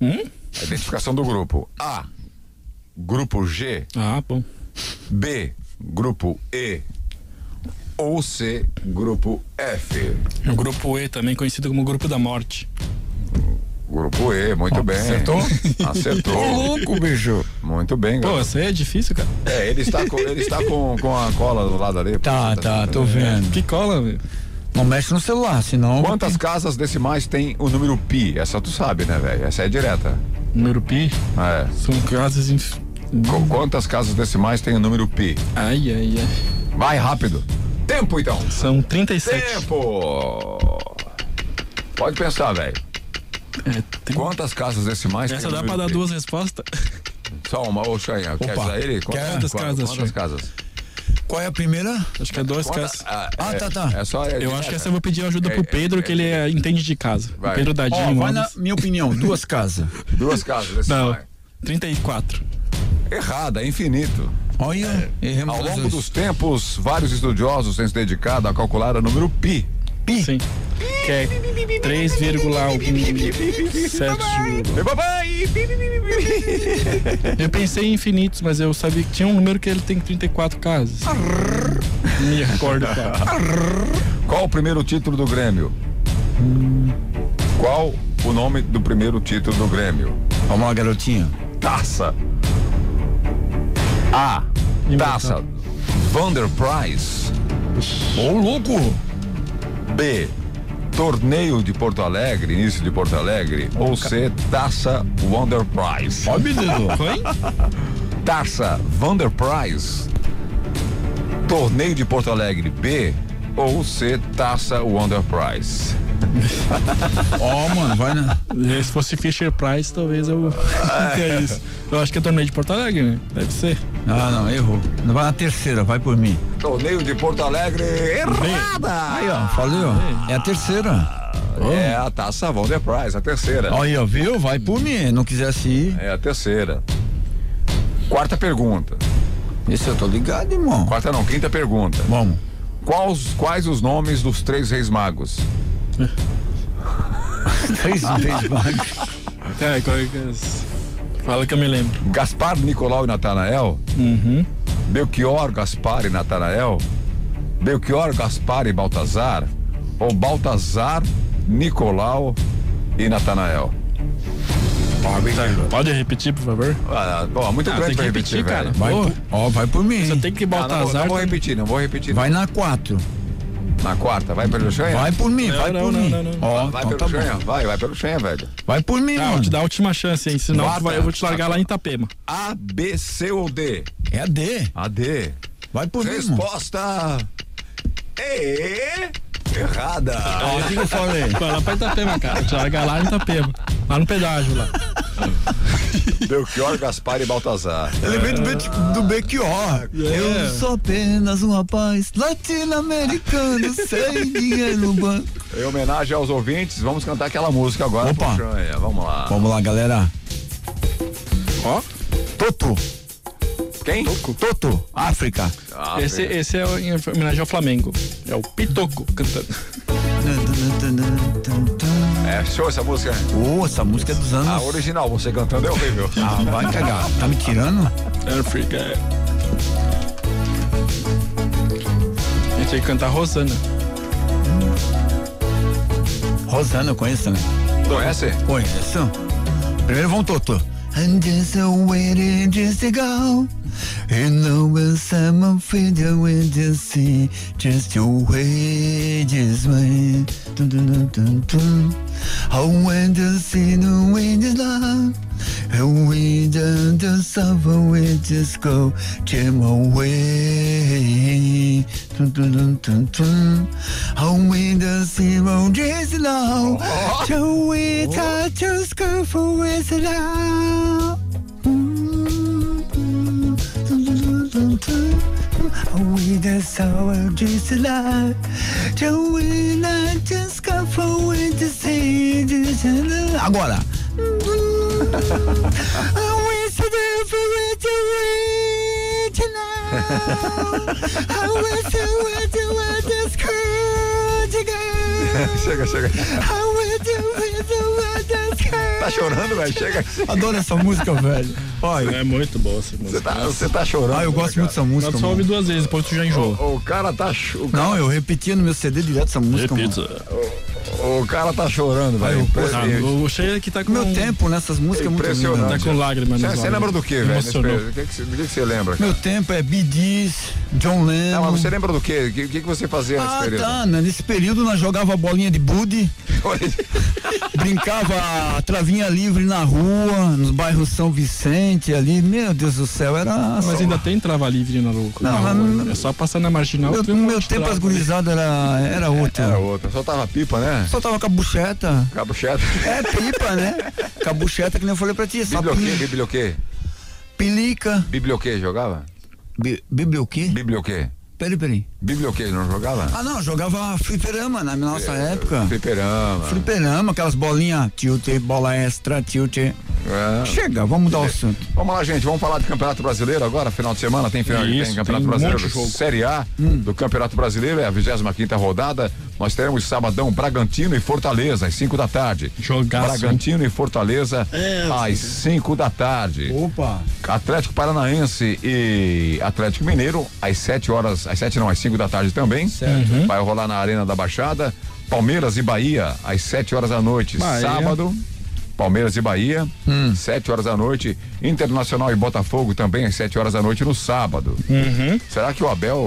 [SPEAKER 2] Hum?
[SPEAKER 1] A identificação do grupo. A. Grupo G.
[SPEAKER 2] Ah, bom.
[SPEAKER 1] B. Grupo E. ou C, grupo F.
[SPEAKER 2] O grupo E também conhecido como grupo da morte.
[SPEAKER 1] Grupo E, muito bem.
[SPEAKER 2] acertou?
[SPEAKER 1] Acertou.
[SPEAKER 2] Ô, louco,
[SPEAKER 1] bicho. Muito bem,
[SPEAKER 2] Pô,
[SPEAKER 1] garoto.
[SPEAKER 2] isso aí é difícil, cara.
[SPEAKER 1] É, ele está com, ele está com, com a cola do lado ali.
[SPEAKER 3] Tá, tá,
[SPEAKER 1] É.
[SPEAKER 3] tô vendo.
[SPEAKER 2] Que cola, velho?
[SPEAKER 3] Não mexe no celular, senão.
[SPEAKER 1] Quantas casas decimais tem o número pi? Essa tu sabe, né, velho? Essa é direta.
[SPEAKER 2] Número pi?
[SPEAKER 1] É.
[SPEAKER 2] São casas. Inf...
[SPEAKER 1] quantas casas decimais tem o número pi?
[SPEAKER 2] Ai, ai, ai.
[SPEAKER 1] Vai rápido. Tempo, então.
[SPEAKER 2] São 37.
[SPEAKER 1] Tempo. Pode pensar, velho. Quantas casas decimais
[SPEAKER 2] É, Essa
[SPEAKER 1] tem
[SPEAKER 2] dá
[SPEAKER 1] o
[SPEAKER 2] pra
[SPEAKER 1] número
[SPEAKER 2] dar
[SPEAKER 1] pi?
[SPEAKER 2] duas respostas?
[SPEAKER 1] Só uma, ô Xanha, quer
[SPEAKER 2] Opa.
[SPEAKER 1] usar ele?
[SPEAKER 2] Quer? Quantas casas,
[SPEAKER 1] Quantas
[SPEAKER 2] Xanha?
[SPEAKER 1] casas?
[SPEAKER 3] Qual é a primeira?
[SPEAKER 2] Acho que é dois
[SPEAKER 1] Conta-
[SPEAKER 2] casas.
[SPEAKER 1] Ah,
[SPEAKER 3] é- tá, tá.
[SPEAKER 1] é só- é
[SPEAKER 2] eu acho
[SPEAKER 1] direto.
[SPEAKER 2] que essa eu vou pedir ajuda
[SPEAKER 1] É-
[SPEAKER 2] pro
[SPEAKER 1] é-
[SPEAKER 2] Pedro, que ele é, entende de casa. O
[SPEAKER 1] Vai.
[SPEAKER 2] Pedro
[SPEAKER 3] Ó,
[SPEAKER 2] Dadinho.
[SPEAKER 3] vai na
[SPEAKER 2] Alves.
[SPEAKER 3] minha opinião, duas casas.
[SPEAKER 1] Duas casas decimais.
[SPEAKER 2] Não, 34.
[SPEAKER 1] Errada, é infinito.
[SPEAKER 3] Olha,
[SPEAKER 2] É,
[SPEAKER 1] Ao longo dos tempos, vários estudiosos têm se dedicado a calcular o número pi.
[SPEAKER 2] Pi? Sim. Que é 3,7.
[SPEAKER 1] Papai!
[SPEAKER 2] Eu pensei em infinitos, mas eu sabia que tinha um número que ele tem 34 casas. Me recordo, cara.
[SPEAKER 1] Qual o primeiro título do Grêmio? Qual o nome do primeiro título do Grêmio?
[SPEAKER 3] Vamos lá, garotinho.
[SPEAKER 1] Taça. A. Taça. Vander Price. Ô, louco! B. Torneio de Porto Alegre, início de Porto Alegre. Ou C. Taça Wonder Prize.
[SPEAKER 3] Ó, menino.
[SPEAKER 2] Foi?
[SPEAKER 1] Taça Vander Prize. Torneio de Porto Alegre B. Ou C. Taça Wonder Prize.
[SPEAKER 3] Ó, mano, vai na.
[SPEAKER 2] Se fosse Fisher Price, talvez eu. que é isso? Eu acho que é torneio de Porto Alegre, né? Deve ser.
[SPEAKER 3] Ah, não, errou. Não Vai na terceira, vai por mim.
[SPEAKER 1] Torneio de Porto Alegre. Errada!
[SPEAKER 3] Aí, ó, falei,
[SPEAKER 2] Ah,
[SPEAKER 3] ó. É a terceira.
[SPEAKER 1] É a taça Wonder Prize, a terceira.
[SPEAKER 3] Aí, ó, viu? Vai por mim. Não quisesse ir.
[SPEAKER 1] É a terceira. Quarta pergunta.
[SPEAKER 3] Esse eu tô ligado, irmão.
[SPEAKER 1] Quarta não, quinta pergunta.
[SPEAKER 3] Vamos.
[SPEAKER 1] Quais, quais os nomes dos três reis magos?
[SPEAKER 3] Três vezes mais.
[SPEAKER 2] É, qual é que é esse? Fala que eu me lembro.
[SPEAKER 1] Gaspar, Nicolau e Natanael?
[SPEAKER 2] Uhum.
[SPEAKER 1] Belchior, Gaspar e Natanael? Belchior, Gaspar e Baltazar? Ou Baltazar, Nicolau e Natanael?
[SPEAKER 2] Pode repetir, por favor?
[SPEAKER 1] Ah, bom, muito
[SPEAKER 2] Ah,
[SPEAKER 1] grande
[SPEAKER 2] tem que
[SPEAKER 1] pra repetir,
[SPEAKER 2] repetir, cara.
[SPEAKER 1] velho.
[SPEAKER 3] Vai
[SPEAKER 2] Pô.
[SPEAKER 3] por, ó, vai por mim.
[SPEAKER 2] Só tem que
[SPEAKER 1] Ah, não, vou-
[SPEAKER 2] Baltazar.
[SPEAKER 1] não vou
[SPEAKER 2] também.
[SPEAKER 1] repetir, não vou repetir.
[SPEAKER 3] Vai na quatro.
[SPEAKER 1] Na quarta, vai pelo Xanha?
[SPEAKER 3] Vai por mim,
[SPEAKER 2] Não,
[SPEAKER 3] vai
[SPEAKER 2] não,
[SPEAKER 3] por
[SPEAKER 2] não,
[SPEAKER 3] mim.
[SPEAKER 2] não, não.
[SPEAKER 3] Ó,
[SPEAKER 1] Vai
[SPEAKER 3] então
[SPEAKER 1] pelo
[SPEAKER 3] tá
[SPEAKER 1] Xanha,
[SPEAKER 3] bom.
[SPEAKER 1] vai, vai pelo Xanha, velho.
[SPEAKER 3] Vai por mim,
[SPEAKER 2] Ah, vou
[SPEAKER 3] mano.
[SPEAKER 2] te dar a última chance, hein? Senão
[SPEAKER 1] Bata.
[SPEAKER 2] tu vai- eu vou te largar lá em Itapema.
[SPEAKER 1] A, B, C ou D?
[SPEAKER 3] É a D.
[SPEAKER 1] A, D.
[SPEAKER 3] Vai por mim, mano.
[SPEAKER 1] Resposta E errada.
[SPEAKER 3] Ó, o que que eu falei?
[SPEAKER 2] Vai lá pra Itapema, cara. Eu te largar lá em Itapema. Lá no pedágio lá.
[SPEAKER 1] Belchior, Gaspar e Baltazar. É,
[SPEAKER 3] Eu lembrei do, Be do Belchior. Eu sou apenas um rapaz latino-americano sem dinheiro no banco.
[SPEAKER 1] Em homenagem aos ouvintes, vamos cantar aquela música agora.
[SPEAKER 3] Opa.
[SPEAKER 1] pro Xanha. Vamos lá.
[SPEAKER 3] Vamos lá, galera.
[SPEAKER 1] Ó.
[SPEAKER 3] Toto,
[SPEAKER 1] Quem?
[SPEAKER 3] Toto, África.
[SPEAKER 1] Ah,
[SPEAKER 2] Esse,
[SPEAKER 1] velho.
[SPEAKER 2] esse é o- em homenagem ao Flamengo. É o Pitoco cantando.
[SPEAKER 1] É show essa música.
[SPEAKER 3] Ô, essa música é dos anos.
[SPEAKER 1] A original, você cantando é horrível.
[SPEAKER 3] Ah, vai cagar. Tá me tirando?
[SPEAKER 2] África. A gente tem que cantar Rosana.
[SPEAKER 3] Rosana, eu conheço também.
[SPEAKER 1] Conhece?
[SPEAKER 3] Conheço. Primeiro vão Toto. I'm just a waiting just to go. You know when someone feed you with the sea, just your way, just way. Dun, dun, dun, dun, dun. Oh, when the sea, the wind is love. And we don't just suffer, we just go, Jim away. Dun, dun, dun, dun, dun. Oh, we don't see, oh, just now. So we touch, just go for with love. We the sour just alive. Do we not just go for with the sea? Agora. We so never with the wind I wish you would do it this courage again.
[SPEAKER 1] Chega, chega.
[SPEAKER 3] I wish you would do it this courage
[SPEAKER 1] tá chorando, velho? Chega aqui.
[SPEAKER 5] Adoro essa música, velho. Olha.
[SPEAKER 2] É muito boa essa música.
[SPEAKER 1] Você tá, você tá chorando.
[SPEAKER 5] Ah, eu gosto muito dessa música.
[SPEAKER 2] Mas só ouve duas vezes, depois tu já enjoa.
[SPEAKER 1] O, o cara tá. cho- o
[SPEAKER 5] Não,
[SPEAKER 1] cara-
[SPEAKER 5] eu repetia no meu CD direto essa música.
[SPEAKER 2] Repita.
[SPEAKER 1] O, o cara tá chorando, velho.
[SPEAKER 2] Ah, o cheiro que tá com.
[SPEAKER 5] Meu tempo nessas músicas é muito linda.
[SPEAKER 1] Impressionante.
[SPEAKER 2] Tá com lágrimas nos
[SPEAKER 1] Você
[SPEAKER 2] olhos.
[SPEAKER 1] lembra do que, velho? nesse
[SPEAKER 2] Emocionou.
[SPEAKER 1] período? O que que você- do que que você lembra?
[SPEAKER 5] Meu tempo é Bidis, John Lennon.
[SPEAKER 1] Não, mas você lembra do quê? O que, que, que você fazia nesse
[SPEAKER 5] Ah,
[SPEAKER 1] período?
[SPEAKER 5] tá. né? Nesse período nós jogava bolinha de bude, brincava travinha livre na rua, nos bairros São Vicente ali. Meu Deus do céu, era.
[SPEAKER 2] Mas ainda tem trava livre na louca.
[SPEAKER 5] Não, mas não-
[SPEAKER 2] é só passar na marginal.
[SPEAKER 5] Meu,
[SPEAKER 2] tem
[SPEAKER 5] no
[SPEAKER 2] um
[SPEAKER 5] meu
[SPEAKER 2] monte de
[SPEAKER 5] tempo
[SPEAKER 2] trava
[SPEAKER 5] as gurizadas era,
[SPEAKER 1] É,
[SPEAKER 5] era outra.
[SPEAKER 1] Era outra. Só tava pipa, né?
[SPEAKER 5] Só tava com a bucheta.
[SPEAKER 1] Cabo chato.
[SPEAKER 5] É pipa, né? Com a bucheta que nem eu falei pra ti. essa
[SPEAKER 1] Biblioquê,
[SPEAKER 5] pi-
[SPEAKER 1] biblioquê.
[SPEAKER 5] Pilica.
[SPEAKER 1] Biblioquê jogava?
[SPEAKER 5] Bi biblioquê?
[SPEAKER 1] Biblioquê.
[SPEAKER 5] Peraí, peraí.
[SPEAKER 1] Biblioquê não jogava?
[SPEAKER 5] Ah, não, jogava fliperama na
[SPEAKER 1] É,
[SPEAKER 5] nossa época.
[SPEAKER 1] Fliperama.
[SPEAKER 5] Fliperama, aquelas bolinhas, tilt, bola extra, tilt.
[SPEAKER 1] É.
[SPEAKER 5] Chega, vamos mudar o assunto.
[SPEAKER 1] Vamos lá, gente. Vamos falar de Campeonato Brasileiro agora. Final de semana tem final
[SPEAKER 2] Isso,
[SPEAKER 1] tem Campeonato
[SPEAKER 2] tem um
[SPEAKER 1] Brasileiro.
[SPEAKER 2] monte de jogo. Hum.
[SPEAKER 1] Série A do Campeonato Brasileiro é a 25 rodada. Nós teremos sabadão Bragantino e Fortaleza às 5 da tarde.
[SPEAKER 2] Jogaço.
[SPEAKER 1] Bragantino e Fortaleza
[SPEAKER 2] É,
[SPEAKER 1] às 5 da tarde.
[SPEAKER 5] Opa!
[SPEAKER 1] Atlético Paranaense e Atlético Mineiro às 7 horas, às 7 não, às 5 da tarde também.
[SPEAKER 5] Certo. Uhum.
[SPEAKER 1] Vai rolar na Arena da Baixada. Palmeiras e Bahia às 7 horas da noite,
[SPEAKER 2] Bahia.
[SPEAKER 1] sábado. Palmeiras e Bahia,
[SPEAKER 5] Hum.
[SPEAKER 1] 7 horas da noite. Internacional e Botafogo também às 7 horas da noite no sábado.
[SPEAKER 2] Uhum.
[SPEAKER 1] Será que o Abel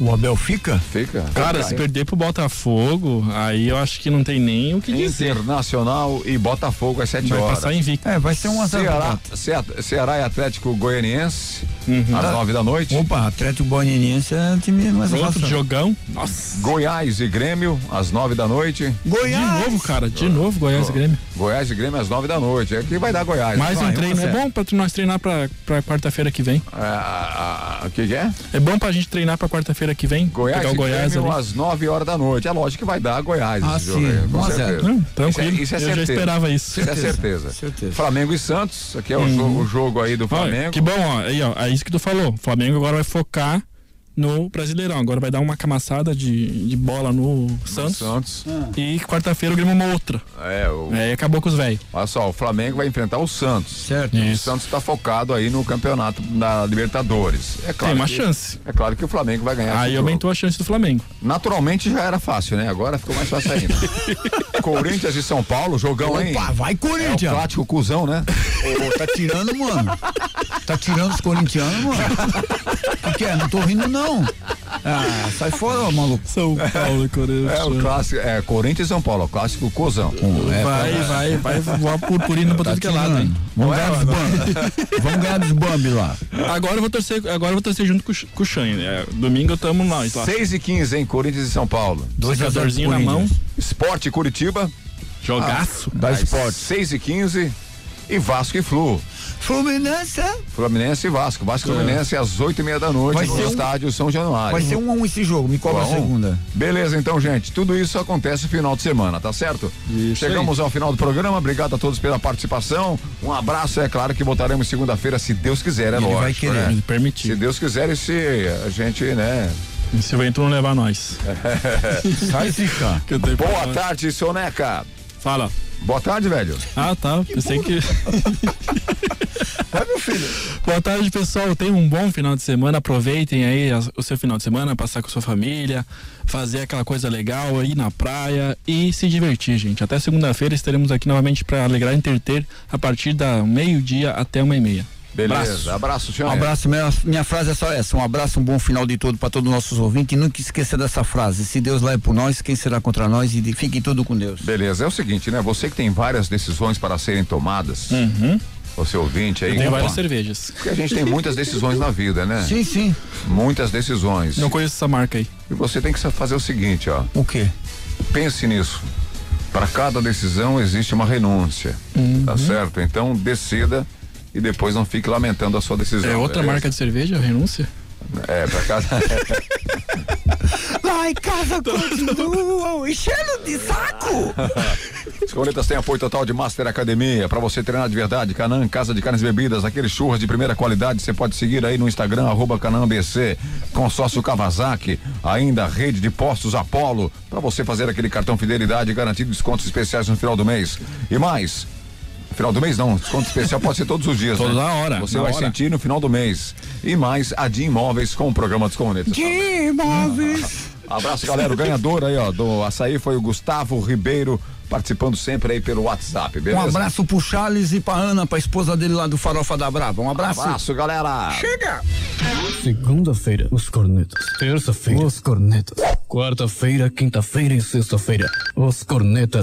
[SPEAKER 5] Hum? O Abel fica?
[SPEAKER 1] fica?
[SPEAKER 2] Cara, se perder pro Botafogo, aí eu acho que não tem nem o que dizer.
[SPEAKER 1] Internacional e Botafogo às 7
[SPEAKER 2] Vai
[SPEAKER 1] horas.
[SPEAKER 2] passar invicto.
[SPEAKER 5] É, vai ser um azar.
[SPEAKER 1] Ceará, Ce- Ceará e Atlético Goianiense às 9 da noite.
[SPEAKER 5] Uhum. Opa, Atlético Goianiense é um time mais
[SPEAKER 1] Outro
[SPEAKER 5] fácil.
[SPEAKER 2] jogão. Nossa.
[SPEAKER 1] Goiás e Grêmio às 9 da noite.
[SPEAKER 5] Goiás.
[SPEAKER 2] De novo, cara, de novo Goiás e Grêmio.
[SPEAKER 1] Goiás e Grêmio às 9 da noite. É que vai dar Goiás.
[SPEAKER 2] Mais
[SPEAKER 1] Vai,
[SPEAKER 2] um treino.
[SPEAKER 1] a
[SPEAKER 2] É
[SPEAKER 1] zero.
[SPEAKER 2] bom pra tu- nós treinar pra, pra quarta-feira que vem.
[SPEAKER 1] É, a- a- O que, que é?
[SPEAKER 2] É bom pra gente treinar pra quarta-feira que vem.
[SPEAKER 1] Goiás
[SPEAKER 2] pegar o
[SPEAKER 1] e
[SPEAKER 2] Goiás
[SPEAKER 1] Grêmio
[SPEAKER 2] ali.
[SPEAKER 1] às 9 horas da noite. É lógico que vai dar Goiás
[SPEAKER 2] Ah,
[SPEAKER 1] esse jogo.
[SPEAKER 2] sim.
[SPEAKER 1] aí, com
[SPEAKER 2] Um a
[SPEAKER 1] certeza.
[SPEAKER 2] zero. Não, tranquilo.
[SPEAKER 1] Isso é, isso é
[SPEAKER 2] Eu já
[SPEAKER 1] certeza.
[SPEAKER 2] esperava isso.
[SPEAKER 1] Isso é certeza.
[SPEAKER 5] Certeza.
[SPEAKER 1] Flamengo e Santos. Aqui é o,
[SPEAKER 2] Uhum.
[SPEAKER 1] jogo, o jogo aí do Flamengo.
[SPEAKER 2] Olha, que bom, ó. Aí, ó. É isso que tu falou. O Flamengo agora vai focar no Brasileirão. Agora vai dar uma camaçada de, de bola no Santos.
[SPEAKER 1] Santos.
[SPEAKER 2] E quarta-feira o Grêmio uma outra.
[SPEAKER 1] É, o,
[SPEAKER 2] Aí acabou com os velhos.
[SPEAKER 1] Olha só, o Flamengo vai enfrentar o Santos.
[SPEAKER 5] Certo.
[SPEAKER 1] O Santos está focado aí no campeonato da Libertadores. É
[SPEAKER 2] Tem
[SPEAKER 1] claro
[SPEAKER 2] uma
[SPEAKER 1] que-
[SPEAKER 2] chance.
[SPEAKER 1] É claro que o Flamengo vai ganhar.
[SPEAKER 2] Aí
[SPEAKER 1] esse jogo.
[SPEAKER 2] aumentou a chance do Flamengo.
[SPEAKER 1] Naturalmente já era fácil, né? Agora ficou mais fácil ainda. Corinthians e São Paulo, jogão, hein?
[SPEAKER 5] Opa, vai Corinthians.
[SPEAKER 1] É o clássico cuzão, né?
[SPEAKER 5] Ô, tá tirando, mano. Tá tirando os corintianos, mano. O que é? Não tô rindo, não. Ah, sai fora, ô, maluco.
[SPEAKER 2] São Paulo e Corinthians.
[SPEAKER 1] É o clássico, é Corinthians e São Paulo, o clássico Um, é, cuzão.
[SPEAKER 2] vai, vai, vai voar purpurina
[SPEAKER 1] Tá
[SPEAKER 2] pra tudo que é lado, hein?
[SPEAKER 5] Vamos ganhar dos Bambi. Vamos ganhar dos Bambi lá.
[SPEAKER 2] Agora eu vou torcer, agora eu vou torcer junto com, o Ch- com o Chan. né? domingo tamo nós lá.
[SPEAKER 1] 6 é. e 15, hein? Corinthians e São Paulo.
[SPEAKER 5] Dois
[SPEAKER 2] Secadorzinho na mão.
[SPEAKER 1] Esporte Curitiba.
[SPEAKER 2] Jogaço.
[SPEAKER 1] Da Esporte. 6 e 15 e Vasco e Flu.
[SPEAKER 5] Fluminense.
[SPEAKER 1] Fluminense e Vasco. Vasco e
[SPEAKER 5] É.
[SPEAKER 1] Fluminense às 8 e meia da noite
[SPEAKER 5] Vai
[SPEAKER 1] no
[SPEAKER 5] ser um-
[SPEAKER 1] estádio São Januário.
[SPEAKER 5] Vai ser um a um esse jogo, me cobra a
[SPEAKER 1] Bom.
[SPEAKER 5] segunda.
[SPEAKER 1] Beleza, então, gente. Tudo isso acontece no final de semana, tá certo? Chegamos ao final do programa. Obrigado a todos pela participação. Um abraço. É claro que voltaremos segunda-feira, se Deus quiser, é
[SPEAKER 2] Ele vai
[SPEAKER 1] lógico.
[SPEAKER 2] querer,
[SPEAKER 1] né?
[SPEAKER 2] ele permitir.
[SPEAKER 1] Se Deus quiser, e se a gente, né?
[SPEAKER 2] E se o vento não levar nós.
[SPEAKER 5] Sai, Zica.
[SPEAKER 2] Que eu tenho pra
[SPEAKER 1] Boa
[SPEAKER 2] falar.
[SPEAKER 1] tarde, né, Soneca.
[SPEAKER 2] Fala.
[SPEAKER 1] Boa tarde, velho. né?
[SPEAKER 2] Ah, tá. Pensei que.
[SPEAKER 1] É,
[SPEAKER 2] Boa tarde, pessoal. Tenham um bom final de semana. Aproveitem aí as- o seu final de semana, passar com sua família, fazer aquela coisa legal, ir na praia e se divertir, gente. Até segunda-feira estaremos aqui novamente para alegrar e entreter a partir da meio-dia até uma e meia.
[SPEAKER 1] Beleza. Abraço,
[SPEAKER 5] Um
[SPEAKER 1] senhor.
[SPEAKER 5] abraço, minha, minha frase é só essa. Um abraço, um bom final de todo para todos os nossos ouvintes. E nunca esqueça dessa frase. Se Deus lá é por nós, quem será contra nós? E de- fiquem tudo com Deus.
[SPEAKER 1] Beleza. É o seguinte, né? Você que tem várias decisões para serem tomadas, você ouvinte aí.
[SPEAKER 2] Uhum. Tem
[SPEAKER 1] Opa.
[SPEAKER 2] várias cervejas.
[SPEAKER 1] Porque a gente tem muitas decisões na vida, né?
[SPEAKER 5] Sim, sim.
[SPEAKER 1] Muitas decisões.
[SPEAKER 2] Não conheço essa marca aí.
[SPEAKER 1] E você tem que sa- fazer o seguinte, ó.
[SPEAKER 5] O quê?
[SPEAKER 1] Pense nisso. Para cada decisão existe uma renúncia.
[SPEAKER 2] Uhum.
[SPEAKER 1] Tá certo? Então decida e depois não fique lamentando a sua decisão.
[SPEAKER 2] É outra
[SPEAKER 1] beleza?
[SPEAKER 2] marca de cerveja? Renúncia?
[SPEAKER 1] É, para cada.
[SPEAKER 3] Lá em casa continuam enchendo de saco.
[SPEAKER 1] As Cornetas tem apoio total de Master Academia. Para você treinar de verdade, Canã, Casa de Carnes e Bebidas, aqueles churras de primeira qualidade, você pode seguir aí no Instagram, arroba CanãBC, consórcio Kawasaki, ainda a rede de postos Apolo, para você fazer aquele cartão fidelidade e garantir descontos especiais no final do mês. E mais, Final do mês não, desconto especial pode ser todos os dias.
[SPEAKER 2] Toda
[SPEAKER 1] né?
[SPEAKER 2] hora,
[SPEAKER 1] Você
[SPEAKER 2] na
[SPEAKER 1] vai
[SPEAKER 2] hora.
[SPEAKER 1] sentir no final do mês. E mais a Dia Imóveis com o programa Desconeta.
[SPEAKER 3] De imóveis.
[SPEAKER 1] Abraço, galera. O é ganhador aí, ó, do açaí foi o Gustavo Ribeiro, participando sempre aí pelo WhatsApp, beleza?
[SPEAKER 5] Um abraço pro Charles e pra Ana, pra esposa dele lá do Farofa da Brava. Um abraço.
[SPEAKER 1] Abraço, galera.
[SPEAKER 5] Chega!
[SPEAKER 12] Segunda-feira, os cornetas. Terça-feira, os cornetas. Quarta-feira, quinta-feira e sexta-feira, os cornetas.